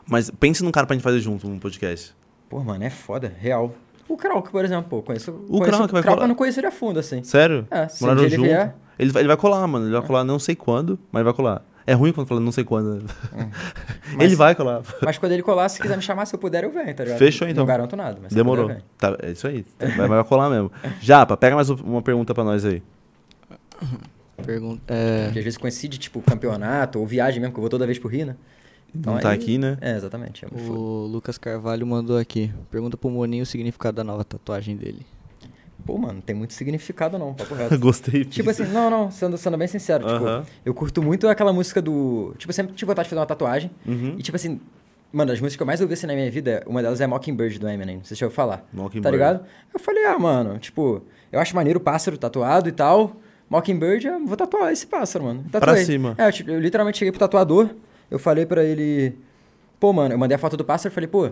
Speaker 2: Mas pense num cara pra gente fazer junto um podcast.
Speaker 4: Pô, mano, é foda, real. O Krauk, por exemplo, pô, conheço.
Speaker 2: O
Speaker 4: conheço,
Speaker 2: Krauk vai
Speaker 4: Krauk
Speaker 2: colar.
Speaker 4: eu não conheço ele a fundo, assim.
Speaker 2: Sério?
Speaker 4: É, se um dia
Speaker 2: Moraram
Speaker 4: ele
Speaker 2: junto.
Speaker 4: vier.
Speaker 2: Ele, vai- ele vai colar, mano. Ele vai colar não sei quando, mas ele vai colar. É ruim quando fala não sei quando. né?
Speaker 4: Hum. Mas-
Speaker 2: Ele vai colar.
Speaker 4: Mas quando ele colar, se quiser me chamar, se eu puder, eu venho, tá ligado?
Speaker 2: Fechou, então.
Speaker 4: Não garanto nada, mas se eu
Speaker 2: Demorou.
Speaker 4: puder, eu venho.
Speaker 2: Tá, é isso aí. Tá, Vai, vai colar mesmo. Japa, pega mais um- uma pergunta pra nós aí.
Speaker 3: Pergunta. É.
Speaker 4: Porque às vezes coincide, tipo, campeonato ou viagem mesmo, que eu vou toda vez pro Rio, né? Então,
Speaker 2: Não tá
Speaker 4: aí-
Speaker 2: aqui, né?
Speaker 4: É, exatamente. É muito foda.
Speaker 3: O Lucas Carvalho mandou aqui. Pergunta pro Moninho o significado da nova tatuagem dele.
Speaker 4: Pô, mano, não tem muito significado, não, papo reto.
Speaker 2: Gostei.
Speaker 4: Tipo assim, não, não, sendo, sendo bem sincero,
Speaker 2: Aham.
Speaker 4: tipo, eu curto muito aquela música do. Tipo, eu sempre tive vontade de fazer uma tatuagem.
Speaker 2: Uhum.
Speaker 4: E tipo assim, mano, as músicas que eu mais ouvi assim na minha vida, uma delas é Mockingbird do Eminem, não sei se eu falar.
Speaker 2: Mockingbird.
Speaker 4: Tá ligado? Eu falei, ah, mano, tipo, eu acho maneiro o pássaro tatuado e tal. Mockingbird, eu vou tatuar esse pássaro, mano. Tatuei.
Speaker 2: cima.
Speaker 4: É, eu, tipo, eu literalmente cheguei pro tatuador, eu falei pra ele, pô, mano, eu mandei a foto do pássaro, falei, pô,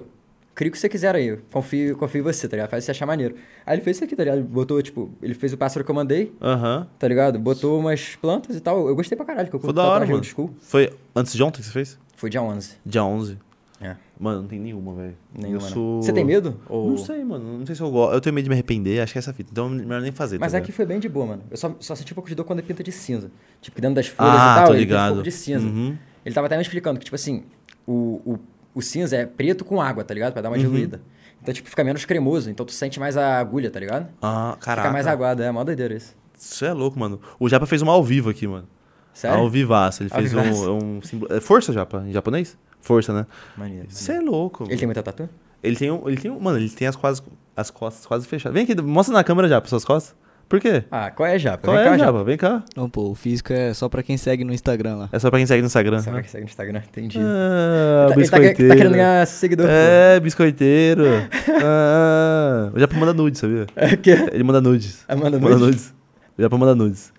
Speaker 4: cria o que você quiser aí, eu confio, confio em você, tá ligado? Faz você achar maneiro. Aí ele fez isso aqui, tá ligado? Ele botou, tipo, ele fez o pássaro que eu mandei,
Speaker 2: Aham.
Speaker 4: tá ligado? Botou umas plantas e tal. Eu gostei pra caralho, que eu
Speaker 2: Foi
Speaker 4: curto
Speaker 2: da hora,
Speaker 4: tatuagem
Speaker 2: mano.
Speaker 4: old school.
Speaker 2: Foi antes de ontem que você fez?
Speaker 4: Foi dia 11.
Speaker 2: Dia 11.
Speaker 4: É,
Speaker 2: Mano, não tem nenhuma, velho.
Speaker 4: nenhuma,
Speaker 2: Eu
Speaker 4: né?
Speaker 2: sou...
Speaker 4: Você tem medo? Ou-
Speaker 2: Não sei, mano. Não sei se eu gosto. Eu tenho medo de me arrepender. Acho que é essa fita. Então, melhor nem fazer.
Speaker 4: Mas é
Speaker 2: tá
Speaker 4: aqui
Speaker 2: ligado?
Speaker 4: foi bem de boa, mano. Eu só, só senti um pouco de dor quando ele pinta de cinza. Tipo, que dentro das folhas
Speaker 2: Ah,
Speaker 4: e tal,
Speaker 2: tô
Speaker 4: ele pinta um
Speaker 2: ligado.
Speaker 4: pouco de cinza.
Speaker 2: Uhum.
Speaker 4: Ele tava até me explicando que, tipo assim, o, o, o cinza é preto com água, tá ligado? Pra dar
Speaker 2: Uhum.
Speaker 4: uma diluída. Então, tipo, fica menos cremoso. Então, tu sente mais a agulha, tá ligado?
Speaker 2: Ah, caraca.
Speaker 4: Fica mais aguado. É mó doideira isso.
Speaker 2: Isso é louco, mano. O Japa fez uma ao vivo aqui, mano.
Speaker 4: Sério?
Speaker 2: Ao vivaço. Ele
Speaker 4: Ao
Speaker 2: fez
Speaker 4: vivaço.
Speaker 2: um. um símbolo- é força, Japa? Em japonês? Força, né?
Speaker 4: Maneiro.
Speaker 2: Isso é louco.
Speaker 4: Ele tem
Speaker 2: mano.
Speaker 4: muita tatu?
Speaker 2: Ele tem um. Ele tem um. Mano, ele tem as, quase, as costas quase fechadas. Vem aqui, mostra na câmera, Japa, suas costas. Por quê?
Speaker 4: Ah, qual é, Japa?
Speaker 2: Qual
Speaker 4: Vem
Speaker 2: é,
Speaker 4: cá,
Speaker 2: Japa? Vem cá.
Speaker 3: Não, pô, o físico é só pra quem segue no Instagram lá.
Speaker 2: É só pra quem segue no Instagram.
Speaker 4: Sabe
Speaker 2: né?
Speaker 4: que segue no Instagram? Entendi.
Speaker 2: Ah,
Speaker 4: Ele tá- ele tá,
Speaker 2: biscoiteiro.
Speaker 4: tá querendo ganhar seguidor.
Speaker 2: É, biscoiteiro. ah, o Japa manda nudes, sabia?
Speaker 4: É que...
Speaker 2: Ele manda nudes.
Speaker 4: Ah, manda nudes?
Speaker 2: nudes. O Japa manda nudes.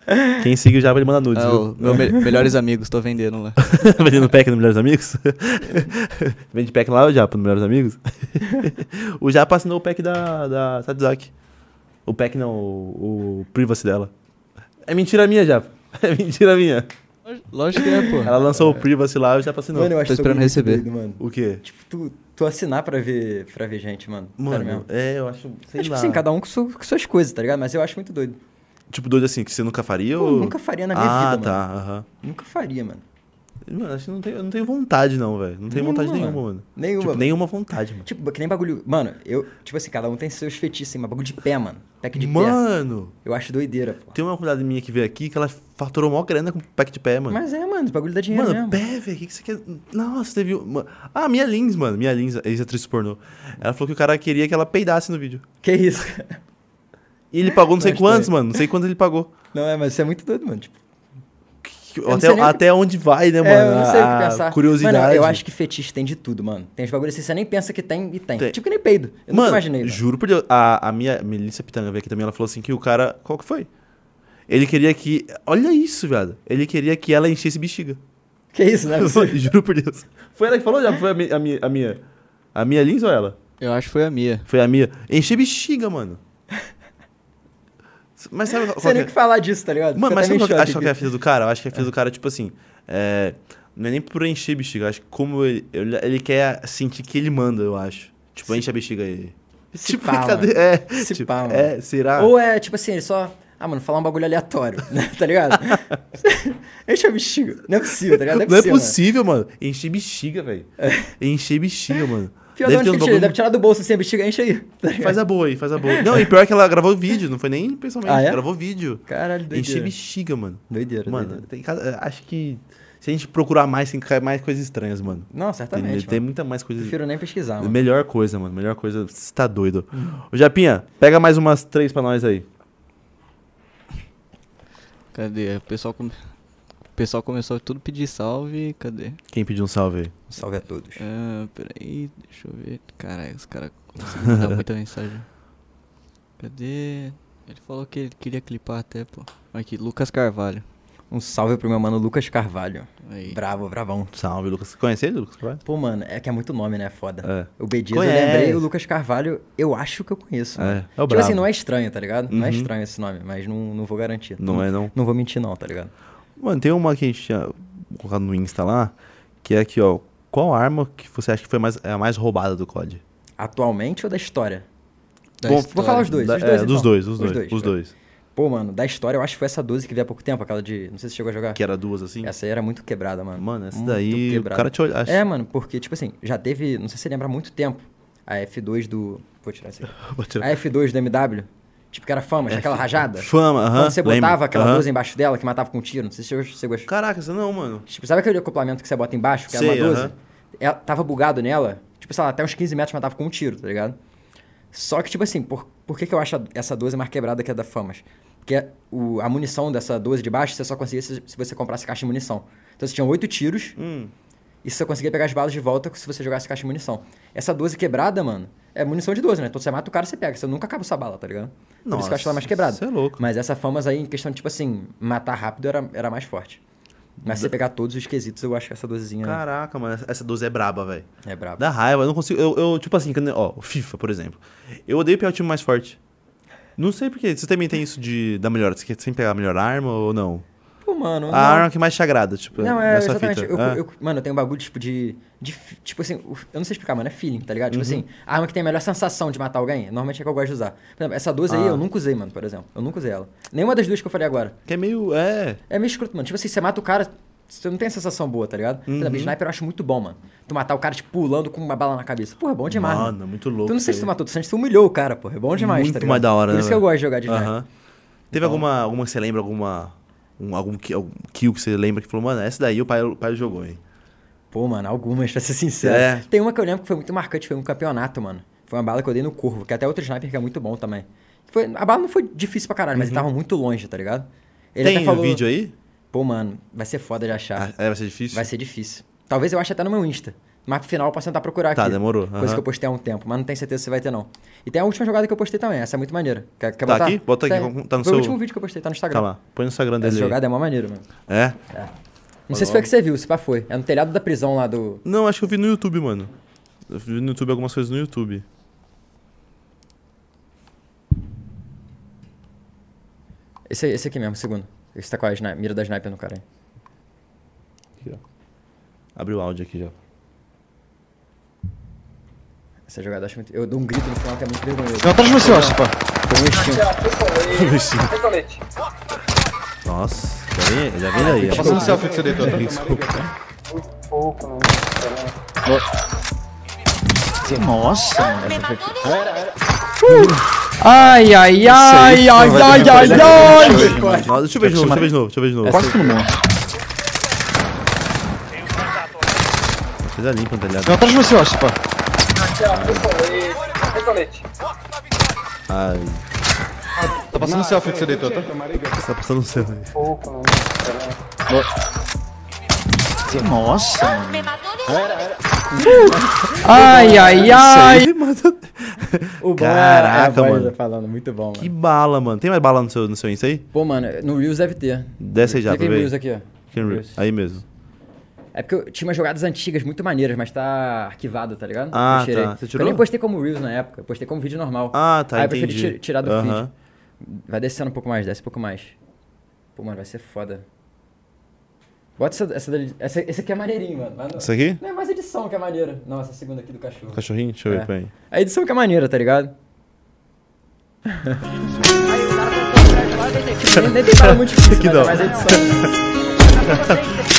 Speaker 2: Quem segue o Japa, ele manda nudes.
Speaker 3: Ah,
Speaker 2: viu?
Speaker 3: o meu me- melhores amigos, tô vendendo lá.
Speaker 2: Vendendo pack no Melhores Amigos? Vende pack lá, o Japa, no Melhores Amigos? o Japa assinou o pack da, da Sadzaki. O pack não, o, o privacy dela. É mentira minha, Japa. É mentira minha.
Speaker 3: Lógico que é, pô.
Speaker 2: Ela lançou o privacy lá e o Japa assinou.
Speaker 4: Mano, eu acho
Speaker 3: Tô
Speaker 4: isso
Speaker 3: esperando
Speaker 4: muito
Speaker 3: receber.
Speaker 4: doido, mano.
Speaker 2: O quê?
Speaker 4: Tipo, tu, tu assinar pra ver, pra ver gente, mano. Sério
Speaker 2: Mano,
Speaker 4: mesmo.
Speaker 2: é, eu acho, sei
Speaker 4: É, tipo
Speaker 2: lá.
Speaker 4: assim, cada um com, su- com suas coisas, tá ligado? Mas eu acho muito doido.
Speaker 2: Tipo, doido assim, que você nunca faria
Speaker 4: Pô,
Speaker 2: ou...
Speaker 4: nunca faria na minha
Speaker 2: ah,
Speaker 4: vida,
Speaker 2: tá, aham.
Speaker 4: Nunca faria, mano.
Speaker 2: Mano, acho que não tenho, eu não tenho vontade não, velho. Não tenho
Speaker 4: Nenhuma,
Speaker 2: vontade nenhuma,
Speaker 4: mano.
Speaker 2: mano.
Speaker 4: Nenhuma,
Speaker 2: Tipo,
Speaker 4: mano.
Speaker 2: nenhuma vontade, mano.
Speaker 4: Tipo, que nem bagulho. Mano, eu. Tipo assim, cada um tem seus fetiches, mas bagulho de pé, mano. Pack de pé.
Speaker 2: Mano,
Speaker 4: Eu acho doideira, pô.
Speaker 2: tem uma cuidada minha que veio aqui que ela faturou mó grana com pack de pé, mano.
Speaker 4: Mas é, mano, esse bagulho dá dinheiro
Speaker 2: Mano,
Speaker 4: mesmo.
Speaker 2: pé, velho, o que, que você quer? Nossa, teve. um- ma- Ah, minha Lins, mano. Minha Lins, ex-atriz pornô. Ela falou que o cara queria que ela peidasse no vídeo.
Speaker 4: Que isso?
Speaker 2: E
Speaker 4: É,
Speaker 2: ele pagou não sei
Speaker 4: Gostei.
Speaker 2: quantos, mano. Não sei quantos ele pagou.
Speaker 4: Não, é, mas isso é muito doido, mano. Tipo,
Speaker 2: Que-
Speaker 4: não
Speaker 2: Até,
Speaker 4: sei nem o que-
Speaker 2: até onde vai, né,
Speaker 4: é,
Speaker 2: mano?
Speaker 4: eu não sei o
Speaker 2: A-
Speaker 4: que
Speaker 2: a
Speaker 4: pensar.
Speaker 2: Curiosidade.
Speaker 4: Mano, eu acho que fetiche tem de tudo, mano. Tem os bagulhos assim, você nem pensa que tem e tem.
Speaker 2: Tem.
Speaker 4: Tipo que nem peido. Eu
Speaker 2: mano,
Speaker 4: nunca imaginei. tá mano.
Speaker 2: juro por Deus. A, a minha Melissa Pitanga veio aqui também. Ela falou assim que o cara. Qual que foi? Ele queria que. Olha isso, viado. Ele queria que ela enchesse bexiga.
Speaker 4: Que isso, né?
Speaker 2: juro por Deus. Foi ela que falou já? Foi a, mi- a minha. A minha, a minha Lins ou ela?
Speaker 3: Eu acho que foi a minha.
Speaker 2: Foi a minha. Encher bexiga, mano. Mas sabe qual,
Speaker 4: Você
Speaker 2: qual que
Speaker 4: nem
Speaker 2: é?
Speaker 4: o que falar disso, tá ligado? Fica
Speaker 2: Mano,
Speaker 4: até
Speaker 2: mas sabe
Speaker 4: meio
Speaker 2: qual que- acho
Speaker 4: choque
Speaker 2: que é a
Speaker 4: aqui.
Speaker 2: filha do cara? Eu acho que a filha do cara, tipo assim, é, não é nem por encher bexiga, eu acho que como ele, ele, ele quer sentir que ele manda, eu acho. Tipo, enche a bexiga aí.
Speaker 4: Se
Speaker 2: tipo,
Speaker 4: pá, mano.
Speaker 2: cadê? É,
Speaker 4: Se
Speaker 2: tipo,
Speaker 4: pá, mano.
Speaker 2: é, será?
Speaker 4: Ou é tipo assim, ele só. Ah, mano, falar um bagulho aleatório, né? tá ligado? Enche a bexiga. Não é possível, tá ligado?
Speaker 2: não é possível, mano. Encher bexiga, velho. Encher bexiga, mano.
Speaker 4: Mano. É. Pior de onde que
Speaker 2: ter
Speaker 4: ele
Speaker 2: uns
Speaker 4: tira? Ele
Speaker 2: bagulho-
Speaker 4: Deve tirar do bolso assim a bexiga, enche aí. Tá ligado?
Speaker 2: Faz a boa aí, faz a boa. Não, e pior é que ela gravou vídeo, não foi nem pessoalmente,
Speaker 4: Ah, é?
Speaker 2: gravou vídeo.
Speaker 4: Caralho, doideira.
Speaker 2: Encher bexiga, mano.
Speaker 4: Doideira,
Speaker 2: Mano,
Speaker 4: doideira.
Speaker 2: tem casa- acho que Se a gente procurar mais, tem que cair mais coisas estranhas, mano.
Speaker 4: Não,
Speaker 2: Tem,
Speaker 4: certamente.
Speaker 2: tem
Speaker 4: mano.
Speaker 2: muita mais coisa.
Speaker 4: Prefiro nem pesquisar, mano. Uhum.
Speaker 2: Melhor coisa, mano. Melhor coisa. Você tá doido. Ô, Japinha, pega mais umas três pra nós aí.
Speaker 3: Cadê? O pessoal, come- o pessoal começou a tudo pedir salve. Cadê?
Speaker 2: Quem pediu um salve aí?
Speaker 4: Salve a todos.
Speaker 3: Ah, peraí, deixa eu ver. Caralho, os caras conseguiram mandar muita mensagem. Cadê? Ele falou que ele queria clipar até, pô. Aqui, Lucas Carvalho.
Speaker 4: Um salve pro meu mano Lucas Carvalho.
Speaker 3: Aí.
Speaker 4: Bravo, bravão.
Speaker 2: Salve, Lucas. Conhece ele, Lucas? Vai?
Speaker 4: Pô, mano, é que é muito nome, né? Foda.
Speaker 2: É.
Speaker 4: O Bediz, eu
Speaker 2: Conhece.
Speaker 4: lembrei, o Lucas Carvalho, eu acho que eu conheço.
Speaker 2: É,
Speaker 4: mano.
Speaker 2: é o
Speaker 4: tipo
Speaker 2: brabo. Uhum.
Speaker 4: assim, não é estranho, tá ligado? Não é estranho esse nome, mas não, não vou garantir.
Speaker 2: Não é, não.
Speaker 4: Não vou mentir, não, tá ligado?
Speaker 2: Mano, tem uma que a gente tinha colocado no Insta lá, que é aqui, ó. Qual arma que você acha que foi mais, é a mais roubada do COD?
Speaker 4: Atualmente ou da história?
Speaker 3: Da
Speaker 2: Bom,
Speaker 4: Vou
Speaker 3: história.
Speaker 4: falar os dois.
Speaker 2: Da-
Speaker 4: os dois,
Speaker 2: é,
Speaker 4: então.
Speaker 2: dos dois, os dois, os
Speaker 4: cara.
Speaker 2: dois.
Speaker 4: Pô, mano, da história eu acho que foi essa 12 que veio há pouco tempo, aquela de. Não sei se você chegou a jogar.
Speaker 2: Que era duas assim?
Speaker 4: Essa aí era muito quebrada, mano.
Speaker 2: Mano, essa
Speaker 4: Muito
Speaker 2: daí, o
Speaker 4: quebrada.
Speaker 2: cara um te olha- acha-
Speaker 4: É, mano, porque, tipo assim, já teve. Não sei se você lembra há muito tempo. A F2 do. Vou tirar essa aqui.
Speaker 2: Vou tirar.
Speaker 4: A F2 do MW. Tipo, que era fama, tinha é aquela rajada.
Speaker 2: É. Fama, aham.
Speaker 4: Quando você
Speaker 2: lembro,
Speaker 4: botava aquela
Speaker 2: aham.
Speaker 4: 12 embaixo dela que matava com um tiro, não sei se você- você gostou.
Speaker 2: Caraca, você não, mano.
Speaker 4: Tipo, sabe aquele acoplamento que você bota embaixo, que é era
Speaker 2: Sei,
Speaker 4: uma 12?
Speaker 2: aham.
Speaker 4: Ela É, tava bugado nela, tipo, sei lá, até uns 15 metros matava com um tiro, tá ligado? Só que, tipo assim, por, por que, que eu acho a- essa 12 mais quebrada que a da Famas? Porque a- o, a munição dessa 12 de baixo você só conseguia se, se você comprasse caixa de munição. Então você tinha 8 tiros
Speaker 2: Hum.
Speaker 4: e você só conseguia pegar as balas de volta se você jogasse caixa de munição. Essa 12 quebrada, mano, é munição de 12, né? Então você mata o cara e você pega, você nunca acaba essa bala, tá ligado? Por isso que eu acho ela mais
Speaker 2: Nossa,
Speaker 4: quebrada.
Speaker 2: cê é louco.
Speaker 4: Mas essa Famas aí, em questão de, tipo assim, matar rápido era, era mais forte. Mas se você pegar todos os quesitos, eu acho que essa dosezinha
Speaker 2: Caraca, mano, essa- essa 12 é braba, velho.
Speaker 4: é braba.
Speaker 2: Dá raiva, eu não consigo. Eu, eu, tipo assim, quando- ó, o FIFA, por exemplo. Eu odeio pegar o time mais forte. Não sei porquê. Você também tem isso de da melhor. Você quer sempre pegar a melhor arma ou não?
Speaker 4: Pô, mano.
Speaker 2: A
Speaker 4: não.
Speaker 2: arma que mais te agrada, tipo,
Speaker 4: Não, é,
Speaker 2: na sua
Speaker 4: exatamente.
Speaker 2: fita.
Speaker 4: Eu-
Speaker 2: Ah.
Speaker 4: eu- mano, eu tenho um bagulho tipo de, de fi- Tipo assim, o- eu não sei explicar, mano. É feeling, tá ligado? Tipo
Speaker 2: Uhum.
Speaker 4: assim, a arma que tem a melhor sensação de matar alguém, normalmente é a que eu gosto de usar. Por exemplo, essa
Speaker 2: Ah.
Speaker 4: 12 aí eu nunca usei, mano, por exemplo. Eu nunca usei ela. Nenhuma das duas que eu falei agora.
Speaker 2: Que é meio. É.
Speaker 4: É meio escroto, mano. Tipo assim, você mata o cara, você não tem a sensação boa, tá ligado? Por
Speaker 2: Uhum.
Speaker 4: exemplo, sniper eu acho muito bom, mano. Tu matar o cara, tipo, pulando com uma bala na cabeça. Porra, é bom demais.
Speaker 2: Mano, muito louco
Speaker 4: Tu não sei
Speaker 2: isso
Speaker 4: se tu
Speaker 2: aí.
Speaker 4: matou, tu sente que tu humilhou o cara, porra. É bom demais,
Speaker 2: muito
Speaker 4: tá ligado?
Speaker 2: mais da hora,
Speaker 4: Por
Speaker 2: né?
Speaker 4: isso que eu
Speaker 2: velho?
Speaker 4: gosto de jogar de Então sniper.
Speaker 2: Aham. Teve alguma, alguma que você lembra, alguma. um- algum, ki- algum kill que você lembra que falou, mano, essa daí o pai, o pai jogou, hein?
Speaker 4: Pô, mano, algumas, pra ser sincero.
Speaker 2: É.
Speaker 4: Tem uma que eu lembro que foi muito marcante, foi um campeonato, mano. Foi uma bala que eu dei no corvo, que até outro sniper que é muito bom também. Foi, a bala não foi difícil pra caralho, mas eles estavam muito longe, tá ligado? Ele
Speaker 2: Uhum. tem
Speaker 4: até falou.
Speaker 2: vídeo aí?
Speaker 4: Pô, mano, vai ser foda de achar.
Speaker 2: Ah, é, vai ser difícil?
Speaker 4: Vai ser difícil. Talvez eu ache até no meu Insta. Mas no final eu posso tentar procurar
Speaker 2: Tá,
Speaker 4: aqui.
Speaker 2: demorou,
Speaker 4: Coisa
Speaker 2: aham.
Speaker 4: que eu postei há um tempo, mas não tenho certeza se vai ter, não. E tem a última jogada que eu postei também, essa é muito maneira. Quer, quer
Speaker 2: Tá
Speaker 4: botar?
Speaker 2: aqui? Bota aqui,
Speaker 4: Tem.
Speaker 2: tá
Speaker 4: Foi
Speaker 2: no seu-
Speaker 4: o último vídeo que eu postei, tá no Instagram.
Speaker 2: Tá lá. Põe no Instagram
Speaker 4: Essa
Speaker 2: dele. aí.
Speaker 4: jogada é mó maneira, mano.
Speaker 2: É?
Speaker 4: Não sei se foi a que você viu, se pá foi. É no telhado da prisão lá do.
Speaker 2: Não, acho que eu vi no YouTube, mano. Eu vi no YouTube algumas coisas no YouTube.
Speaker 4: Esse, esse aqui mesmo, o segundo. Esse tá com a sni- mira da sniper no cara, hein?
Speaker 2: Aqui, ó. Abre o áudio aqui já.
Speaker 4: Essa jogada eu acho muito. Eu dou um grito no final que é muito vergonhoso.
Speaker 5: Não, atrás de você, eu acho, pá.
Speaker 4: Foi um instinto.
Speaker 2: Nossa, já vem, já vem daí.
Speaker 5: Tá passando o selfie que você deitou, tá?
Speaker 6: Nossa, mano.
Speaker 3: Ai, ai, ai, ai, ai, ai, ai.
Speaker 2: Nossa, deixa eu ver de novo, deixa eu ver de novo, deixa eu ver de novo.
Speaker 6: Quase que não morre.
Speaker 2: Coisa limpa no telhado.
Speaker 5: Não, atrás de você, eu acho, pá.
Speaker 2: Ai,
Speaker 5: Tá passando o selfie que você deitou, tá?
Speaker 2: tá passando o seu.
Speaker 6: Nossa, mano.
Speaker 3: Ai, ai, ai.
Speaker 4: O bom é- é a
Speaker 2: Caraca,
Speaker 4: voz
Speaker 2: mano.
Speaker 4: falando, muito bom,
Speaker 2: Que
Speaker 4: mano.
Speaker 2: bala, mano. Tem mais bala no seu, no seu Insta aí?
Speaker 4: Pô, mano, no Reels deve ter.
Speaker 2: Desce aí já,
Speaker 4: Clica em
Speaker 2: pra ver.
Speaker 4: Reels aqui, ó.
Speaker 2: Quem-
Speaker 4: Reels.
Speaker 2: Aí mesmo.
Speaker 4: É porque eu tinha umas jogadas antigas muito maneiras, mas tá arquivada, tá ligado?
Speaker 2: Ah,
Speaker 4: Eu tirei.
Speaker 2: tá. Você
Speaker 4: Eu
Speaker 2: tirou?
Speaker 4: nem postei como Reels na época, eu postei como vídeo normal.
Speaker 2: Ah, tá,
Speaker 4: Aí eu
Speaker 2: entendi.
Speaker 4: preferi ti- tirar do feed.
Speaker 2: Aham.
Speaker 4: Vai descendo um pouco mais, desce um pouco mais. Pô, mano, vai ser foda. Bota essa, essa, dali- essa- Esse aqui é maneirinho, mano. mas não-
Speaker 2: Isso aqui?
Speaker 4: Não é mais edição que é maneira. Não, essa segunda aqui do cachorro.
Speaker 2: Cachorrinho? Deixa eu ver,
Speaker 4: É.
Speaker 2: põe aí.
Speaker 4: A edição que é maneira, tá ligado? Nem tem tá cara muito difícil,
Speaker 2: Aqui
Speaker 4: mas
Speaker 2: não.
Speaker 4: é mais edição.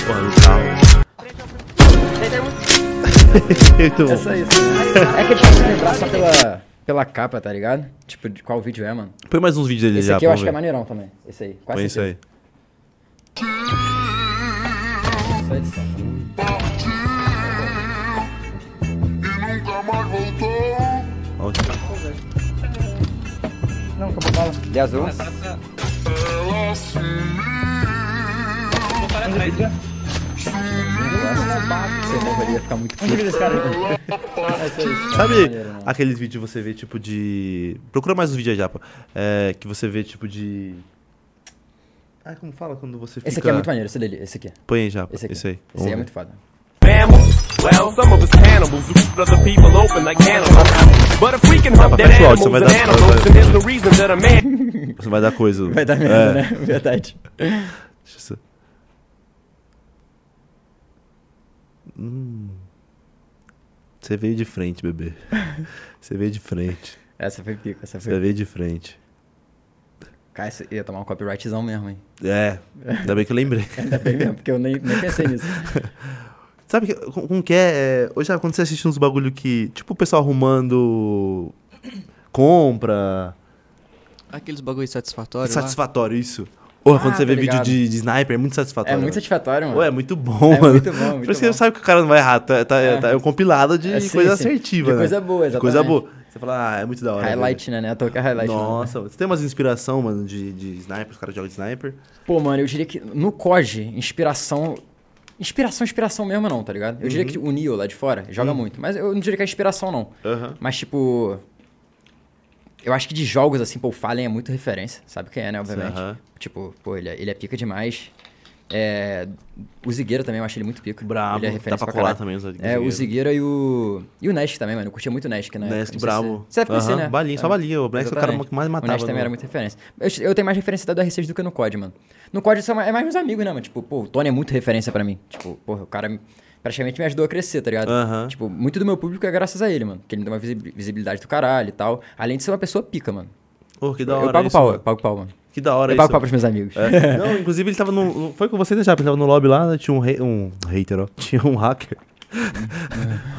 Speaker 2: Porra, do carro. Muito
Speaker 4: É
Speaker 2: bom.
Speaker 4: só isso. É que é difícil lembrar só pela, pela capa, tá ligado? Tipo, de qual vídeo é, mano.
Speaker 2: Põe mais uns vídeos dele
Speaker 4: Esse
Speaker 2: já,
Speaker 4: aqui eu
Speaker 2: pra
Speaker 4: acho que é
Speaker 2: ver.
Speaker 4: maneirão também. Esse aí. Quase
Speaker 2: Põe isso
Speaker 4: certeza.
Speaker 2: aí.
Speaker 4: só edição.
Speaker 2: Onde?
Speaker 7: Não, acabou bala.
Speaker 4: De azul. Seu morro ali ia ficar muito
Speaker 7: Onde que esse cara? aí?
Speaker 2: é Sabe aqueles vídeos que você vê, tipo, de... Procura mais os vídeos aí, Japa. É, que você vê, tipo, de... Ah, como fala quando você fica...
Speaker 4: Esse aqui é muito maneiro, esse dele, esse aqui.
Speaker 2: Põe aí, Japa.
Speaker 4: Esse
Speaker 2: Esse,
Speaker 4: aqui.
Speaker 2: aí.
Speaker 4: Esse
Speaker 2: Vamos
Speaker 4: aí é
Speaker 2: ver.
Speaker 4: muito foda.
Speaker 8: Well, some of us cannibals, we keep other people open like animals. But if we can
Speaker 2: Ah,
Speaker 8: help
Speaker 2: pra
Speaker 8: dead
Speaker 2: pessoal,
Speaker 8: animals
Speaker 2: isso vai
Speaker 8: and
Speaker 2: dar-
Speaker 8: animals,
Speaker 2: vai-
Speaker 8: then there's no reason that a man
Speaker 2: Você vai dar coisa.
Speaker 4: Vai dar merda,
Speaker 2: É.
Speaker 4: né? Verdade.
Speaker 2: Deixa eu ver. Hum. Você veio de frente, bebê. Você veio de frente.
Speaker 4: Essa foi pica, essa
Speaker 2: Você
Speaker 4: foi.
Speaker 2: veio de frente.
Speaker 4: Cara, isso ia tomar um copyrightzão mesmo, hein?
Speaker 2: É, ainda bem que eu lembrei.
Speaker 4: Ainda bem mesmo, porque eu nem, nem pensei nisso.
Speaker 2: Sabe que- com- como que é? é, Hoje, sabe, quando você assiste uns bagulho que. Tipo, o pessoal arrumando. Compra.
Speaker 3: Aqueles bagulho satisfatório lá.
Speaker 2: Satisfatório, isso. Ou é quando
Speaker 4: Ah,
Speaker 2: você vê
Speaker 4: tô
Speaker 2: vídeo
Speaker 4: ligado.
Speaker 2: de, de sniper, é muito satisfatório.
Speaker 4: É muito
Speaker 2: velho.
Speaker 4: satisfatório, mano.
Speaker 2: Ué, é muito bom,
Speaker 4: É
Speaker 2: mano.
Speaker 4: muito bom, muito
Speaker 2: Por isso que
Speaker 4: bom.
Speaker 2: você sabe que o cara não vai errar. Tá, tá,
Speaker 4: É.
Speaker 2: tá- é um compilado de
Speaker 4: É, sim,
Speaker 2: coisa
Speaker 4: sim.
Speaker 2: assertiva,
Speaker 4: De
Speaker 2: né?
Speaker 4: coisa boa,
Speaker 2: De coisa
Speaker 4: exatamente.
Speaker 2: boa. Você fala, ah, é muito da hora.
Speaker 4: Highlight, né? né? A toca highlight.
Speaker 2: velho.
Speaker 4: mano.
Speaker 2: Nossa, você tem umas inspiração, mano, de, de sniper, os caras jogam de sniper.
Speaker 4: Pô, mano, eu diria que no COD, inspiração. Inspiração, inspiração mesmo não, tá ligado? Eu diria
Speaker 2: Uhum.
Speaker 4: que o Neo lá de fora joga muito, mas eu não diria que é inspiração não.
Speaker 2: Aham.
Speaker 4: Mas tipo. Eu acho que de jogos assim, pô, o Fallen é muito referência, sabe quem é, né? Obviamente.
Speaker 2: Aham.
Speaker 4: Tipo, pô, ele é, ele é pica demais. É, o Zigueira também, eu acho ele muito pica.
Speaker 2: Brabo,
Speaker 4: ele é
Speaker 2: dá
Speaker 4: referência pra
Speaker 2: pra colar
Speaker 4: caralho.
Speaker 2: também o Zigueira.
Speaker 4: É, o Zigueira e o. E o Nesk também, mano. Eu curtia muito o Nesk, né?
Speaker 2: Nesk, brabo.
Speaker 4: Você deve conhecer,
Speaker 2: Aham,
Speaker 4: né?
Speaker 2: balinha, só balinha. O Nesk era o cara
Speaker 4: Exatamente.
Speaker 2: que mais
Speaker 4: O
Speaker 2: matava
Speaker 4: Nesk também
Speaker 2: no-
Speaker 4: era muito referência. Eu, eu tenho mais referência da do R6 do que no COD, mano. No COD só é mais- é mais meus amigos, né, mano? Tipo, pô, o Tony é muito referência pra mim. Tipo, porra, o cara me- praticamente me ajudou a crescer, tá ligado?
Speaker 2: Aham.
Speaker 4: Tipo, muito do meu público é graças a ele, mano. Que ele me deu uma visi- visibilidade do caralho e tal. Além de ser uma pessoa pica, mano.
Speaker 2: Pô, que da hora
Speaker 4: eu pago
Speaker 2: isso,
Speaker 4: pau, eu
Speaker 2: mano.
Speaker 4: pago pau, mano.
Speaker 2: Que da hora
Speaker 4: Eu
Speaker 2: isso.
Speaker 4: pago pau pros meus amigos.
Speaker 2: É. Não, inclusive ele tava no. Foi com você, né, Japa? Ele tava no lobby lá, né, tinha um, ha- um hater, ó. Tinha um hacker.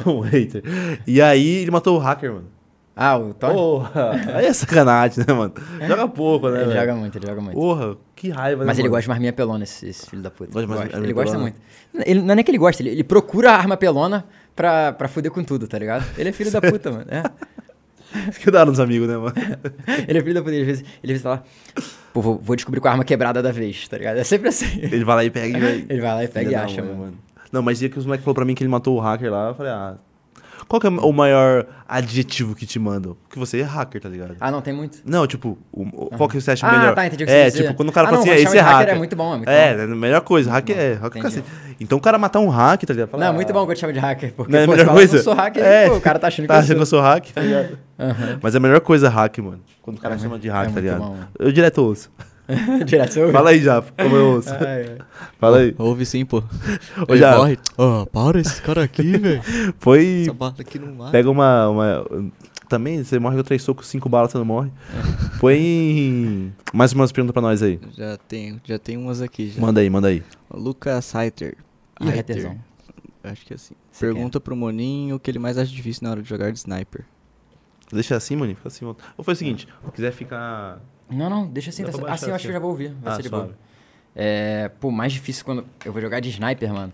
Speaker 2: um hater. E aí ele matou o hacker, mano.
Speaker 4: Ah, o Tony?
Speaker 2: Porra! Aí é sacanagem, né, mano? Joga pouco, né?
Speaker 4: ele
Speaker 2: velho?
Speaker 4: joga muito, ele joga muito.
Speaker 2: Porra, que raiva,
Speaker 4: Mas ele
Speaker 2: né? mano?
Speaker 4: gosta de uma arminha pelona, esse, esse filho da puta.
Speaker 2: Gosta de uma arminha
Speaker 4: ele gosta
Speaker 2: pelona?
Speaker 4: muito. Ele, não é nem que ele gosta, ele, ele procura a arma pelona pra, pra fuder com tudo, tá ligado? Ele é filho da puta, mano. é.
Speaker 2: Isso que da hora nos amigos, né, mano?
Speaker 4: Ele é filho da puta. Ele às vezes, ele às vezes tá lá, pô, vou, vou descobrir com a arma quebrada da vez, tá ligado? É sempre assim.
Speaker 2: Ele vai lá e pega e vai.
Speaker 4: Ele vai lá e pega e
Speaker 2: Filha da
Speaker 4: acha,
Speaker 2: mãe,
Speaker 4: mano.
Speaker 2: Não, mas dia que os moleques falaram pra mim que ele matou o hacker lá, eu falei, ah. Qual que é o maior adjetivo que te mandam? Que você é hacker, tá ligado?
Speaker 4: Ah, não, tem muito.
Speaker 2: Não, tipo, o- o- qual que você acha
Speaker 4: Ah,
Speaker 2: melhor?
Speaker 4: tá, entendi o que você
Speaker 2: É,
Speaker 4: quis dizer.
Speaker 2: tipo, quando o cara
Speaker 4: Ah,
Speaker 2: fala
Speaker 4: não,
Speaker 2: assim,
Speaker 4: mas
Speaker 2: é, esse é
Speaker 4: chamar de hacker
Speaker 2: hacker.
Speaker 4: é muito bom, é muito
Speaker 2: a melhor coisa, hacker é. Hacker é
Speaker 4: entendi.
Speaker 2: cacete. Então o cara matar um hacker, tá ligado? Fala,
Speaker 4: Não, é muito
Speaker 2: ah,
Speaker 4: bom quando chama de hacker, porque
Speaker 2: Não é a
Speaker 4: pô,
Speaker 2: melhor
Speaker 4: fala,
Speaker 2: coisa?
Speaker 4: não sou hacker,
Speaker 2: É.
Speaker 4: pô, o cara tá achando que
Speaker 2: Tá
Speaker 4: eu
Speaker 2: achando que eu sou hacker, tá ligado? Mas é a melhor coisa hack, mano. Quando o cara chama de hack,
Speaker 4: é
Speaker 2: tá
Speaker 4: muito
Speaker 2: ligado?
Speaker 4: bom, mano.
Speaker 2: Eu direto ouço.
Speaker 4: sou. Direto, eu-
Speaker 2: Fala aí já, como eu ouço.
Speaker 4: Ai, ai.
Speaker 2: Fala aí.
Speaker 3: Ouve sim, pô.
Speaker 2: Ô,
Speaker 3: Ele
Speaker 2: já-
Speaker 3: morre. Ah, para esse cara aqui, velho.
Speaker 2: Foi.
Speaker 3: Essa bala aqui
Speaker 4: né?
Speaker 3: não mata.
Speaker 2: Pega uma, uma. Também, você morre com três socos, cinco balas, você não morre.
Speaker 4: É.
Speaker 2: Põe. em- Mais umas perguntas pra nós aí.
Speaker 3: Já tem, já tem umas aqui já.
Speaker 2: Manda aí, manda aí.
Speaker 3: Lucas Heiter.
Speaker 4: Ih, é Heiterzão.
Speaker 3: Acho que é assim.
Speaker 4: Sei
Speaker 3: Pergunta pro Moninho o que ele mais acha difícil na hora de jogar de sniper.
Speaker 2: Deixa assim, mano, fica assim. Ou foi o seguinte, se quiser ficar.
Speaker 4: Não, não, deixa assim.
Speaker 2: Dá
Speaker 4: Tá...
Speaker 2: pra
Speaker 4: Assim
Speaker 2: baixar
Speaker 4: eu
Speaker 2: assim.
Speaker 4: acho que eu já vou ouvir. Vai
Speaker 2: Ah,
Speaker 4: ser de
Speaker 2: suave.
Speaker 4: boa. É, pô, mais difícil quando eu vou jogar de sniper, mano.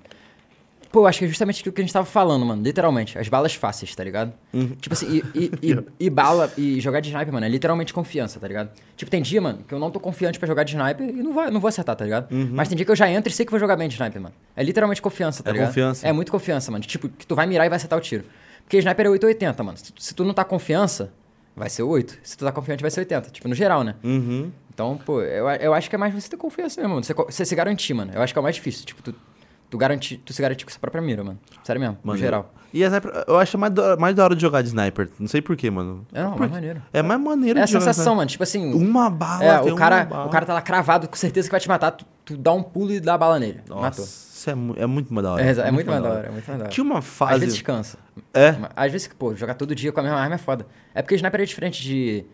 Speaker 4: Pô, eu acho que é justamente aquilo que a gente tava falando, mano. Literalmente, as balas fáceis, tá ligado?
Speaker 2: Uhum.
Speaker 4: Tipo assim, e, e- e- e bala, e jogar de sniper, mano, é literalmente confiança, tá ligado? Tipo, tem dia, mano, que eu não tô confiante pra jogar de sniper e não vou, não vou acertar, tá ligado? Mas tem dia que eu já entro e sei que vou jogar bem de sniper, mano. É literalmente confiança, tá
Speaker 2: Uhum. É
Speaker 4: ligado?
Speaker 2: confiança.
Speaker 4: É muito confiança, mano. Tipo, que tu vai mirar e vai acertar o tiro. Porque sniper é 880, mano. Se, tu- se tu não tá confiança, vai ser 8. Se tu tá confiante, vai ser 80. Tipo, no geral, né?
Speaker 2: Uhum.
Speaker 4: Então, pô, eu, a- eu acho que é mais você ter confiança mesmo, mano. Você, co- você se garantir, mano. Eu acho que é o mais difícil. Tipo, tu, tu, garantir, tu se garantir com sua própria mira, mano. Sério mesmo, no
Speaker 2: Mano,
Speaker 4: geral.
Speaker 2: E a sniper, eu acho mais da, mais da hora de jogar de sniper. Não sei porquê, mano.
Speaker 4: É, não, é mais maneiro.
Speaker 2: É mais maneiro
Speaker 4: É a
Speaker 2: de jogar de
Speaker 4: sensação,
Speaker 2: sniper.
Speaker 4: mano. Tipo assim,
Speaker 2: Uma Um bala,
Speaker 4: é,
Speaker 2: tem
Speaker 4: o, cara,
Speaker 2: uma bala.
Speaker 4: o cara tá lá cravado, com certeza que vai te matar. Tu, tu dá um pulo e dá a bala nele.
Speaker 2: Nossa,
Speaker 4: Matou.
Speaker 2: isso é, mu- é muito mais da hora.
Speaker 4: É, exa- é muito mais da hora, é muito mais da hora.
Speaker 2: Tinha uma
Speaker 4: Às
Speaker 2: fase.
Speaker 4: vezes cansa.
Speaker 2: É?
Speaker 4: Mas Às vezes, pô, jogar todo dia com a mesma arma é foda. É porque sniper é diferente de,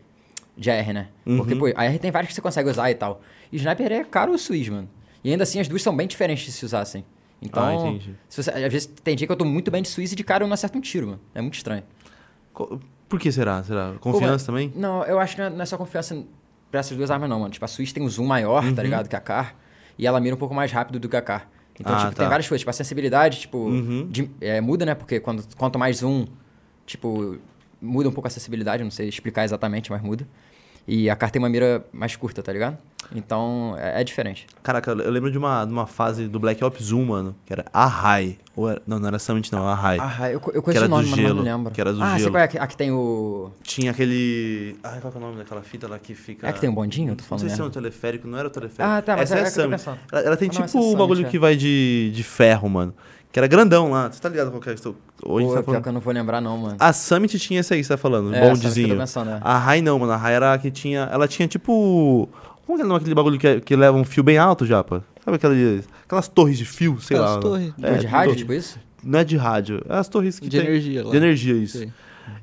Speaker 4: de AR, né?
Speaker 2: Uhum.
Speaker 4: Porque, pô, AR tem vários que você consegue usar e tal. E sniper é caro o Swiss, mano. E ainda assim, as duas são bem diferentes de se usassem. Então,
Speaker 2: Ah, entendi.
Speaker 4: se você- às vezes tem dia que eu tô muito bem de Swiss e de cara eu não acerto um tiro, mano. É muito estranho.
Speaker 2: Co- Por que será? Será?
Speaker 4: Pô,
Speaker 2: Confiança
Speaker 4: mas-
Speaker 2: também?
Speaker 4: Não, eu acho que não é, não é só confiança
Speaker 2: Uhum.
Speaker 4: pra essas duas armas, não, mano. Tipo, a Switch tem um zoom maior, tá ligado, que a Kar. E ela mira um pouco mais rápido do que a Kar. Então,
Speaker 2: Ah,
Speaker 4: tipo,
Speaker 2: tá.
Speaker 4: tem várias coisas. Tipo, a sensibilidade, tipo,
Speaker 2: Uhum.
Speaker 4: de- é, muda, né? Porque quando, quanto mais zoom, tipo, muda um pouco a sensibilidade. Não sei explicar exatamente, mas muda. E a carta tem uma mira mais curta, tá ligado? Então, é, é diferente.
Speaker 2: Caraca, eu lembro de uma, de uma fase do Black Ops 1, mano, que era a High. Ou era- não, não era Summit, não, a High.
Speaker 4: Ah, eu, eu
Speaker 2: Que
Speaker 4: conheço
Speaker 2: era
Speaker 4: o nome,
Speaker 2: do
Speaker 4: mas não
Speaker 2: gelo,
Speaker 4: lembro.
Speaker 2: que era do
Speaker 4: ah, sei
Speaker 2: gelo.
Speaker 4: qual é? A que tem o...
Speaker 2: Tinha aquele. Ai, qual que é o nome daquela fita lá que fica.
Speaker 4: É que tem um bondinho? Eu tô
Speaker 2: Não
Speaker 4: falando
Speaker 2: sei se é
Speaker 4: merda.
Speaker 2: um teleférico, não era o teleférico.
Speaker 4: Ah, tá, mas
Speaker 2: essa
Speaker 4: é- é
Speaker 2: é,
Speaker 4: que
Speaker 2: a
Speaker 4: eu tô
Speaker 2: Summit.
Speaker 4: pensando.
Speaker 2: Ela, ela tem
Speaker 4: Ah, não, essa
Speaker 2: tipo
Speaker 4: é
Speaker 2: um
Speaker 4: Summit,
Speaker 2: bagulho
Speaker 4: é.
Speaker 2: que vai de, de ferro, mano. Que era grandão lá. Você tá ligado qual que é? Estou- Hoje
Speaker 4: Pô, pior
Speaker 2: tá
Speaker 4: que
Speaker 2: falando.
Speaker 4: eu não vou lembrar não, mano.
Speaker 2: A Summit tinha essa aí que você tá falando,
Speaker 4: É, essa que eu
Speaker 2: bondezinho. Ah,
Speaker 4: tô pensando, é.
Speaker 2: A Rai não, mano. A Rai era a que tinha. Ela tinha tipo. Como que é o nome daquele bagulho que, é- que leva um fio bem alto, Japa? Sabe aquelas, aquelas torres de fio, sei
Speaker 3: Aquelas
Speaker 2: lá.
Speaker 3: torres.
Speaker 2: É,
Speaker 4: de rádio,
Speaker 2: torre-
Speaker 4: tipo isso?
Speaker 2: Não é de rádio. É as torres que
Speaker 3: De
Speaker 2: tem-
Speaker 3: energia lá.
Speaker 2: De energia, isso.
Speaker 3: Sei.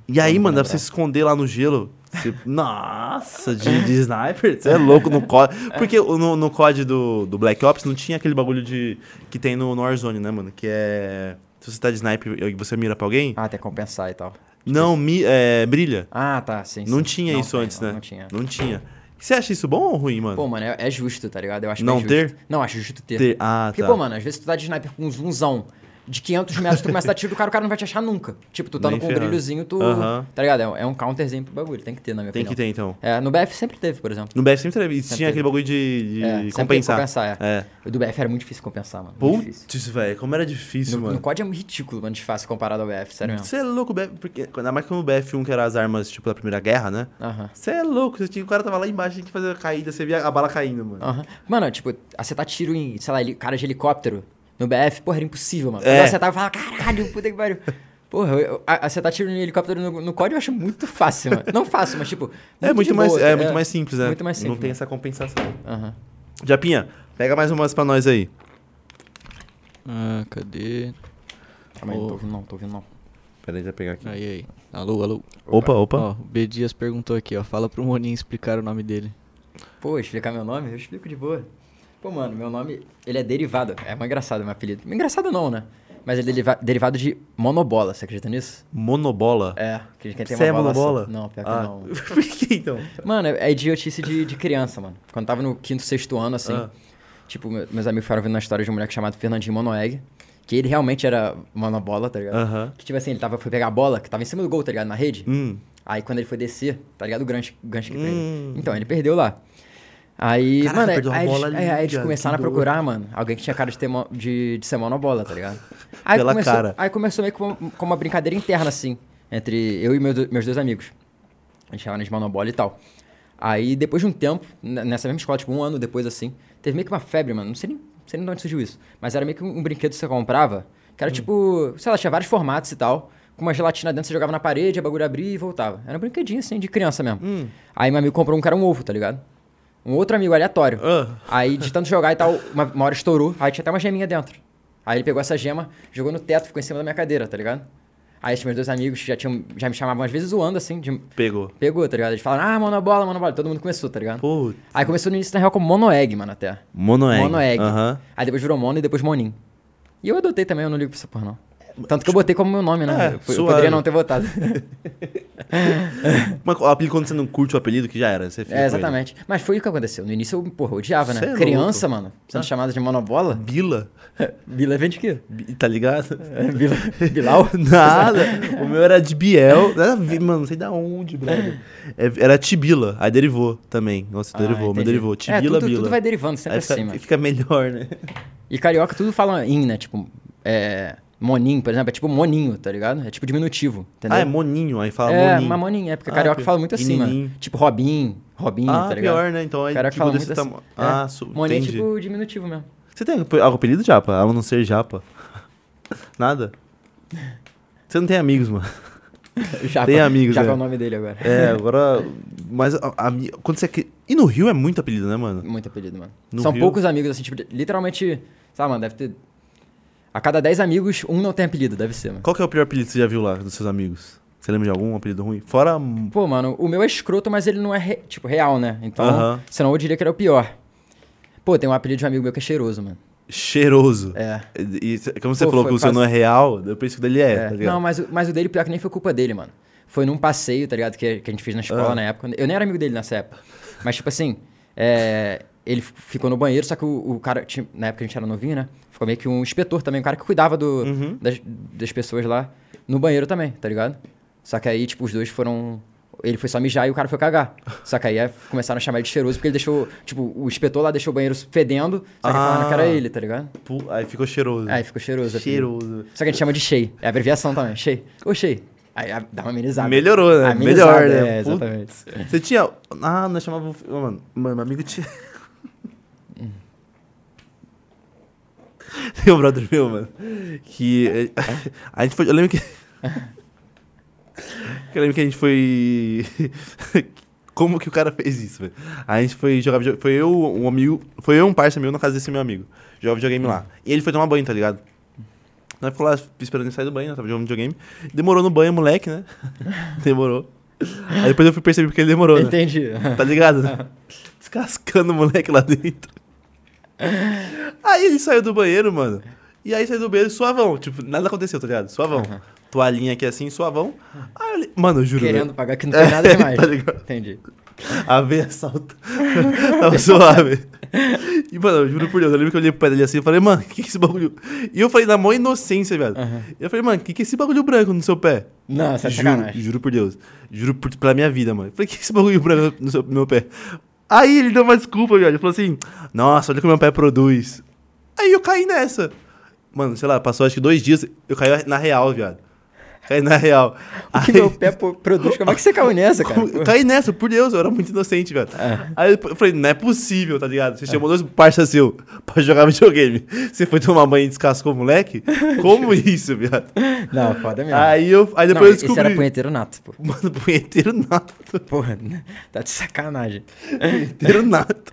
Speaker 2: E aí, mano, dá pra você se esconder lá no gelo. Você- Nossa, de, de sniper? Você é louco no COD. Porque o- no, no COD do, do Black Ops não tinha aquele bagulho de que tem no, no Warzone, né, mano? Que é. Se você tá de sniper e você mira pra alguém,
Speaker 4: Ah, tem que compensar e tal.
Speaker 2: não mi, é, brilha.
Speaker 4: Ah, tá, sim.
Speaker 2: Não
Speaker 4: sim.
Speaker 2: tinha isso
Speaker 4: tem,
Speaker 2: antes,
Speaker 4: não,
Speaker 2: né?
Speaker 4: Não tinha.
Speaker 2: Não tinha. Você acha isso bom ou ruim, mano?
Speaker 4: Pô, mano, é, é justo, tá ligado? Eu acho
Speaker 2: Não
Speaker 4: bem
Speaker 2: ter?
Speaker 4: justo. Não, acho justo ter.
Speaker 2: Ter- Ah,
Speaker 4: Porque,
Speaker 2: tá.
Speaker 4: pô, mano, às vezes tu tá de sniper com um zoomzão de 500 metros, tu começa a dar tiro do cara, o cara não vai te achar nunca. Tipo, tu tá
Speaker 2: Nem
Speaker 4: com um
Speaker 2: ferrando.
Speaker 4: brilhozinho, tu...
Speaker 2: Aham.
Speaker 4: Tá ligado? É um- É um counterzinho pro bagulho, tem que ter, na minha
Speaker 2: Tem que
Speaker 4: opinião.
Speaker 2: ter, então.
Speaker 4: ter. É, no BF sempre teve, por exemplo.
Speaker 2: No BF sempre teve. E
Speaker 4: teve.
Speaker 2: tinha aquele bagulho de, de
Speaker 4: É, sempre
Speaker 2: compensar.
Speaker 4: compensar,
Speaker 2: é.
Speaker 4: O do BF era muito difícil compensar, mano. Muito difícil.
Speaker 2: Putz, velho, como era difícil,
Speaker 4: No,
Speaker 2: mano.
Speaker 4: no COD é ridículo, mano, de fácil comparado ao BF, sério mesmo.
Speaker 2: Você é louco, BF, porque ainda mais que no BF1, que era as armas, tipo, da Primeira Guerra, né?
Speaker 4: Aham.
Speaker 2: Você é louco, você tinha, o cara tava lá embaixo, tinha que fazer a caída, você via a bala caindo, mano.
Speaker 4: Aham. Mano, tipo, acertar tiro em, sei lá, heli- cara de helicóptero no BF, porra, era impossível, mano.
Speaker 2: É.
Speaker 4: Quando eu acertava, eu falava, caralho, puta que pariu. Porra, eu, eu- a- acertar tiro em helicóptero no, no COD eu acho muito fácil, mano. Não fácil, mas tipo.
Speaker 2: é muito
Speaker 4: de
Speaker 2: mais,
Speaker 4: boa,
Speaker 2: é,
Speaker 4: tá
Speaker 2: muito
Speaker 4: ligado?
Speaker 2: mais simples, né?
Speaker 4: Muito mais simples.
Speaker 2: Não tem essa compensação.
Speaker 4: Aham.
Speaker 2: Japinha, pega mais umas pra nós aí.
Speaker 3: Ah, cadê?
Speaker 4: Calma aí, Ah, não tô ouvindo não, tô ouvindo não.
Speaker 2: Pera aí, já pegar aqui.
Speaker 3: Aí, aí. Alô, alô.
Speaker 2: É, Opa, opa.
Speaker 3: Ó, o B Dias perguntou aqui, ó. Fala pro Moninho explicar o nome dele.
Speaker 4: Pô, explicar meu nome? Eu explico de boa. Pô, mano, meu nome, ele é derivado. É uma engraçado meu apelido. Engraçado não, né? Mas ele é deriva- derivado de monobola, você acredita nisso?
Speaker 2: Monobola.
Speaker 4: É, que quem tem
Speaker 2: Você é
Speaker 4: uma bola só-
Speaker 2: monobola?
Speaker 4: Não, pior que
Speaker 2: Ah.
Speaker 4: não.
Speaker 2: Por que então?
Speaker 4: Mano, é é idiotice de, de criança, mano. Quando tava no quinto, sexto ano, assim,
Speaker 2: Ah.
Speaker 4: tipo, me- meus amigos ficaram vendo a história de um moleque chamado Fernandinho Monoeg, que ele realmente era monobola, tá ligado?
Speaker 2: Aham.
Speaker 4: Que tipo assim, ele tava, foi pegar a bola, que tava em cima do gol, tá ligado? Na rede.
Speaker 2: Hum.
Speaker 4: Aí quando ele foi descer, tá ligado? O gancho, o gancho que tem.
Speaker 2: Hum.
Speaker 4: Então, ele perdeu lá. Aí,
Speaker 2: Caraca,
Speaker 4: mano,
Speaker 2: perdeu a
Speaker 4: aí,
Speaker 2: bola
Speaker 4: eles,
Speaker 2: ali,
Speaker 4: é, aí eles
Speaker 2: cara,
Speaker 4: começaram a
Speaker 2: que dor.
Speaker 4: procurar, mano, alguém que tinha cara de, ter mo- de, de ser monobola, tá ligado? Aí
Speaker 2: Pela
Speaker 4: começou,
Speaker 2: cara.
Speaker 4: Aí começou meio como, como uma brincadeira interna, assim, entre eu e meu do- meus dois amigos. A gente chamava de monobola e tal. Aí, depois de um tempo, n- nessa mesma escola, tipo um ano depois, assim, teve meio que uma febre, mano. Não sei nem, não sei nem de onde surgiu isso. Mas era meio que um, um brinquedo que você comprava, que era tipo, sei lá, tinha vários formatos e tal. Com uma gelatina dentro, você jogava na parede, a bagulho abria e voltava. Era um brinquedinho, assim, de criança mesmo. Aí meu amigo comprou um que era um ovo, tá ligado? Um outro amigo aleatório.
Speaker 2: Ah.
Speaker 4: Aí, de tanto jogar e tal, uma, uma hora estourou, aí tinha até uma geminha dentro. Aí ele pegou essa gema, jogou no teto, ficou em cima da minha cadeira, tá ligado? Aí esses meus dois amigos já, tinham, já me chamavam às vezes zoando, assim, de,
Speaker 2: Pegou.
Speaker 4: Pegou, tá ligado? Eles falaram, ah, monobola, monobola. Todo mundo começou, tá ligado?
Speaker 2: Pô,
Speaker 4: Aí começou no início, na real, como monoegg, mano, até.
Speaker 2: monoegg.
Speaker 4: Monoegg.
Speaker 2: Aham.
Speaker 4: Aí depois virou mono e depois monin. E eu adotei também, eu não ligo pra essa porra, não. Tanto que eu botei como meu nome, né?
Speaker 2: É,
Speaker 4: eu, eu
Speaker 2: suave.
Speaker 4: poderia não ter botado.
Speaker 2: Mas o apelido, quando você não curte o apelido, que já era. Você fica com
Speaker 4: é,
Speaker 2: ele.
Speaker 4: exatamente. Mas foi o que aconteceu. No início eu, porra, odiava, né?
Speaker 2: Cê é Ah.
Speaker 4: Criança, mano, sendo chamada de monobola.
Speaker 2: Bila?
Speaker 4: Bila vem de quê?
Speaker 2: Bi- Tá ligado?
Speaker 4: Bila, Bilal?
Speaker 2: Nada. O meu era de Biel. Nada a ver, mano, não sei da onde, brother. É, Era Tibila. Aí derivou também. Nossa, derivou. Mas
Speaker 4: entendi.
Speaker 2: derivou.
Speaker 4: É,
Speaker 2: Tibila,
Speaker 4: tudo,
Speaker 2: Bila.
Speaker 4: tudo vai derivando, sempre
Speaker 2: Aí fica,
Speaker 4: assim, mano.
Speaker 2: fica melhor, né?
Speaker 4: E carioca tudo fala in, né? Tipo, é... Moninho, por exemplo, é tipo moninho, tá ligado? É tipo diminutivo, entendeu?
Speaker 2: Ah, é Moninho. Aí fala
Speaker 4: É,
Speaker 2: Moninho.
Speaker 4: mas moninho, é porque
Speaker 2: Ah,
Speaker 4: carioca
Speaker 2: pi-
Speaker 4: fala muito assim,
Speaker 2: pequenininho.
Speaker 4: mano. Tipo Robin, Robinho,
Speaker 2: Ah,
Speaker 4: tá ligado?
Speaker 2: pior, né? Então aí,
Speaker 4: Carioca
Speaker 2: tipo,
Speaker 4: fala
Speaker 2: desse
Speaker 4: muito
Speaker 2: tamo-
Speaker 4: assim.
Speaker 2: Ah,
Speaker 4: é.
Speaker 2: su-
Speaker 4: Moninho
Speaker 2: entendi.
Speaker 4: é tipo diminutivo mesmo.
Speaker 2: Você tem ap- algum apelido, Japa? A não ser Japa. Nada? Você não tem amigos, mano.
Speaker 4: Japa,
Speaker 2: Tem amigos,
Speaker 4: Japa
Speaker 2: né?
Speaker 4: é o nome dele agora.
Speaker 2: É, agora... Mas a- a mi- quando você... é cri- E no Rio é muito apelido, né, mano?
Speaker 4: Muito apelido, mano.
Speaker 2: No
Speaker 4: São
Speaker 2: Rio?
Speaker 4: poucos amigos, assim, tipo, literalmente, sabe, mano, deve ter... A cada 10 amigos, um não tem apelido, deve ser, mano.
Speaker 2: Qual que é o pior apelido que você já viu lá dos seus amigos? Você lembra de algum apelido ruim? Fora. hum,
Speaker 4: Pô, mano, o meu é escroto, mas ele não é, re- tipo, real, né? Então,
Speaker 2: Aham.
Speaker 4: senão eu diria que era o pior. Pô, tem um apelido de um amigo meu que é cheiroso, mano.
Speaker 2: Cheiroso.
Speaker 4: É.
Speaker 2: E, e como você
Speaker 4: Pô,
Speaker 2: falou
Speaker 4: foi
Speaker 2: que o seu
Speaker 4: quase-
Speaker 2: não é real, eu penso que o dele é,
Speaker 4: É.
Speaker 2: tá ligado?
Speaker 4: não, mas, o- mas o dele, pior que nem foi culpa dele, mano. Foi num
Speaker 2: Ah.
Speaker 4: passeio, tá ligado? Que, que a gente fez na escola na época. Eu nem era amigo dele nessa época. Mas, tipo assim, é, ele f- ficou no banheiro, só que o, o cara, tinha- na época a gente era novinho, né? Ficou meio que um inspetor também, um cara que cuidava do,
Speaker 2: Uhum.
Speaker 4: das, das pessoas lá no banheiro também, tá ligado? Só que aí, tipo, os dois foram. Ele foi só mijar e o cara foi cagar. Só que aí é, começaram a chamar ele de cheiroso, porque ele deixou. Tipo, o inspetor lá deixou o banheiro fedendo, só que
Speaker 2: Ah.
Speaker 4: falaram que era ele, tá ligado?
Speaker 2: Pu- Aí ficou cheiroso.
Speaker 4: Aí ficou cheiroso. assim.
Speaker 2: Cheiroso.
Speaker 4: Só que a gente chama de Shei. É abreviação também. Shei. Ô, Shei. Aí a- dá uma amenizada.
Speaker 2: Melhorou, né?
Speaker 4: Amenizada,
Speaker 2: Melhor, né?
Speaker 4: É,
Speaker 2: Puta.
Speaker 4: exatamente.
Speaker 2: Você tinha. Ah, nós chamava. o- Mano, mano, meu amigo tinha. Tem um brother meu, mano. Que. eh, A gente foi. Eu lembro que. Eu lembro que a gente foi. Como que o cara fez isso, velho? A gente foi jogar videogame. Foi eu, um amigo. Foi eu, e um parceiro meu na casa desse meu amigo. Jogava videogame lá. E ele foi tomar banho, tá ligado? Nós ficou lá esperando ele sair do banho, né? Tava jogando videogame. Demorou no banho, moleque, né? Demorou. Aí depois eu fui perceber porque ele demorou, né?
Speaker 4: Entendi.
Speaker 2: Tá ligado? né? Descascando o moleque lá dentro. Aí ele saiu do banheiro, mano. E aí saiu do banheiro suavão. Tipo, nada aconteceu, tá ligado? Suavão. Toalhinha aqui assim, suavão. Aí eu li- Mano, eu juro.
Speaker 4: Querendo pagar que não tem nada demais.
Speaker 2: tá ligado?
Speaker 4: Entendi.
Speaker 2: velho, A veia salta. Tava suave. E, mano, eu juro por Deus. Eu lembro que eu olhei pro pé dele assim e falei, mano, o que, que é esse bagulho? E eu falei na maior inocência, velho. Eu falei, mano, o que, que é esse bagulho branco no seu pé?
Speaker 4: Não, você é
Speaker 2: juro,
Speaker 4: sacanagem.
Speaker 2: juro por Deus. Juro por, pela minha vida, mano. Eu Falei, que esse bagulho branco no, seu- no meu pé? Aí ele deu uma desculpa, velho. Ele falou assim, nossa, olha o que meu pé produz. Aí eu caí nessa. Mano, sei lá, passou acho que dois dias, eu caí na real, viado. Caí na real.
Speaker 4: O que
Speaker 2: Aí-
Speaker 4: meu pé po- produz? Como é que você caiu nessa, cara?
Speaker 2: eu caí nessa, por Deus, eu era muito inocente, velho. Aí eu falei, não é possível, tá ligado?
Speaker 4: É.
Speaker 2: Você chamou dois parças seu pra jogar videogame. Você foi tomar banho e descascou o moleque? Como isso, viado?
Speaker 4: Não, foda mesmo.
Speaker 2: Aí eu. Aí
Speaker 4: É. não,
Speaker 2: depois eu
Speaker 4: Esse era
Speaker 2: descobri.
Speaker 4: punheteiro nato, pô.
Speaker 2: Mano, punheteiro nato.
Speaker 4: Porra, né? tá de sacanagem.
Speaker 2: Punheteiro nato.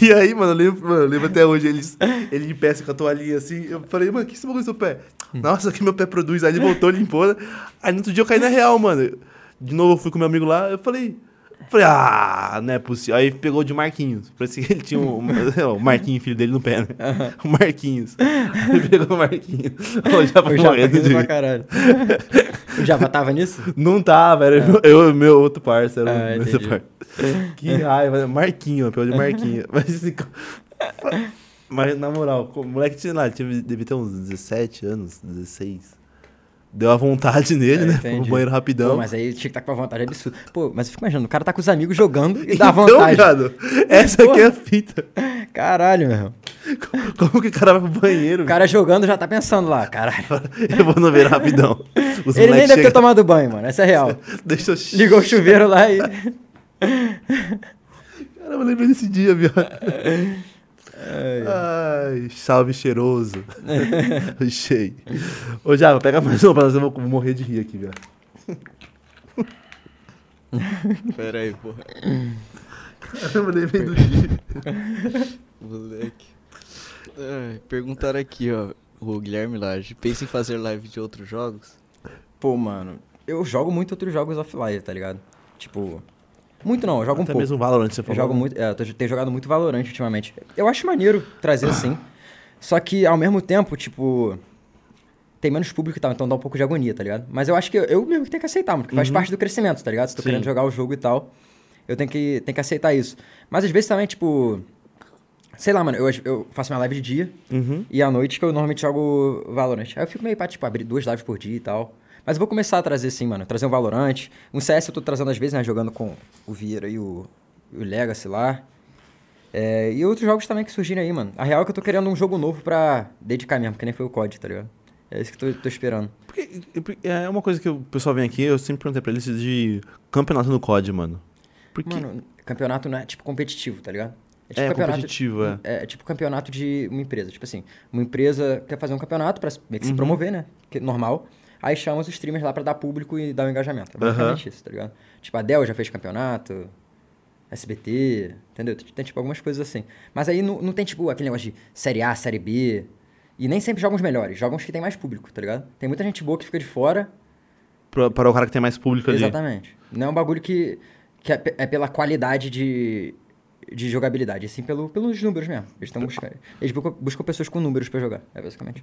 Speaker 2: E aí, mano, eu lembro, mano, eu lembro até hoje eles, ele de pé assim, com a toalhinha assim. Eu falei, mano, o que esse bagulho no seu pé?
Speaker 4: Hum.
Speaker 2: Nossa, o que meu pé produz. Aí ele voltou, limpou. né? Aí no outro dia eu caí na real, mano. De novo eu fui com meu amigo lá, eu falei. Falei, ah, não é possível. Aí pegou de Marquinhos. Parece que ele tinha um, um- o Marquinhos, filho dele, no pé, né? O Marquinhos. Ele pegou o Marquinhos. Ó, já foi
Speaker 4: Eu já
Speaker 2: morrendo de
Speaker 4: pra
Speaker 2: rir.
Speaker 4: caralho. O Java tava nisso?
Speaker 2: Não tava, era eu e meu outro parceiro.
Speaker 4: É. Ah,
Speaker 2: meu
Speaker 4: entendi.
Speaker 2: outro parça. Que raiva, né? Marquinho, pelo de Marquinho. Mas, assim, co- mas na moral, co- o moleque tinha lá, tinha, devia ter uns 17 anos, 16. Deu a vontade nele,
Speaker 4: É,
Speaker 2: né? Foi
Speaker 4: entendi.
Speaker 2: no banheiro rapidão.
Speaker 4: Pô, mas aí tinha que estar com uma vontade absurda. Pô, mas eu fico imaginando, o cara tá com os amigos jogando e dá
Speaker 2: então,
Speaker 4: vontade.
Speaker 2: viado, essa aqui é a fita.
Speaker 4: Caralho, meu irmão.
Speaker 2: Co- Como que o cara vai pro banheiro?
Speaker 4: O cara jogando já tá pensando lá, caralho.
Speaker 2: Eu vou no banheiro rapidão. Os
Speaker 4: Ele nem
Speaker 2: moleques
Speaker 4: deve ter
Speaker 2: chegam-
Speaker 4: tomado banho, mano. Essa é real.
Speaker 2: Deixa eu...
Speaker 4: Ligou o chuveiro lá e.
Speaker 2: Caramba, eu lembrei desse dia, viado. Ai, salve cheiroso. Cheio. Ô, Java, pega mais uma pra nós, eu vou morrer de rir aqui, viado.
Speaker 3: Pera aí, porra.
Speaker 2: Caramba, eu lembrei do dia.
Speaker 3: Moleque. Ai, perguntaram aqui, ó. O Guilherme Lage. Pensa em fazer live de outros jogos?
Speaker 4: Pô, mano, eu jogo muito outros jogos offline, tá ligado? Tipo. Muito não, eu jogo um
Speaker 2: Até
Speaker 4: pouco.
Speaker 2: mesmo Valorant, você
Speaker 4: Eu
Speaker 2: falou.
Speaker 4: jogo muito. É, eu tô- tenho jogado muito Valorant ultimamente. Eu acho maneiro trazer assim. Só que ao mesmo tempo, tipo. Tem menos público e tal, então dá um pouco de agonia, tá ligado? Mas eu acho que eu, eu mesmo que tenho que aceitar, mano, porque faz parte do crescimento, tá ligado? Se tô
Speaker 2: Uhum. Sim.
Speaker 4: querendo jogar o jogo e tal, eu tenho que, tenho que aceitar isso. Mas às vezes também, tipo. Sei lá, mano, eu, eu faço minha live de dia e à noite que eu normalmente jogo Valorant. Aí eu fico meio pra, tipo, abrir duas lives por dia e tal. Mas eu vou começar a trazer sim, mano. Trazer um Valorant. Um CS eu tô trazendo às vezes, né? Jogando com o Vieira e o, o Legacy lá. É, e outros jogos também que surgiram aí, mano. A real é que eu tô querendo um jogo novo pra dedicar mesmo, que nem foi o COD, tá ligado? É isso que eu tô, tô esperando.
Speaker 2: Porque, porque é uma coisa que o pessoal vem aqui, eu sempre perguntei pra eles de campeonato no COD, mano. Porque
Speaker 4: Mano, campeonato não é tipo competitivo, tá ligado?
Speaker 2: é
Speaker 4: campeonato-
Speaker 2: competitivo, é.
Speaker 4: É, tipo campeonato de uma empresa. Tipo assim, uma empresa quer fazer um campeonato pra se- meio
Speaker 2: Uhum.
Speaker 4: que se promover, né? Que é normal. Aí chama os streamers lá pra dar público e dar um engajamento. É basicamente isso, tá ligado? Tipo, a Dell já fez campeonato, SBT, entendeu? Tem tipo algumas coisas assim. Mas aí não, não tem tipo aquele negócio de série A, série B. E nem sempre jogam os melhores, jogam os que tem mais público, tá ligado? Tem muita gente boa que fica de fora.
Speaker 2: Pra- Para o cara que tem mais público ali.
Speaker 4: Exatamente. Não é um bagulho que, que é, pe- é pela qualidade de, de jogabilidade, assim, pelo, pelos números mesmo. Eles estão buscando. Eles buscam, buscam pessoas com números pra jogar, é basicamente.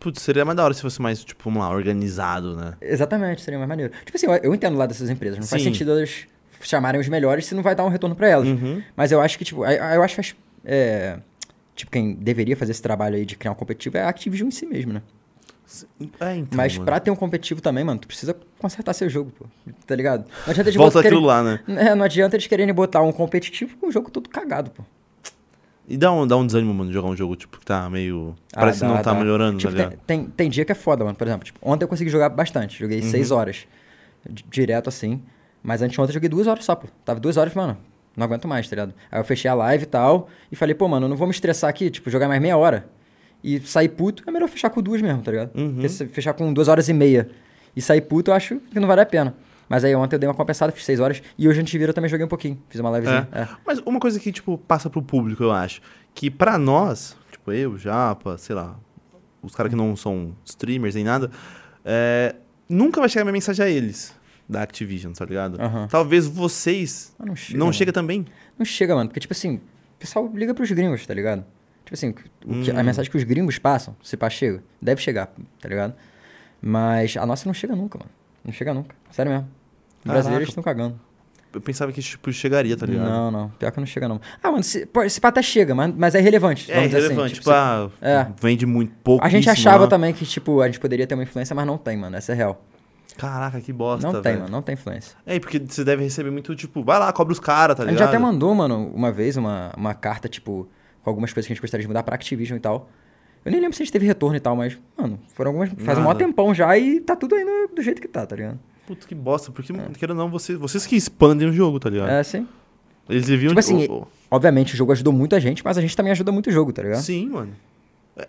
Speaker 2: Putz, seria mais da hora se fosse mais, tipo, vamos lá, organizado, né?
Speaker 4: Exatamente, seria mais maneiro. Tipo assim, eu, eu entendo lá dessas empresas, não faz
Speaker 2: Sim.
Speaker 4: sentido elas chamarem os melhores, você não vai dar um retorno pra elas.
Speaker 2: Uhum.
Speaker 4: Mas eu acho que, tipo, aí- aí eu acho que faz. é, tipo, quem deveria fazer esse trabalho aí de criar um competitivo é a Activision em si mesmo, né?
Speaker 2: É, então,
Speaker 4: Mas
Speaker 2: mano.
Speaker 4: pra ter um competitivo também, mano, tu precisa consertar seu jogo, pô. Tá ligado? Não adianta eles
Speaker 2: Volta
Speaker 4: botarem-
Speaker 2: aquilo lá, né?
Speaker 4: É, não adianta eles quererem botar um competitivo com o jogo todo cagado, pô.
Speaker 2: E dá um, dá um desânimo, mano, de jogar um jogo, tipo, que tá meio. Parece
Speaker 4: Ah,
Speaker 2: que não
Speaker 4: dá,
Speaker 2: tá
Speaker 4: dá.
Speaker 2: melhorando,
Speaker 4: Tipo,
Speaker 2: tá
Speaker 4: tem-
Speaker 2: ligado?
Speaker 4: Tem, tem, dia que é foda, mano. Por exemplo, tipo, ontem eu consegui jogar bastante. Joguei
Speaker 2: Uhum.
Speaker 4: 6 horas. di- Direto assim. Mas anteontem eu joguei duas horas só, pô. Tava duas horas, mano. Não aguento mais, tá ligado? Aí eu fechei a live e tal. E falei, pô, mano, eu não vou me estressar aqui. Tipo, jogar mais meia hora. E sair puto, é melhor fechar com duas mesmo, tá ligado?
Speaker 2: Uhum.
Speaker 4: Porque se fechar com duas horas e meia e sair puto, eu acho que não vale a pena. Mas aí ontem eu dei uma compensada, fiz seis horas. E hoje a gente vira, eu também joguei um pouquinho. Fiz uma livezinha.
Speaker 2: É.
Speaker 4: É.
Speaker 2: Mas uma coisa que, tipo, passa pro público, eu acho. Que pra nós, tipo, eu, Japa, sei lá, os caras que não são streamers nem nada, é, nunca vai chegar minha mensagem a eles, da Activision, tá ligado?
Speaker 4: Aham.
Speaker 2: Talvez vocês
Speaker 4: Mas Ah, não chega,
Speaker 2: não
Speaker 4: mano.
Speaker 2: chega também.
Speaker 4: Não chega, mano, porque, tipo assim, o pessoal liga pros gringos, tá ligado? Tipo assim, o que- a
Speaker 2: Hum.
Speaker 4: mensagem que os gringos passam, se pá, chega. Deve chegar, tá ligado? Mas a nossa não chega nunca, mano. Não chega nunca. Sério mesmo. Os brasileiros estão cagando.
Speaker 2: Eu pensava que, tipo, chegaria, tá ligado?
Speaker 4: Não, não. Pior que não chega, não. Ah, mano, se, pô, esse pá até chega, mas, mas é relevante.
Speaker 2: É irrelevante, tipo, ah,
Speaker 4: é.
Speaker 2: vende muito né? pouco.
Speaker 4: a gente achava também que, tipo, a gente poderia ter uma influência, mas não tem, mano. Essa é real.
Speaker 2: Caraca, que bosta,
Speaker 4: Não tem,
Speaker 2: velho.
Speaker 4: mano. Não tem influência.
Speaker 2: É, porque você deve receber muito, tipo, vai lá, cobra os caras, tá
Speaker 4: a gente
Speaker 2: ligado?
Speaker 4: até mandou, mano, uma vez uma, uma carta, tipo, com algumas coisas que a gente gostaria de mudar pra Activision e tal. Eu nem lembro se a gente teve retorno e tal, mas, mano, foram algumas. Faz um maior
Speaker 2: Nada.
Speaker 4: tempão já e tá tudo ainda do jeito que tá, tá ligado?
Speaker 2: Puta, que bosta, porque, querendo ou não, vocês, vocês que expandem o jogo, tá ligado?
Speaker 4: É, assim.
Speaker 2: Eles deviam...
Speaker 4: Tipo assim,
Speaker 2: o- o-
Speaker 4: obviamente o jogo ajudou muito a gente, mas a gente também ajuda muito o jogo, tá ligado?
Speaker 2: Sim, mano.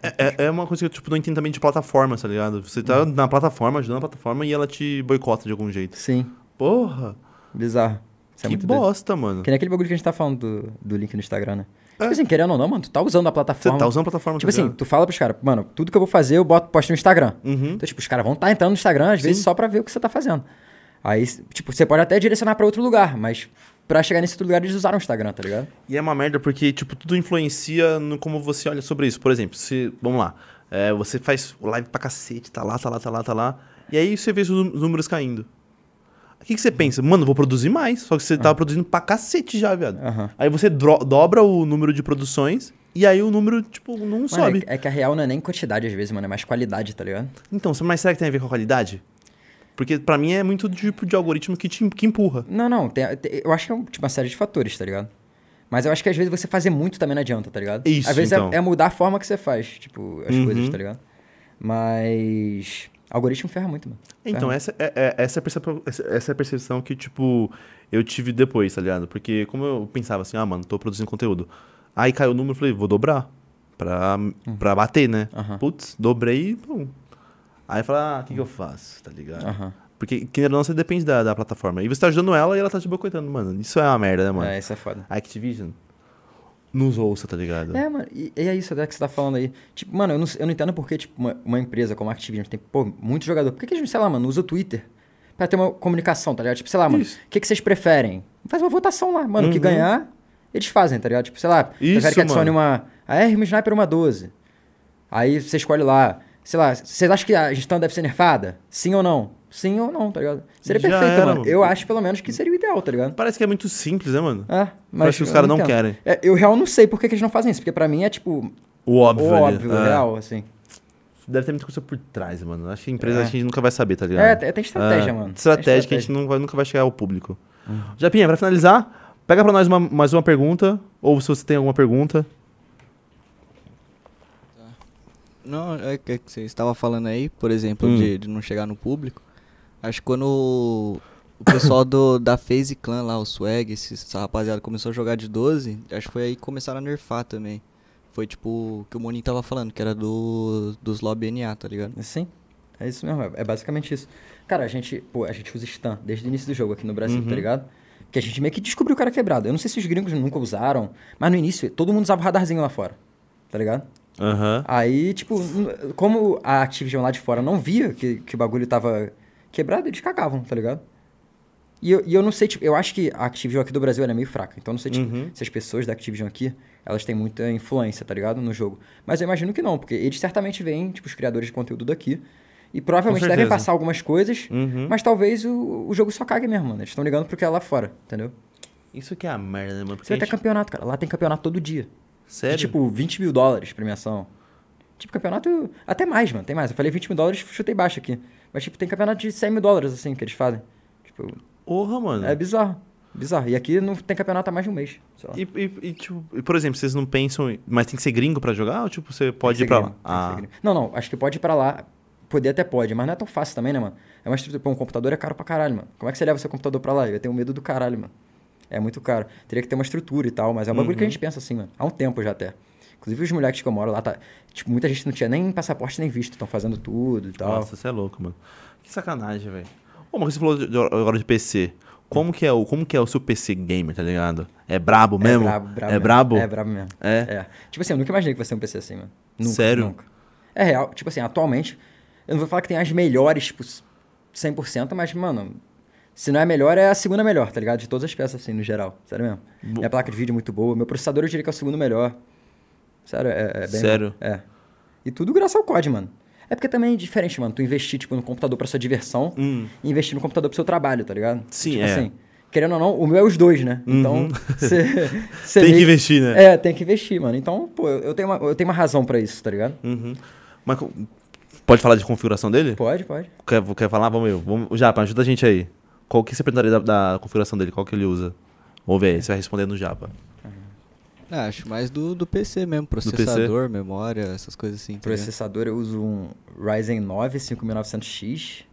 Speaker 2: É, é, é uma coisa que eu tipo, não entendo também de plataforma, tá ligado? Você tá
Speaker 4: Uhum.
Speaker 2: na plataforma, ajudando a plataforma e ela te boicota de algum jeito.
Speaker 4: Sim.
Speaker 2: Porra!
Speaker 4: Bizarro. Isso é
Speaker 2: que
Speaker 4: muito doido.
Speaker 2: bosta, mano.
Speaker 4: Que nem aquele bagulho que a gente tá falando do, do link no Instagram, né?
Speaker 2: É.
Speaker 4: Tipo assim, querendo ou não, mano, tu tá usando a
Speaker 2: Você
Speaker 4: plataforma.
Speaker 2: tá usando a plataforma
Speaker 4: Tipo
Speaker 2: tá
Speaker 4: assim,
Speaker 2: ligado?
Speaker 4: tu fala pros caras, mano, tudo que eu vou fazer eu boto, posto no Instagram.
Speaker 2: Uhum.
Speaker 4: Então, tipo, os caras vão estar entrando no Instagram, às vezes, só pra ver o que você tá fazendo. Aí, tipo, você pode até direcionar pra outro lugar, mas pra chegar nesse outro lugar, eles usaram o Instagram, tá ligado?
Speaker 2: E é uma merda porque, tipo, tudo influencia no como você olha sobre isso. Por exemplo, se. Vamos lá. é, você faz live pra cacete, tá lá, tá lá, tá lá, tá lá. E aí você vê os nú- os números caindo. O que, que você pensa? Mano, vou produzir mais. Só que você tava produzindo pra cacete já, viado.
Speaker 4: Ah. Aham.
Speaker 2: Aí você dro- dobra o número de produções e aí o número, tipo, não
Speaker 4: Mano,
Speaker 2: sobe.
Speaker 4: É, é que a real não é nem quantidade às vezes, mano, é mais qualidade, tá ligado?
Speaker 2: Então, mas será que tem a ver com a qualidade? Porque pra mim é muito tipo de algoritmo que te que empurra.
Speaker 4: Não, não, tem- tem- eu acho que é um- tipo, uma série de fatores, tá ligado? Mas eu acho que às vezes você fazer muito também não adianta, tá ligado?
Speaker 2: Isso,
Speaker 4: Às vezes é-
Speaker 2: então.
Speaker 4: é, mudar a forma que você faz, tipo, as
Speaker 2: Uhum.
Speaker 4: coisas, tá ligado? Mas. Algoritmo ferra muito, mano.
Speaker 2: Então, essa é, é- essa, é a percepção, essa- essa é a percepção que, tipo, eu tive depois, tá ligado? Porque como eu pensava assim, ah, mano, tô produzindo conteúdo. Aí caiu o número, eu falei, vou dobrar. Pra, pra bater, né?
Speaker 4: Uhum. Aham. Uhum.
Speaker 2: Putz, dobrei e pum. Aí fala, ah, o que, que eu faço, tá ligado?
Speaker 4: Aham.
Speaker 2: Porque, querendo ou não, você depende da, da plataforma. E você tá ajudando ela e ela tá te boicotando, mano. Isso é uma merda, né, mano?
Speaker 4: É, isso é foda.
Speaker 2: A Activision nos ouça, tá ligado?
Speaker 4: É, mano, e, e é isso até que você tá falando aí. Tipo, mano, eu não, eu não entendo por que, tipo, uma, uma empresa como a Activision tem, pô, muito jogador. Por que, que eles, não, sei lá, mano, usa o Twitter pra ter uma comunicação, tá ligado? Tipo, sei lá, mano, o que, que vocês preferem? Faz uma votação lá, mano, o que
Speaker 2: Uhum.
Speaker 4: ganhar, eles fazem, tá ligado? Tipo, sei lá,
Speaker 2: Isso,
Speaker 4: prefere que adicione
Speaker 2: mano.
Speaker 4: uma AR, uma Sniper, uma 12. Aí você escolhe lá, sei lá, vocês acham que a gestão deve ser nerfada? Sim ou não? Sim ou não, tá ligado? Seria
Speaker 2: Já
Speaker 4: perfeito,
Speaker 2: era,
Speaker 4: mano.
Speaker 2: mano.
Speaker 4: Eu acho, pelo menos, que seria o ideal, tá ligado?
Speaker 2: Parece que é muito simples, né, mano?
Speaker 4: É, mas
Speaker 2: Parece que os
Speaker 4: eu
Speaker 2: caras não
Speaker 4: entendo.
Speaker 2: querem.
Speaker 4: É, eu real não sei por que, que eles não fazem isso, porque pra mim é tipo,
Speaker 2: O óbvio,
Speaker 4: ou
Speaker 2: ali.
Speaker 4: óbvio,
Speaker 2: É.
Speaker 4: real, assim.
Speaker 2: Deve ter muita coisa por trás, mano. Acho que a empresa
Speaker 4: É.
Speaker 2: a gente nunca vai saber, tá ligado?
Speaker 4: É, tem- tem estratégia, mano. Tem
Speaker 2: Estratégia Uhum. que a gente não vai- nunca vai chegar ao público. Japinha, pra finalizar, pega pra nós uma- mais uma pergunta, ou se você tem alguma pergunta.
Speaker 3: Não, é que é que você estava falando aí, por exemplo,
Speaker 2: Hum.
Speaker 3: de, de não chegar no público. Acho que quando o, o pessoal do, da FaZe Clan lá, o Swag, esse- essa rapaziada começou a jogar de 12, acho que foi aí que começaram a nerfar também. Foi tipo o que o Moninho tava falando, que era do, dos lobby NA, tá ligado?
Speaker 4: Sim. É isso mesmo, é- é basicamente isso. Cara, a gente, pô, a gente usa stun desde o início do jogo aqui no Brasil,
Speaker 2: Uhum.
Speaker 4: tá ligado? Que a gente meio que descobriu o cara quebrado. Eu não sei se os gringos nunca usaram, mas no início todo mundo usava o radarzinho lá fora, tá ligado?
Speaker 2: Aham.
Speaker 4: Aí, tipo, n- como a Activision lá de fora não via que, que o bagulho tava quebrado, eles cagavam, tá ligado? E eu, e eu não sei, tipo, eu acho que a Activision aqui do Brasil ela é meio fraca. Então eu não sei, tipo, se as pessoas da Activision aqui, elas têm muita influência, tá ligado? No jogo. Mas eu imagino que não, porque eles certamente veem, tipo, os criadores de conteúdo daqui. E E provavelmente
Speaker 2: Com
Speaker 4: devem
Speaker 2: certeza.
Speaker 4: passar algumas coisas, mas talvez o, o jogo só cague mesmo, mano. Eles estão ligando porque é lá fora, entendeu?
Speaker 2: Isso que é a merda, né, mano? Porque
Speaker 4: Você vai
Speaker 2: a
Speaker 4: ter
Speaker 2: gente-
Speaker 4: campeonato, cara. Lá tem campeonato todo dia. De,
Speaker 2: Sério?
Speaker 4: tipo, 20 mil dólares premiação. Tipo, campeonato. Até mais, mano. Tem mais. Eu falei 20 mil dólares, chutei baixo aqui. Mas, tipo, tem campeonato de 100 mil dólares, assim, que eles fazem. Tipo,
Speaker 2: Porra, mano.
Speaker 4: é bizarro. Bizarro. E aqui não tem campeonato há mais de um mês. Sei lá.
Speaker 2: E, e- e, tipo, e, por exemplo, vocês não pensam. em- Mas tem que ser gringo pra jogar? Ou tipo, você pode
Speaker 4: Tem
Speaker 2: ir
Speaker 4: que ser
Speaker 2: pra
Speaker 4: gringo,
Speaker 2: lá?
Speaker 4: tem que ser
Speaker 2: Ah,
Speaker 4: gringo. Não, não, acho que pode ir pra lá. Poder até pode, mas não é tão fácil também, né, mano? É uma estrutura. Pô, um computador é caro pra caralho, mano. Como é que você leva seu computador pra lá? Eu tenho medo do caralho, mano. É muito caro. Teria que ter uma estrutura e tal, mas é um bagulho
Speaker 2: Uhum.
Speaker 4: que a gente pensa assim, mano. Há um tempo já até. Inclusive os moleques que eu moro lá, tá. Tipo, muita gente não tinha nem passaporte nem visto, estão fazendo tudo e tal.
Speaker 2: nossa, você é louco, mano. Que sacanagem, velho. Ô, mas você falou de- de- agora de PC. Como que, é o, como que é o seu PC gamer, tá ligado? É brabo mesmo?
Speaker 4: É brabo, brabo
Speaker 2: É
Speaker 4: mesmo.
Speaker 2: brabo?
Speaker 4: É brabo mesmo.
Speaker 2: É?
Speaker 4: Tipo assim, eu nunca imaginei que vai ser um PC assim, mano. Nunca,
Speaker 2: Sério?
Speaker 4: Nunca. É real. Tipo assim, atualmente, eu não vou falar que tem as melhores, tipo, 100%, mas, mano, se não é a melhor, é a segunda melhor, tá ligado? De todas as peças, assim, no geral. Sério mesmo. Minha placa de vídeo é muito boa. Meu processador eu diria que é o segundo melhor. Sério, é, é bem...
Speaker 2: Sério?
Speaker 4: É. E tudo graças ao COD, mano. É porque também é diferente, mano. Tu investir, tipo, no computador pra sua diversão e investir no computador pro seu trabalho, tá ligado?
Speaker 2: Hum. Sim,
Speaker 4: tipo
Speaker 2: é. Uhum.
Speaker 4: assim, querendo ou não, o meu é os dois, né? Então, você.
Speaker 2: Tem que investir, né?
Speaker 4: É, tem que investir, mano. Então, pô, eu eu tenho uma, eu tenho uma razão pra isso, tá ligado?
Speaker 2: Uhum. Mas co- pode falar de configuração dele?
Speaker 4: Pode, pode.
Speaker 2: Quer, quer falar? Vamos eu. Vamos, Japa, ajuda a gente aí. Qual que você perguntaria da, da configuração dele? Qual que ele usa? Vamos ver aí, você vai responder no Japa.
Speaker 3: Ah, acho mais do, do PC mesmo,
Speaker 2: PC?
Speaker 3: processador, memória, essas coisas assim. tá ligado?
Speaker 4: Processador, eu uso um Ryzen 9 5900X.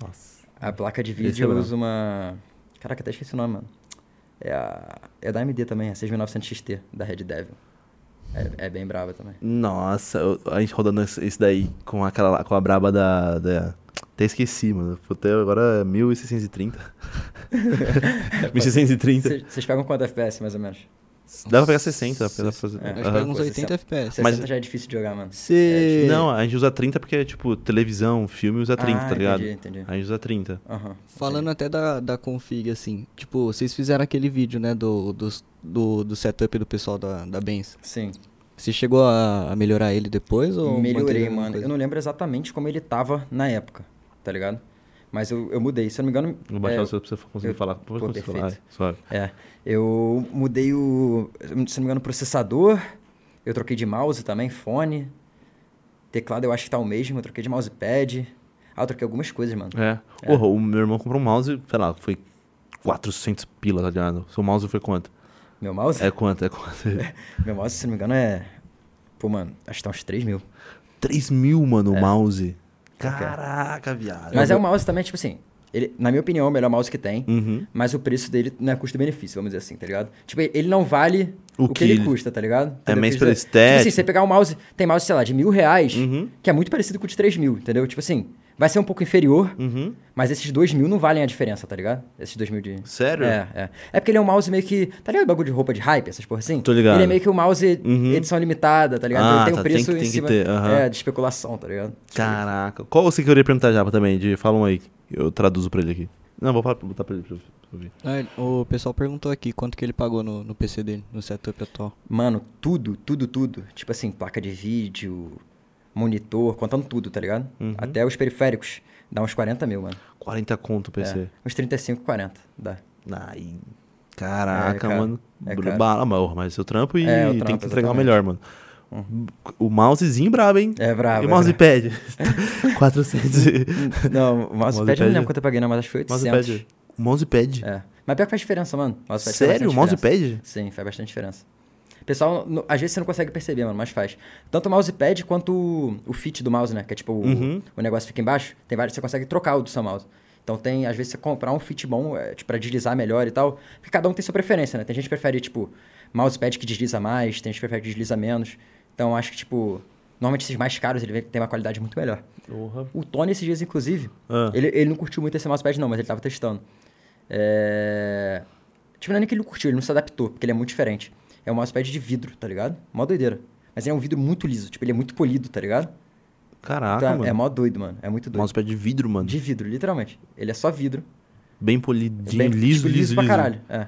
Speaker 2: Nossa.
Speaker 4: A placa de
Speaker 2: Esse é
Speaker 4: vídeo eu
Speaker 2: brabo.
Speaker 4: uso uma. Caraca, até esqueci o nome, mano. É, a... é da AMD também, a 6900XT, da Red Devil. É, é bem brava também.
Speaker 2: Nossa, eu- a gente rodando esse esse daí com aquela lá- com a braba da. da- Até esqueci, mano. Até agora é 1630. 1630.
Speaker 4: Vocês pegam quanto FPS, mais ou menos?
Speaker 2: Dá pra pegar 60. dá pra- dá pra fazer-
Speaker 4: É,
Speaker 3: Acho que
Speaker 2: Aham.
Speaker 3: pega uns
Speaker 4: Pô,
Speaker 3: 80 FPS.
Speaker 4: 60
Speaker 2: Mas- É, tipo,
Speaker 4: já é difícil de jogar, mano.
Speaker 3: Você.
Speaker 2: Não, a gente usa 30 porque, tipo, televisão, filme usa 30,
Speaker 4: Ah,
Speaker 2: tá ligado?
Speaker 4: entendi, entendi.
Speaker 2: A gente usa 30.
Speaker 4: Aham.
Speaker 3: Falando até da, da config, assim, tipo, vocês fizeram aquele vídeo, né, do, dos- do, do setup do pessoal da, da Benz.
Speaker 4: Sim.
Speaker 3: Você chegou a, a melhorar ele depois ou manteve a
Speaker 4: Melhorei,
Speaker 3: mesma
Speaker 4: mano.
Speaker 3: coisa?
Speaker 4: Eu não lembro exatamente como ele tava na época, tá ligado? Mas eu, eu mudei, se eu não me engano.
Speaker 2: Vou baixar
Speaker 4: é,
Speaker 2: o seu pra você conseguir
Speaker 4: eu-
Speaker 2: falar.
Speaker 4: pô,
Speaker 2: Pode
Speaker 4: perfeito.
Speaker 2: falar. Ai, suave.
Speaker 4: É. Eu mudei o. Se eu não me engano, o processador. Eu troquei de mouse também, fone. Teclado eu acho que tá o mesmo. Eu troquei de mousepad. Ah, eu troquei algumas coisas, mano.
Speaker 2: É. Porra, o meu irmão comprou um mouse, sei lá, foi 400 pila, tá ligado? Seu mouse foi quanto?
Speaker 4: Meu mouse?
Speaker 2: É quanto? É quanto?
Speaker 4: Meu mouse, se eu não me engano, é. Pô, mano, acho que tá uns 3 mil.
Speaker 2: 3 mil, mano, o mouse. Caraca, viado.
Speaker 4: É. Mas é um mouse também, tipo assim. Ele, na minha opinião, é o melhor mouse que tem.
Speaker 2: Uhum.
Speaker 4: Mas o preço dele não é custo-benefício, vamos dizer assim, tá ligado? Tipo, ele ele não vale
Speaker 2: O
Speaker 4: o,
Speaker 2: que
Speaker 4: que ele
Speaker 2: ele- É
Speaker 4: custa, tá ligado? Entendeu?
Speaker 2: mais
Speaker 4: Quer
Speaker 2: pela
Speaker 4: dizer, Tipo assim,
Speaker 2: estética.
Speaker 4: você pegar um mouse, tem mouse, sei lá, de mil reais,
Speaker 2: Uhum.
Speaker 4: que é muito parecido com o de três mil, entendeu? Tipo assim, vai ser um pouco inferior,
Speaker 2: Uhum.
Speaker 4: mas esses dois mil não valem a diferença, tá ligado? Esses dois mil de...
Speaker 2: Sério?
Speaker 4: É, é. É porque ele é um mouse meio que... Tá ligado o bagulho de roupa de hype, essas porra assim?
Speaker 2: Tô ligado.
Speaker 4: Ele é meio que um mouse
Speaker 2: Uhum.
Speaker 4: edição limitada, tá ligado?
Speaker 2: Ah,
Speaker 4: ele tem um
Speaker 2: tá, tem
Speaker 4: preço
Speaker 2: que- tem
Speaker 4: em
Speaker 2: que
Speaker 4: cima...
Speaker 2: ter, aham.
Speaker 4: É, de especulação, tá ligado?
Speaker 2: Caraca. Qual você queria perguntar já também? De, fala um aí. Eu traduzo pra ele aqui. Não, vou falar- botar pra ele pra eu ouvir.
Speaker 3: Ah, ele- o pessoal perguntou aqui quanto que ele pagou no, no PC dele, no setup atual.
Speaker 4: Mano, tudo, tudo, tudo. Tipo assim, placa de vídeo, monitor, contando tudo, tá ligado? Até os periféricos. Dá uns 40 mil, mano.
Speaker 2: 40 conto o
Speaker 4: É,
Speaker 2: PC.
Speaker 4: uns 35, 40. Dá.
Speaker 2: Ai.
Speaker 4: É, é
Speaker 2: Caraca,
Speaker 4: caro.
Speaker 2: mano.
Speaker 4: É
Speaker 2: Br-
Speaker 4: caro.
Speaker 2: Bala, mas, mas seu trampo e
Speaker 4: É, o
Speaker 2: tem
Speaker 4: trampo,
Speaker 2: que entregar o
Speaker 4: exatamente. Uhum.
Speaker 2: melhor, mano. O mousezinho brabo, hein?
Speaker 4: É brabo,
Speaker 2: E o
Speaker 4: é
Speaker 2: mousepad? 400. e-
Speaker 4: Não, o mousepad eu não
Speaker 2: Mousepad-
Speaker 4: lembro quanto eu paguei, não, mas acho que foi 800.
Speaker 2: mousepad. Mousepad?
Speaker 4: É. Mas pior que faz diferença, mano. Mousepad faz
Speaker 2: Sério?
Speaker 4: bastante
Speaker 2: Mousepad?
Speaker 4: diferença. Sim, faz bastante diferença. Pessoal, no- às vezes você não consegue perceber, mano, mas faz. Tanto o mousepad quanto o, o fit do mouse, né? Que é tipo, o, o negócio fica embaixo. Tem vários, você consegue trocar o do seu mouse. Então tem, às vezes você comprar um fit bom, é, tipo, pra deslizar melhor e tal. Porque cada um tem sua preferência, né? Tem gente que prefere, tipo, mousepad que desliza mais, tem gente que prefere que desliza menos. Então acho que, tipo, normalmente esses mais caros, ele vê que tem uma qualidade muito melhor. O Tony, esses dias, inclusive,
Speaker 2: Ah.
Speaker 4: ele, ele não curtiu muito esse mousepad, não, mas ele tava testando. É... Tipo, não é nem que ele não curtiu, ele não se adaptou, porque ele é muito diferente. É um mousepad de vidro, tá ligado? Mó doideira. Mas ele é um vidro muito liso, tipo, ele é muito polido, tá ligado?
Speaker 2: Caraca,
Speaker 4: Tá,
Speaker 2: Ah, mano.
Speaker 4: é mó doido, mano. É muito doido.
Speaker 2: Mousepad de vidro, mano.
Speaker 4: De vidro, literalmente. Ele é só vidro.
Speaker 2: Bem
Speaker 4: É
Speaker 2: polidinho,
Speaker 4: bem-
Speaker 2: liso,
Speaker 4: tipo,
Speaker 2: liso, liso.
Speaker 4: pra caralho. É.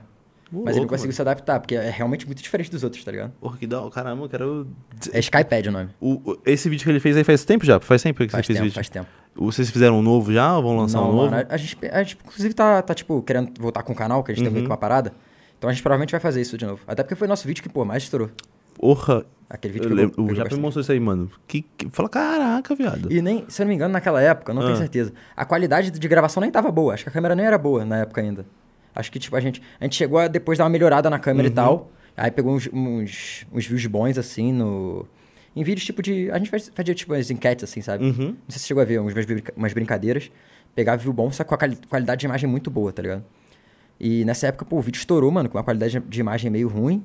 Speaker 2: Ô,
Speaker 4: Mas ele não
Speaker 2: louco,
Speaker 4: conseguiu
Speaker 2: mano.
Speaker 4: se adaptar, porque é realmente muito diferente dos outros, tá ligado?
Speaker 2: Porra, que da hora. Caramba, eu quero.
Speaker 4: É Skypad o nome.
Speaker 2: O- o- esse vídeo que ele fez aí faz tempo já? Faz tempo que
Speaker 4: Faz
Speaker 2: você fez
Speaker 4: tempo,
Speaker 2: vídeo?
Speaker 4: faz tempo.
Speaker 2: Vocês fizeram um novo já? Ou vão lançar
Speaker 4: Não,
Speaker 2: um novo?
Speaker 4: mano, é a, a gente, a gente, inclusive, tá, tá, tipo, querendo voltar com o canal, que a gente
Speaker 2: Uhum.
Speaker 4: tá meio com uma parada. Então a gente provavelmente vai fazer isso de novo. Até porque foi nosso vídeo que, pô, mais estourou.
Speaker 2: Porra.
Speaker 4: Aquele vídeo
Speaker 2: Eu
Speaker 4: que
Speaker 2: lembro,
Speaker 4: pegou
Speaker 2: o Japa me
Speaker 4: bastante.
Speaker 2: mostrou isso aí, mano. Que, que- fala, caraca, viado.
Speaker 4: E nem, se eu não me engano, naquela época, não tenho certeza, a qualidade de gravação nem tava boa. Acho que a câmera nem era boa na época ainda. Acho que, tipo, a gente, a gente chegou a depois dar uma melhorada na câmera e tal. Aí pegou uns, uns, uns views bons, assim, no... Em vídeos, tipo, de... A gente faz- fazia, tipo, umas enquetes, assim, sabe? Não sei se você chegou a ver, uns, umas, brinca- umas brincadeiras. Pegava view bom, só com a quali- qualidade de imagem muito boa, tá ligado? E nessa época, pô, o vídeo estourou, mano, com uma qualidade de imagem meio ruim.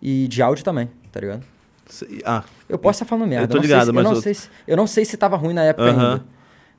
Speaker 4: E de áudio também, tá ligado?
Speaker 2: Cê- Ah,
Speaker 4: Eu posso estar falando merda.
Speaker 2: tô
Speaker 4: não sei
Speaker 2: ligado,
Speaker 4: se-
Speaker 2: mas
Speaker 4: eu não,
Speaker 2: eu-
Speaker 4: sei se, eu não sei se tava ruim na época
Speaker 2: Aham.
Speaker 4: ainda.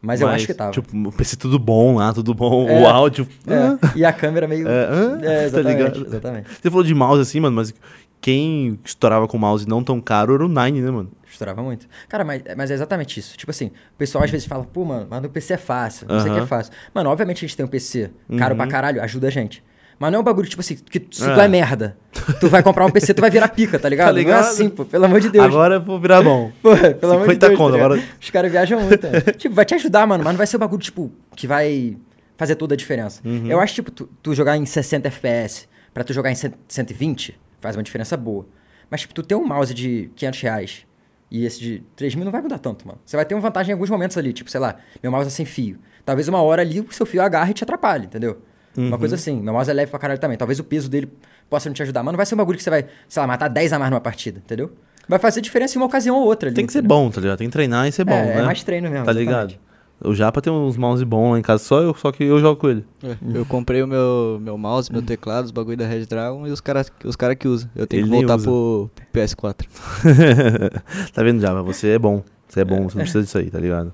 Speaker 4: Mas, eu acho que tava.
Speaker 2: Tipo, o PC tudo bom lá, tudo bom.
Speaker 4: É.
Speaker 2: O áudio. ah.
Speaker 4: É, e a câmera meio.
Speaker 2: É, hã?
Speaker 4: É,
Speaker 2: Tá
Speaker 4: exatamente,
Speaker 2: ligado?
Speaker 4: exatamente.
Speaker 2: Você falou de mouse assim, mano, mas quem estourava com mouse não tão caro era o Nine, né, mano?
Speaker 4: Estourava muito. Cara, mas, mas é exatamente isso. Tipo assim, o pessoal às vezes fala, pô, mano, mas no PC é fácil, não sei o que é
Speaker 2: Aham. Uhum.
Speaker 4: fácil. Mano, obviamente a gente tem um PC caro pra caralho, ajuda a gente. Mas não é um bagulho, tipo assim, que tu- se tu
Speaker 2: É.
Speaker 4: é merda, tu vai comprar um PC, tu vai virar pica, tá ligado?
Speaker 2: ligado?
Speaker 4: Não é assim, pô, pelo amor de Deus.
Speaker 2: Agora eu vou virar bom.
Speaker 4: Pô, pelo amor de
Speaker 2: 50
Speaker 4: Deus. tá
Speaker 2: conto,
Speaker 4: ligado?
Speaker 2: agora-
Speaker 4: Os caras viajam muito. né? tipo, vai te ajudar, mano, mas não vai ser o bagulho, tipo, que vai fazer toda a diferença.
Speaker 2: Uhum.
Speaker 4: Eu acho, tipo, tu, tu jogar em 60 FPS pra tu jogar em 100 120 faz uma diferença boa. Mas, tipo, tu ter um mouse de 500 reais e esse de 3 mil não vai mudar tanto, mano. Você vai ter uma vantagem em alguns momentos ali, tipo, sei lá, meu mouse é sem fio. Talvez uma hora ali o seu fio agarre e te atrapalhe, entendeu? Uma coisa
Speaker 2: Uhum.
Speaker 4: assim, meu mouse é leve pra caralho também. Talvez o peso dele possa não te ajudar, mas não vai ser um bagulho que você vai, sei lá, matar 10 a mais numa partida, entendeu? Vai fazer diferença em uma ocasião ou outra ali.
Speaker 2: Tem que ser
Speaker 4: entendeu?
Speaker 2: bom, tá ligado? Tem que treinar e ser bom,
Speaker 4: é
Speaker 2: né?
Speaker 4: mais treino mesmo,
Speaker 2: Tá
Speaker 4: exatamente.
Speaker 2: ligado? O Japa tem uns mouse bons lá em casa, só, eu, só que eu jogo com ele.
Speaker 3: É, Eu comprei o meu, meu mouse, meu teclado, os bagulho da Red Dragon e os caras os cara que usam. Eu tenho
Speaker 2: Ele
Speaker 3: que
Speaker 2: nem
Speaker 3: voltar
Speaker 2: usa.
Speaker 3: pro PS4.
Speaker 2: tá vendo, Japa? Você é bom. Você é bom, você não precisa disso aí, tá ligado?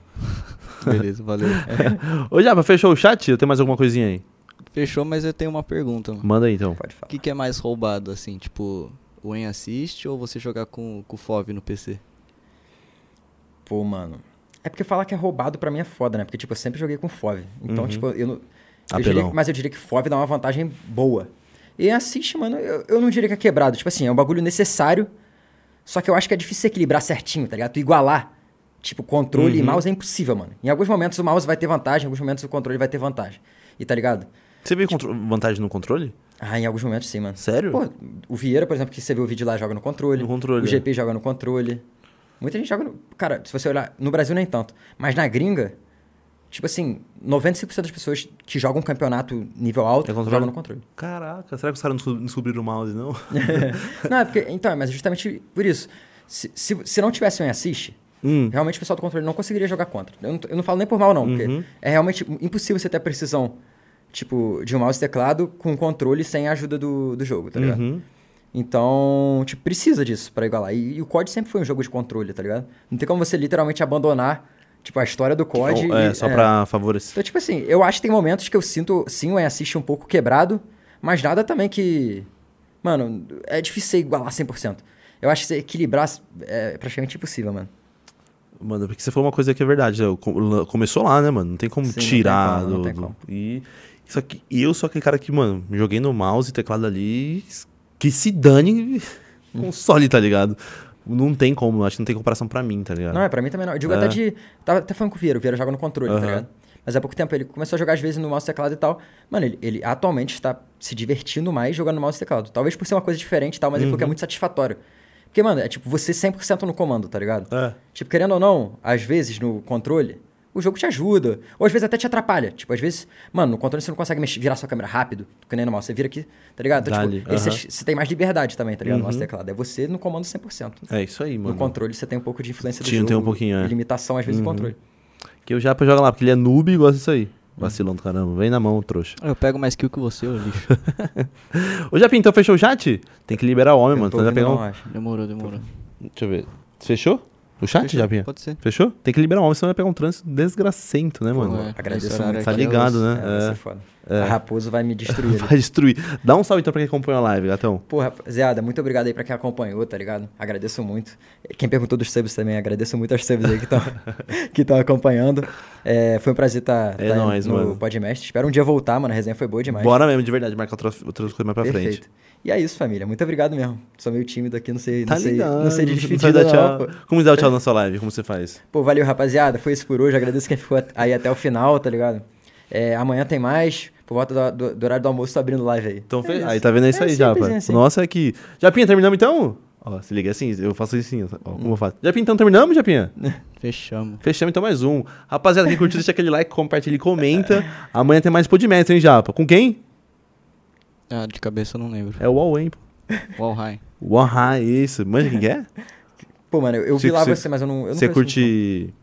Speaker 3: Beleza, valeu.
Speaker 2: Ô, Japa, fechou o chat? Eu tenho mais alguma coisinha aí?
Speaker 3: Fechou, mas eu tenho uma pergunta, mano.
Speaker 2: Manda aí, então.
Speaker 4: Pode
Speaker 3: O
Speaker 4: falar.
Speaker 3: que, que é mais roubado, assim? Tipo, o En assiste ou você jogar com, com o FOV no PC?
Speaker 4: Pô, mano. É porque falar que é roubado pra mim é foda, né? Porque, tipo, eu sempre joguei com FOV. Então, tipo, eu não. Eu
Speaker 2: Apelão.
Speaker 4: diria, mas eu diria que FOV dá uma vantagem boa. E assiste, mano, eu, eu não diria que é quebrado. Tipo assim, é um bagulho necessário. Só que eu acho que é difícil você equilibrar certinho, tá ligado? Tu igualar. Tipo, controle e mouse é impossível, mano. Em alguns momentos o mouse vai ter vantagem, em alguns momentos o controle vai ter vantagem. E tá ligado?
Speaker 2: Você vê contro- vantagem no controle?
Speaker 4: Ah, em alguns momentos sim, mano.
Speaker 2: Sério?
Speaker 4: Pô, o Vieira, por exemplo, que você vê o vídeo lá, joga no controle.
Speaker 2: No controle,
Speaker 4: O
Speaker 2: é.
Speaker 4: GP joga no controle. Muita gente joga no... Cara, se você olhar... No Brasil nem tanto. Mas na gringa, tipo assim, 95% das pessoas que jogam um campeonato nível alto
Speaker 2: É controle?
Speaker 4: jogam no controle.
Speaker 2: Caraca, será que os caras não descob- não descobriram o mouse, não?
Speaker 4: Não, é porque... Então, é, mas é justamente por isso. Se, se, se não tivesse um assist,
Speaker 2: Hum.
Speaker 4: realmente o pessoal do controle não conseguiria jogar contra. Eu não, tô- eu não falo nem por mal, não.
Speaker 2: Uhum.
Speaker 4: Porque é realmente impossível você ter a precisão, tipo, de um mouse e teclado com controle sem a ajuda do, do jogo, tá ligado?
Speaker 2: Uhum.
Speaker 4: Então, tipo, precisa disso pra igualar. E, e o COD sempre foi um jogo de controle, tá ligado? Não tem como você literalmente abandonar, tipo, a história do COD.
Speaker 2: Ou- é,
Speaker 4: e-
Speaker 2: só pra favorecer.
Speaker 4: Então, tipo assim, eu acho que tem momentos que eu sinto, sim, o assiste um pouco quebrado, mas nada também que... Mano, é difícil você igualar 100%. Eu acho que você equilibrar é praticamente impossível, mano.
Speaker 2: Mano, porque você falou uma coisa que é verdade. né? O com- la- Começou lá, né, mano? Não tem como
Speaker 4: Sim, não tem
Speaker 2: tirar
Speaker 4: como, não
Speaker 2: do-
Speaker 4: tem
Speaker 2: do.
Speaker 4: como.
Speaker 2: E. Só que eu sou aquele cara que, mano, joguei no mouse e teclado ali. Que se dane
Speaker 4: Hum.
Speaker 2: console, tá ligado? Não tem como, acho que não tem comparação pra mim, tá ligado?
Speaker 4: Não, é, pra mim também não. Eu digo
Speaker 2: É.
Speaker 4: até de. Tava até falando com o Vieira, o Vieira joga no controle,
Speaker 2: Aham.
Speaker 4: tá ligado? Mas há pouco tempo ele começou a jogar às vezes no mouse e teclado e tal. Mano, ele, ele atualmente está se divertindo mais jogando no mouse e teclado. Talvez por ser uma coisa diferente e tal, mas ele falou que
Speaker 2: Uhum.
Speaker 4: é muito satisfatório. Porque, mano, é tipo, você 100% no comando, tá ligado?
Speaker 2: É.
Speaker 4: Tipo, querendo ou não, às vezes no controle, o jogo te ajuda. Ou às vezes até te atrapalha. Tipo, às vezes, mano, no controle você não consegue mexer, virar sua câmera rápido, que nem no mouse. Você vira aqui, tá ligado? Então,
Speaker 2: Dá-lhe,
Speaker 4: tipo, esse-
Speaker 2: aham.
Speaker 4: você tem mais liberdade também, tá ligado? No mouse e teclado. É você no comando 100%.
Speaker 2: É isso aí,
Speaker 4: No
Speaker 2: mano.
Speaker 4: controle você tem um pouco de influência do
Speaker 2: Tinha-
Speaker 4: jogo.
Speaker 2: tem um pouquinho, é.
Speaker 4: E limitação, às vezes, do controle.
Speaker 2: Que o Japa joga lá, porque ele é noob e gosta disso aí.
Speaker 4: Hum.
Speaker 2: Vacilão do caramba, vem na mão, trouxa.
Speaker 3: Eu pego mais kill que você, ô lixo.
Speaker 2: Ô, Japinho, então fechou o chat? Tem que liberar o homem, mano.
Speaker 4: tô
Speaker 2: Então já
Speaker 4: ouvindo,
Speaker 2: pegar
Speaker 4: não,
Speaker 2: um...
Speaker 4: acho.
Speaker 3: Demorou, demorou.
Speaker 2: Deixa eu ver. Fechou? O chat,
Speaker 3: Fechou,
Speaker 2: Japinha?
Speaker 3: Pode ser.
Speaker 2: Fechou? Tem que liberar o homem, senão vai pegar um trânsito um desgracento, né, mano?
Speaker 3: Ué,
Speaker 4: agradeço
Speaker 3: esse horário
Speaker 4: muito.
Speaker 2: Tá
Speaker 3: aqui é
Speaker 2: ligado,
Speaker 3: osso.
Speaker 4: É, vai
Speaker 2: né?
Speaker 4: ser
Speaker 2: É.
Speaker 4: foda. A Raposo vai me destruir.
Speaker 2: Vai destruir. Dá um salve então pra quem acompanha a live, gatão.
Speaker 4: Pô, rapaziada, muito obrigado aí pra quem acompanhou, tá ligado? Agradeço muito. Quem perguntou dos subs também, agradeço muito aos subs aí que estão que tão acompanhando. É, foi um prazer estar
Speaker 2: É nóis,
Speaker 4: no
Speaker 2: mano.
Speaker 4: podcast. Espero um dia voltar, mano. A resenha foi boa demais.
Speaker 2: Bora mesmo, de verdade, marcar outras, outras coisas mais pra
Speaker 4: Perfeito.
Speaker 2: frente.
Speaker 4: E é isso, família. Muito obrigado mesmo. Sou meio tímido aqui, não sei,
Speaker 2: Tá
Speaker 4: não sei,
Speaker 2: ligado.
Speaker 4: não sei de
Speaker 2: sabe
Speaker 4: despedida,
Speaker 2: dar
Speaker 4: não,
Speaker 2: tchau.
Speaker 4: pô.
Speaker 2: Como dá o tchau na sua live? Como você faz?
Speaker 4: Pô, valeu, rapaziada. Foi isso por hoje. Agradeço quem ficou at- aí até o final, tá ligado? É, amanhã tem mais. Por volta do, do- do horário do almoço, tô abrindo live aí.
Speaker 2: Então, fe-
Speaker 4: isso.
Speaker 2: aí tá vendo é isso
Speaker 4: É
Speaker 2: aí,
Speaker 4: simples,
Speaker 2: Japa.
Speaker 4: é assim.
Speaker 2: Nossa, é que. Japinha, terminamos então? Ó, se liga assim, eu faço assim, ó, como eu faço. Japinha, então terminamos, Japinha?
Speaker 3: Fechamos.
Speaker 2: Fechamos então mais um. Rapaziada, quem curtiu, deixa aquele like, compartilha e comenta. Amanhã tem mais Podmestre, hein, Japa? Com quem?
Speaker 3: Ah, de cabeça eu não lembro.
Speaker 2: É o Huawei, pô.
Speaker 3: Wall High.
Speaker 2: Uahá, isso. Manja quem que é?
Speaker 4: Pô, mano, eu, eu
Speaker 2: Você-
Speaker 4: vi lá
Speaker 2: você-
Speaker 4: você, mas eu não. eu não
Speaker 2: Você
Speaker 4: conheço
Speaker 2: curte.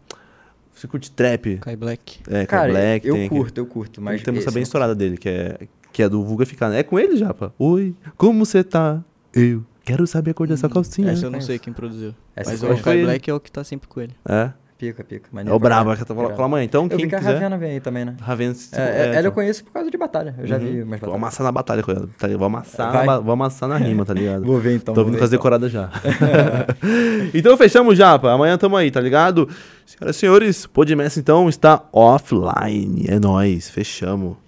Speaker 2: Você curte trap?
Speaker 3: Kai Black.
Speaker 2: É,
Speaker 4: Cara,
Speaker 2: cara, Black,
Speaker 4: eu
Speaker 2: tem aqui-
Speaker 4: curto, eu curto, mas.
Speaker 2: tem uma música
Speaker 4: esse
Speaker 2: bem
Speaker 4: não-
Speaker 2: estourada dele, que é, que é do Vulga Ficar, né? É com ele, Japa. Oi, como você tá? Eu quero saber a cor
Speaker 4: Hum,
Speaker 2: dessa calcinha.
Speaker 3: Essa eu não sei quem produziu.
Speaker 4: Essa
Speaker 3: mas
Speaker 4: foi
Speaker 3: o
Speaker 4: ele.
Speaker 2: Foi
Speaker 3: Kai
Speaker 2: ele.
Speaker 3: Black é o que tá sempre com ele.
Speaker 2: É,
Speaker 4: Pica, pica.
Speaker 2: é o brabo, que tá falando com a mãe. Então,
Speaker 4: Eu vi
Speaker 2: quem
Speaker 4: que a
Speaker 2: quiser...
Speaker 4: Ravena vem aí também, né?
Speaker 2: Raven... se-
Speaker 4: É, é-
Speaker 2: é,
Speaker 4: ela eu
Speaker 2: então.
Speaker 4: conheço por causa de batalha. Eu já vi
Speaker 2: Uhum.
Speaker 4: umas
Speaker 2: Vou
Speaker 4: batalhas.
Speaker 2: amassar na batalha com ela, tá ligado? Vou amassar, na,
Speaker 4: Vai.
Speaker 2: ba- vou amassar na rima, tá ligado?
Speaker 4: Vou ver então. vou
Speaker 2: Tô vindo
Speaker 4: ver
Speaker 2: com as
Speaker 4: então.
Speaker 2: decoradas já. então fechamos, Japa. Amanhã tamo aí, tá ligado? Senhoras e senhores, Podmess então está offline. É nóis, fechamos.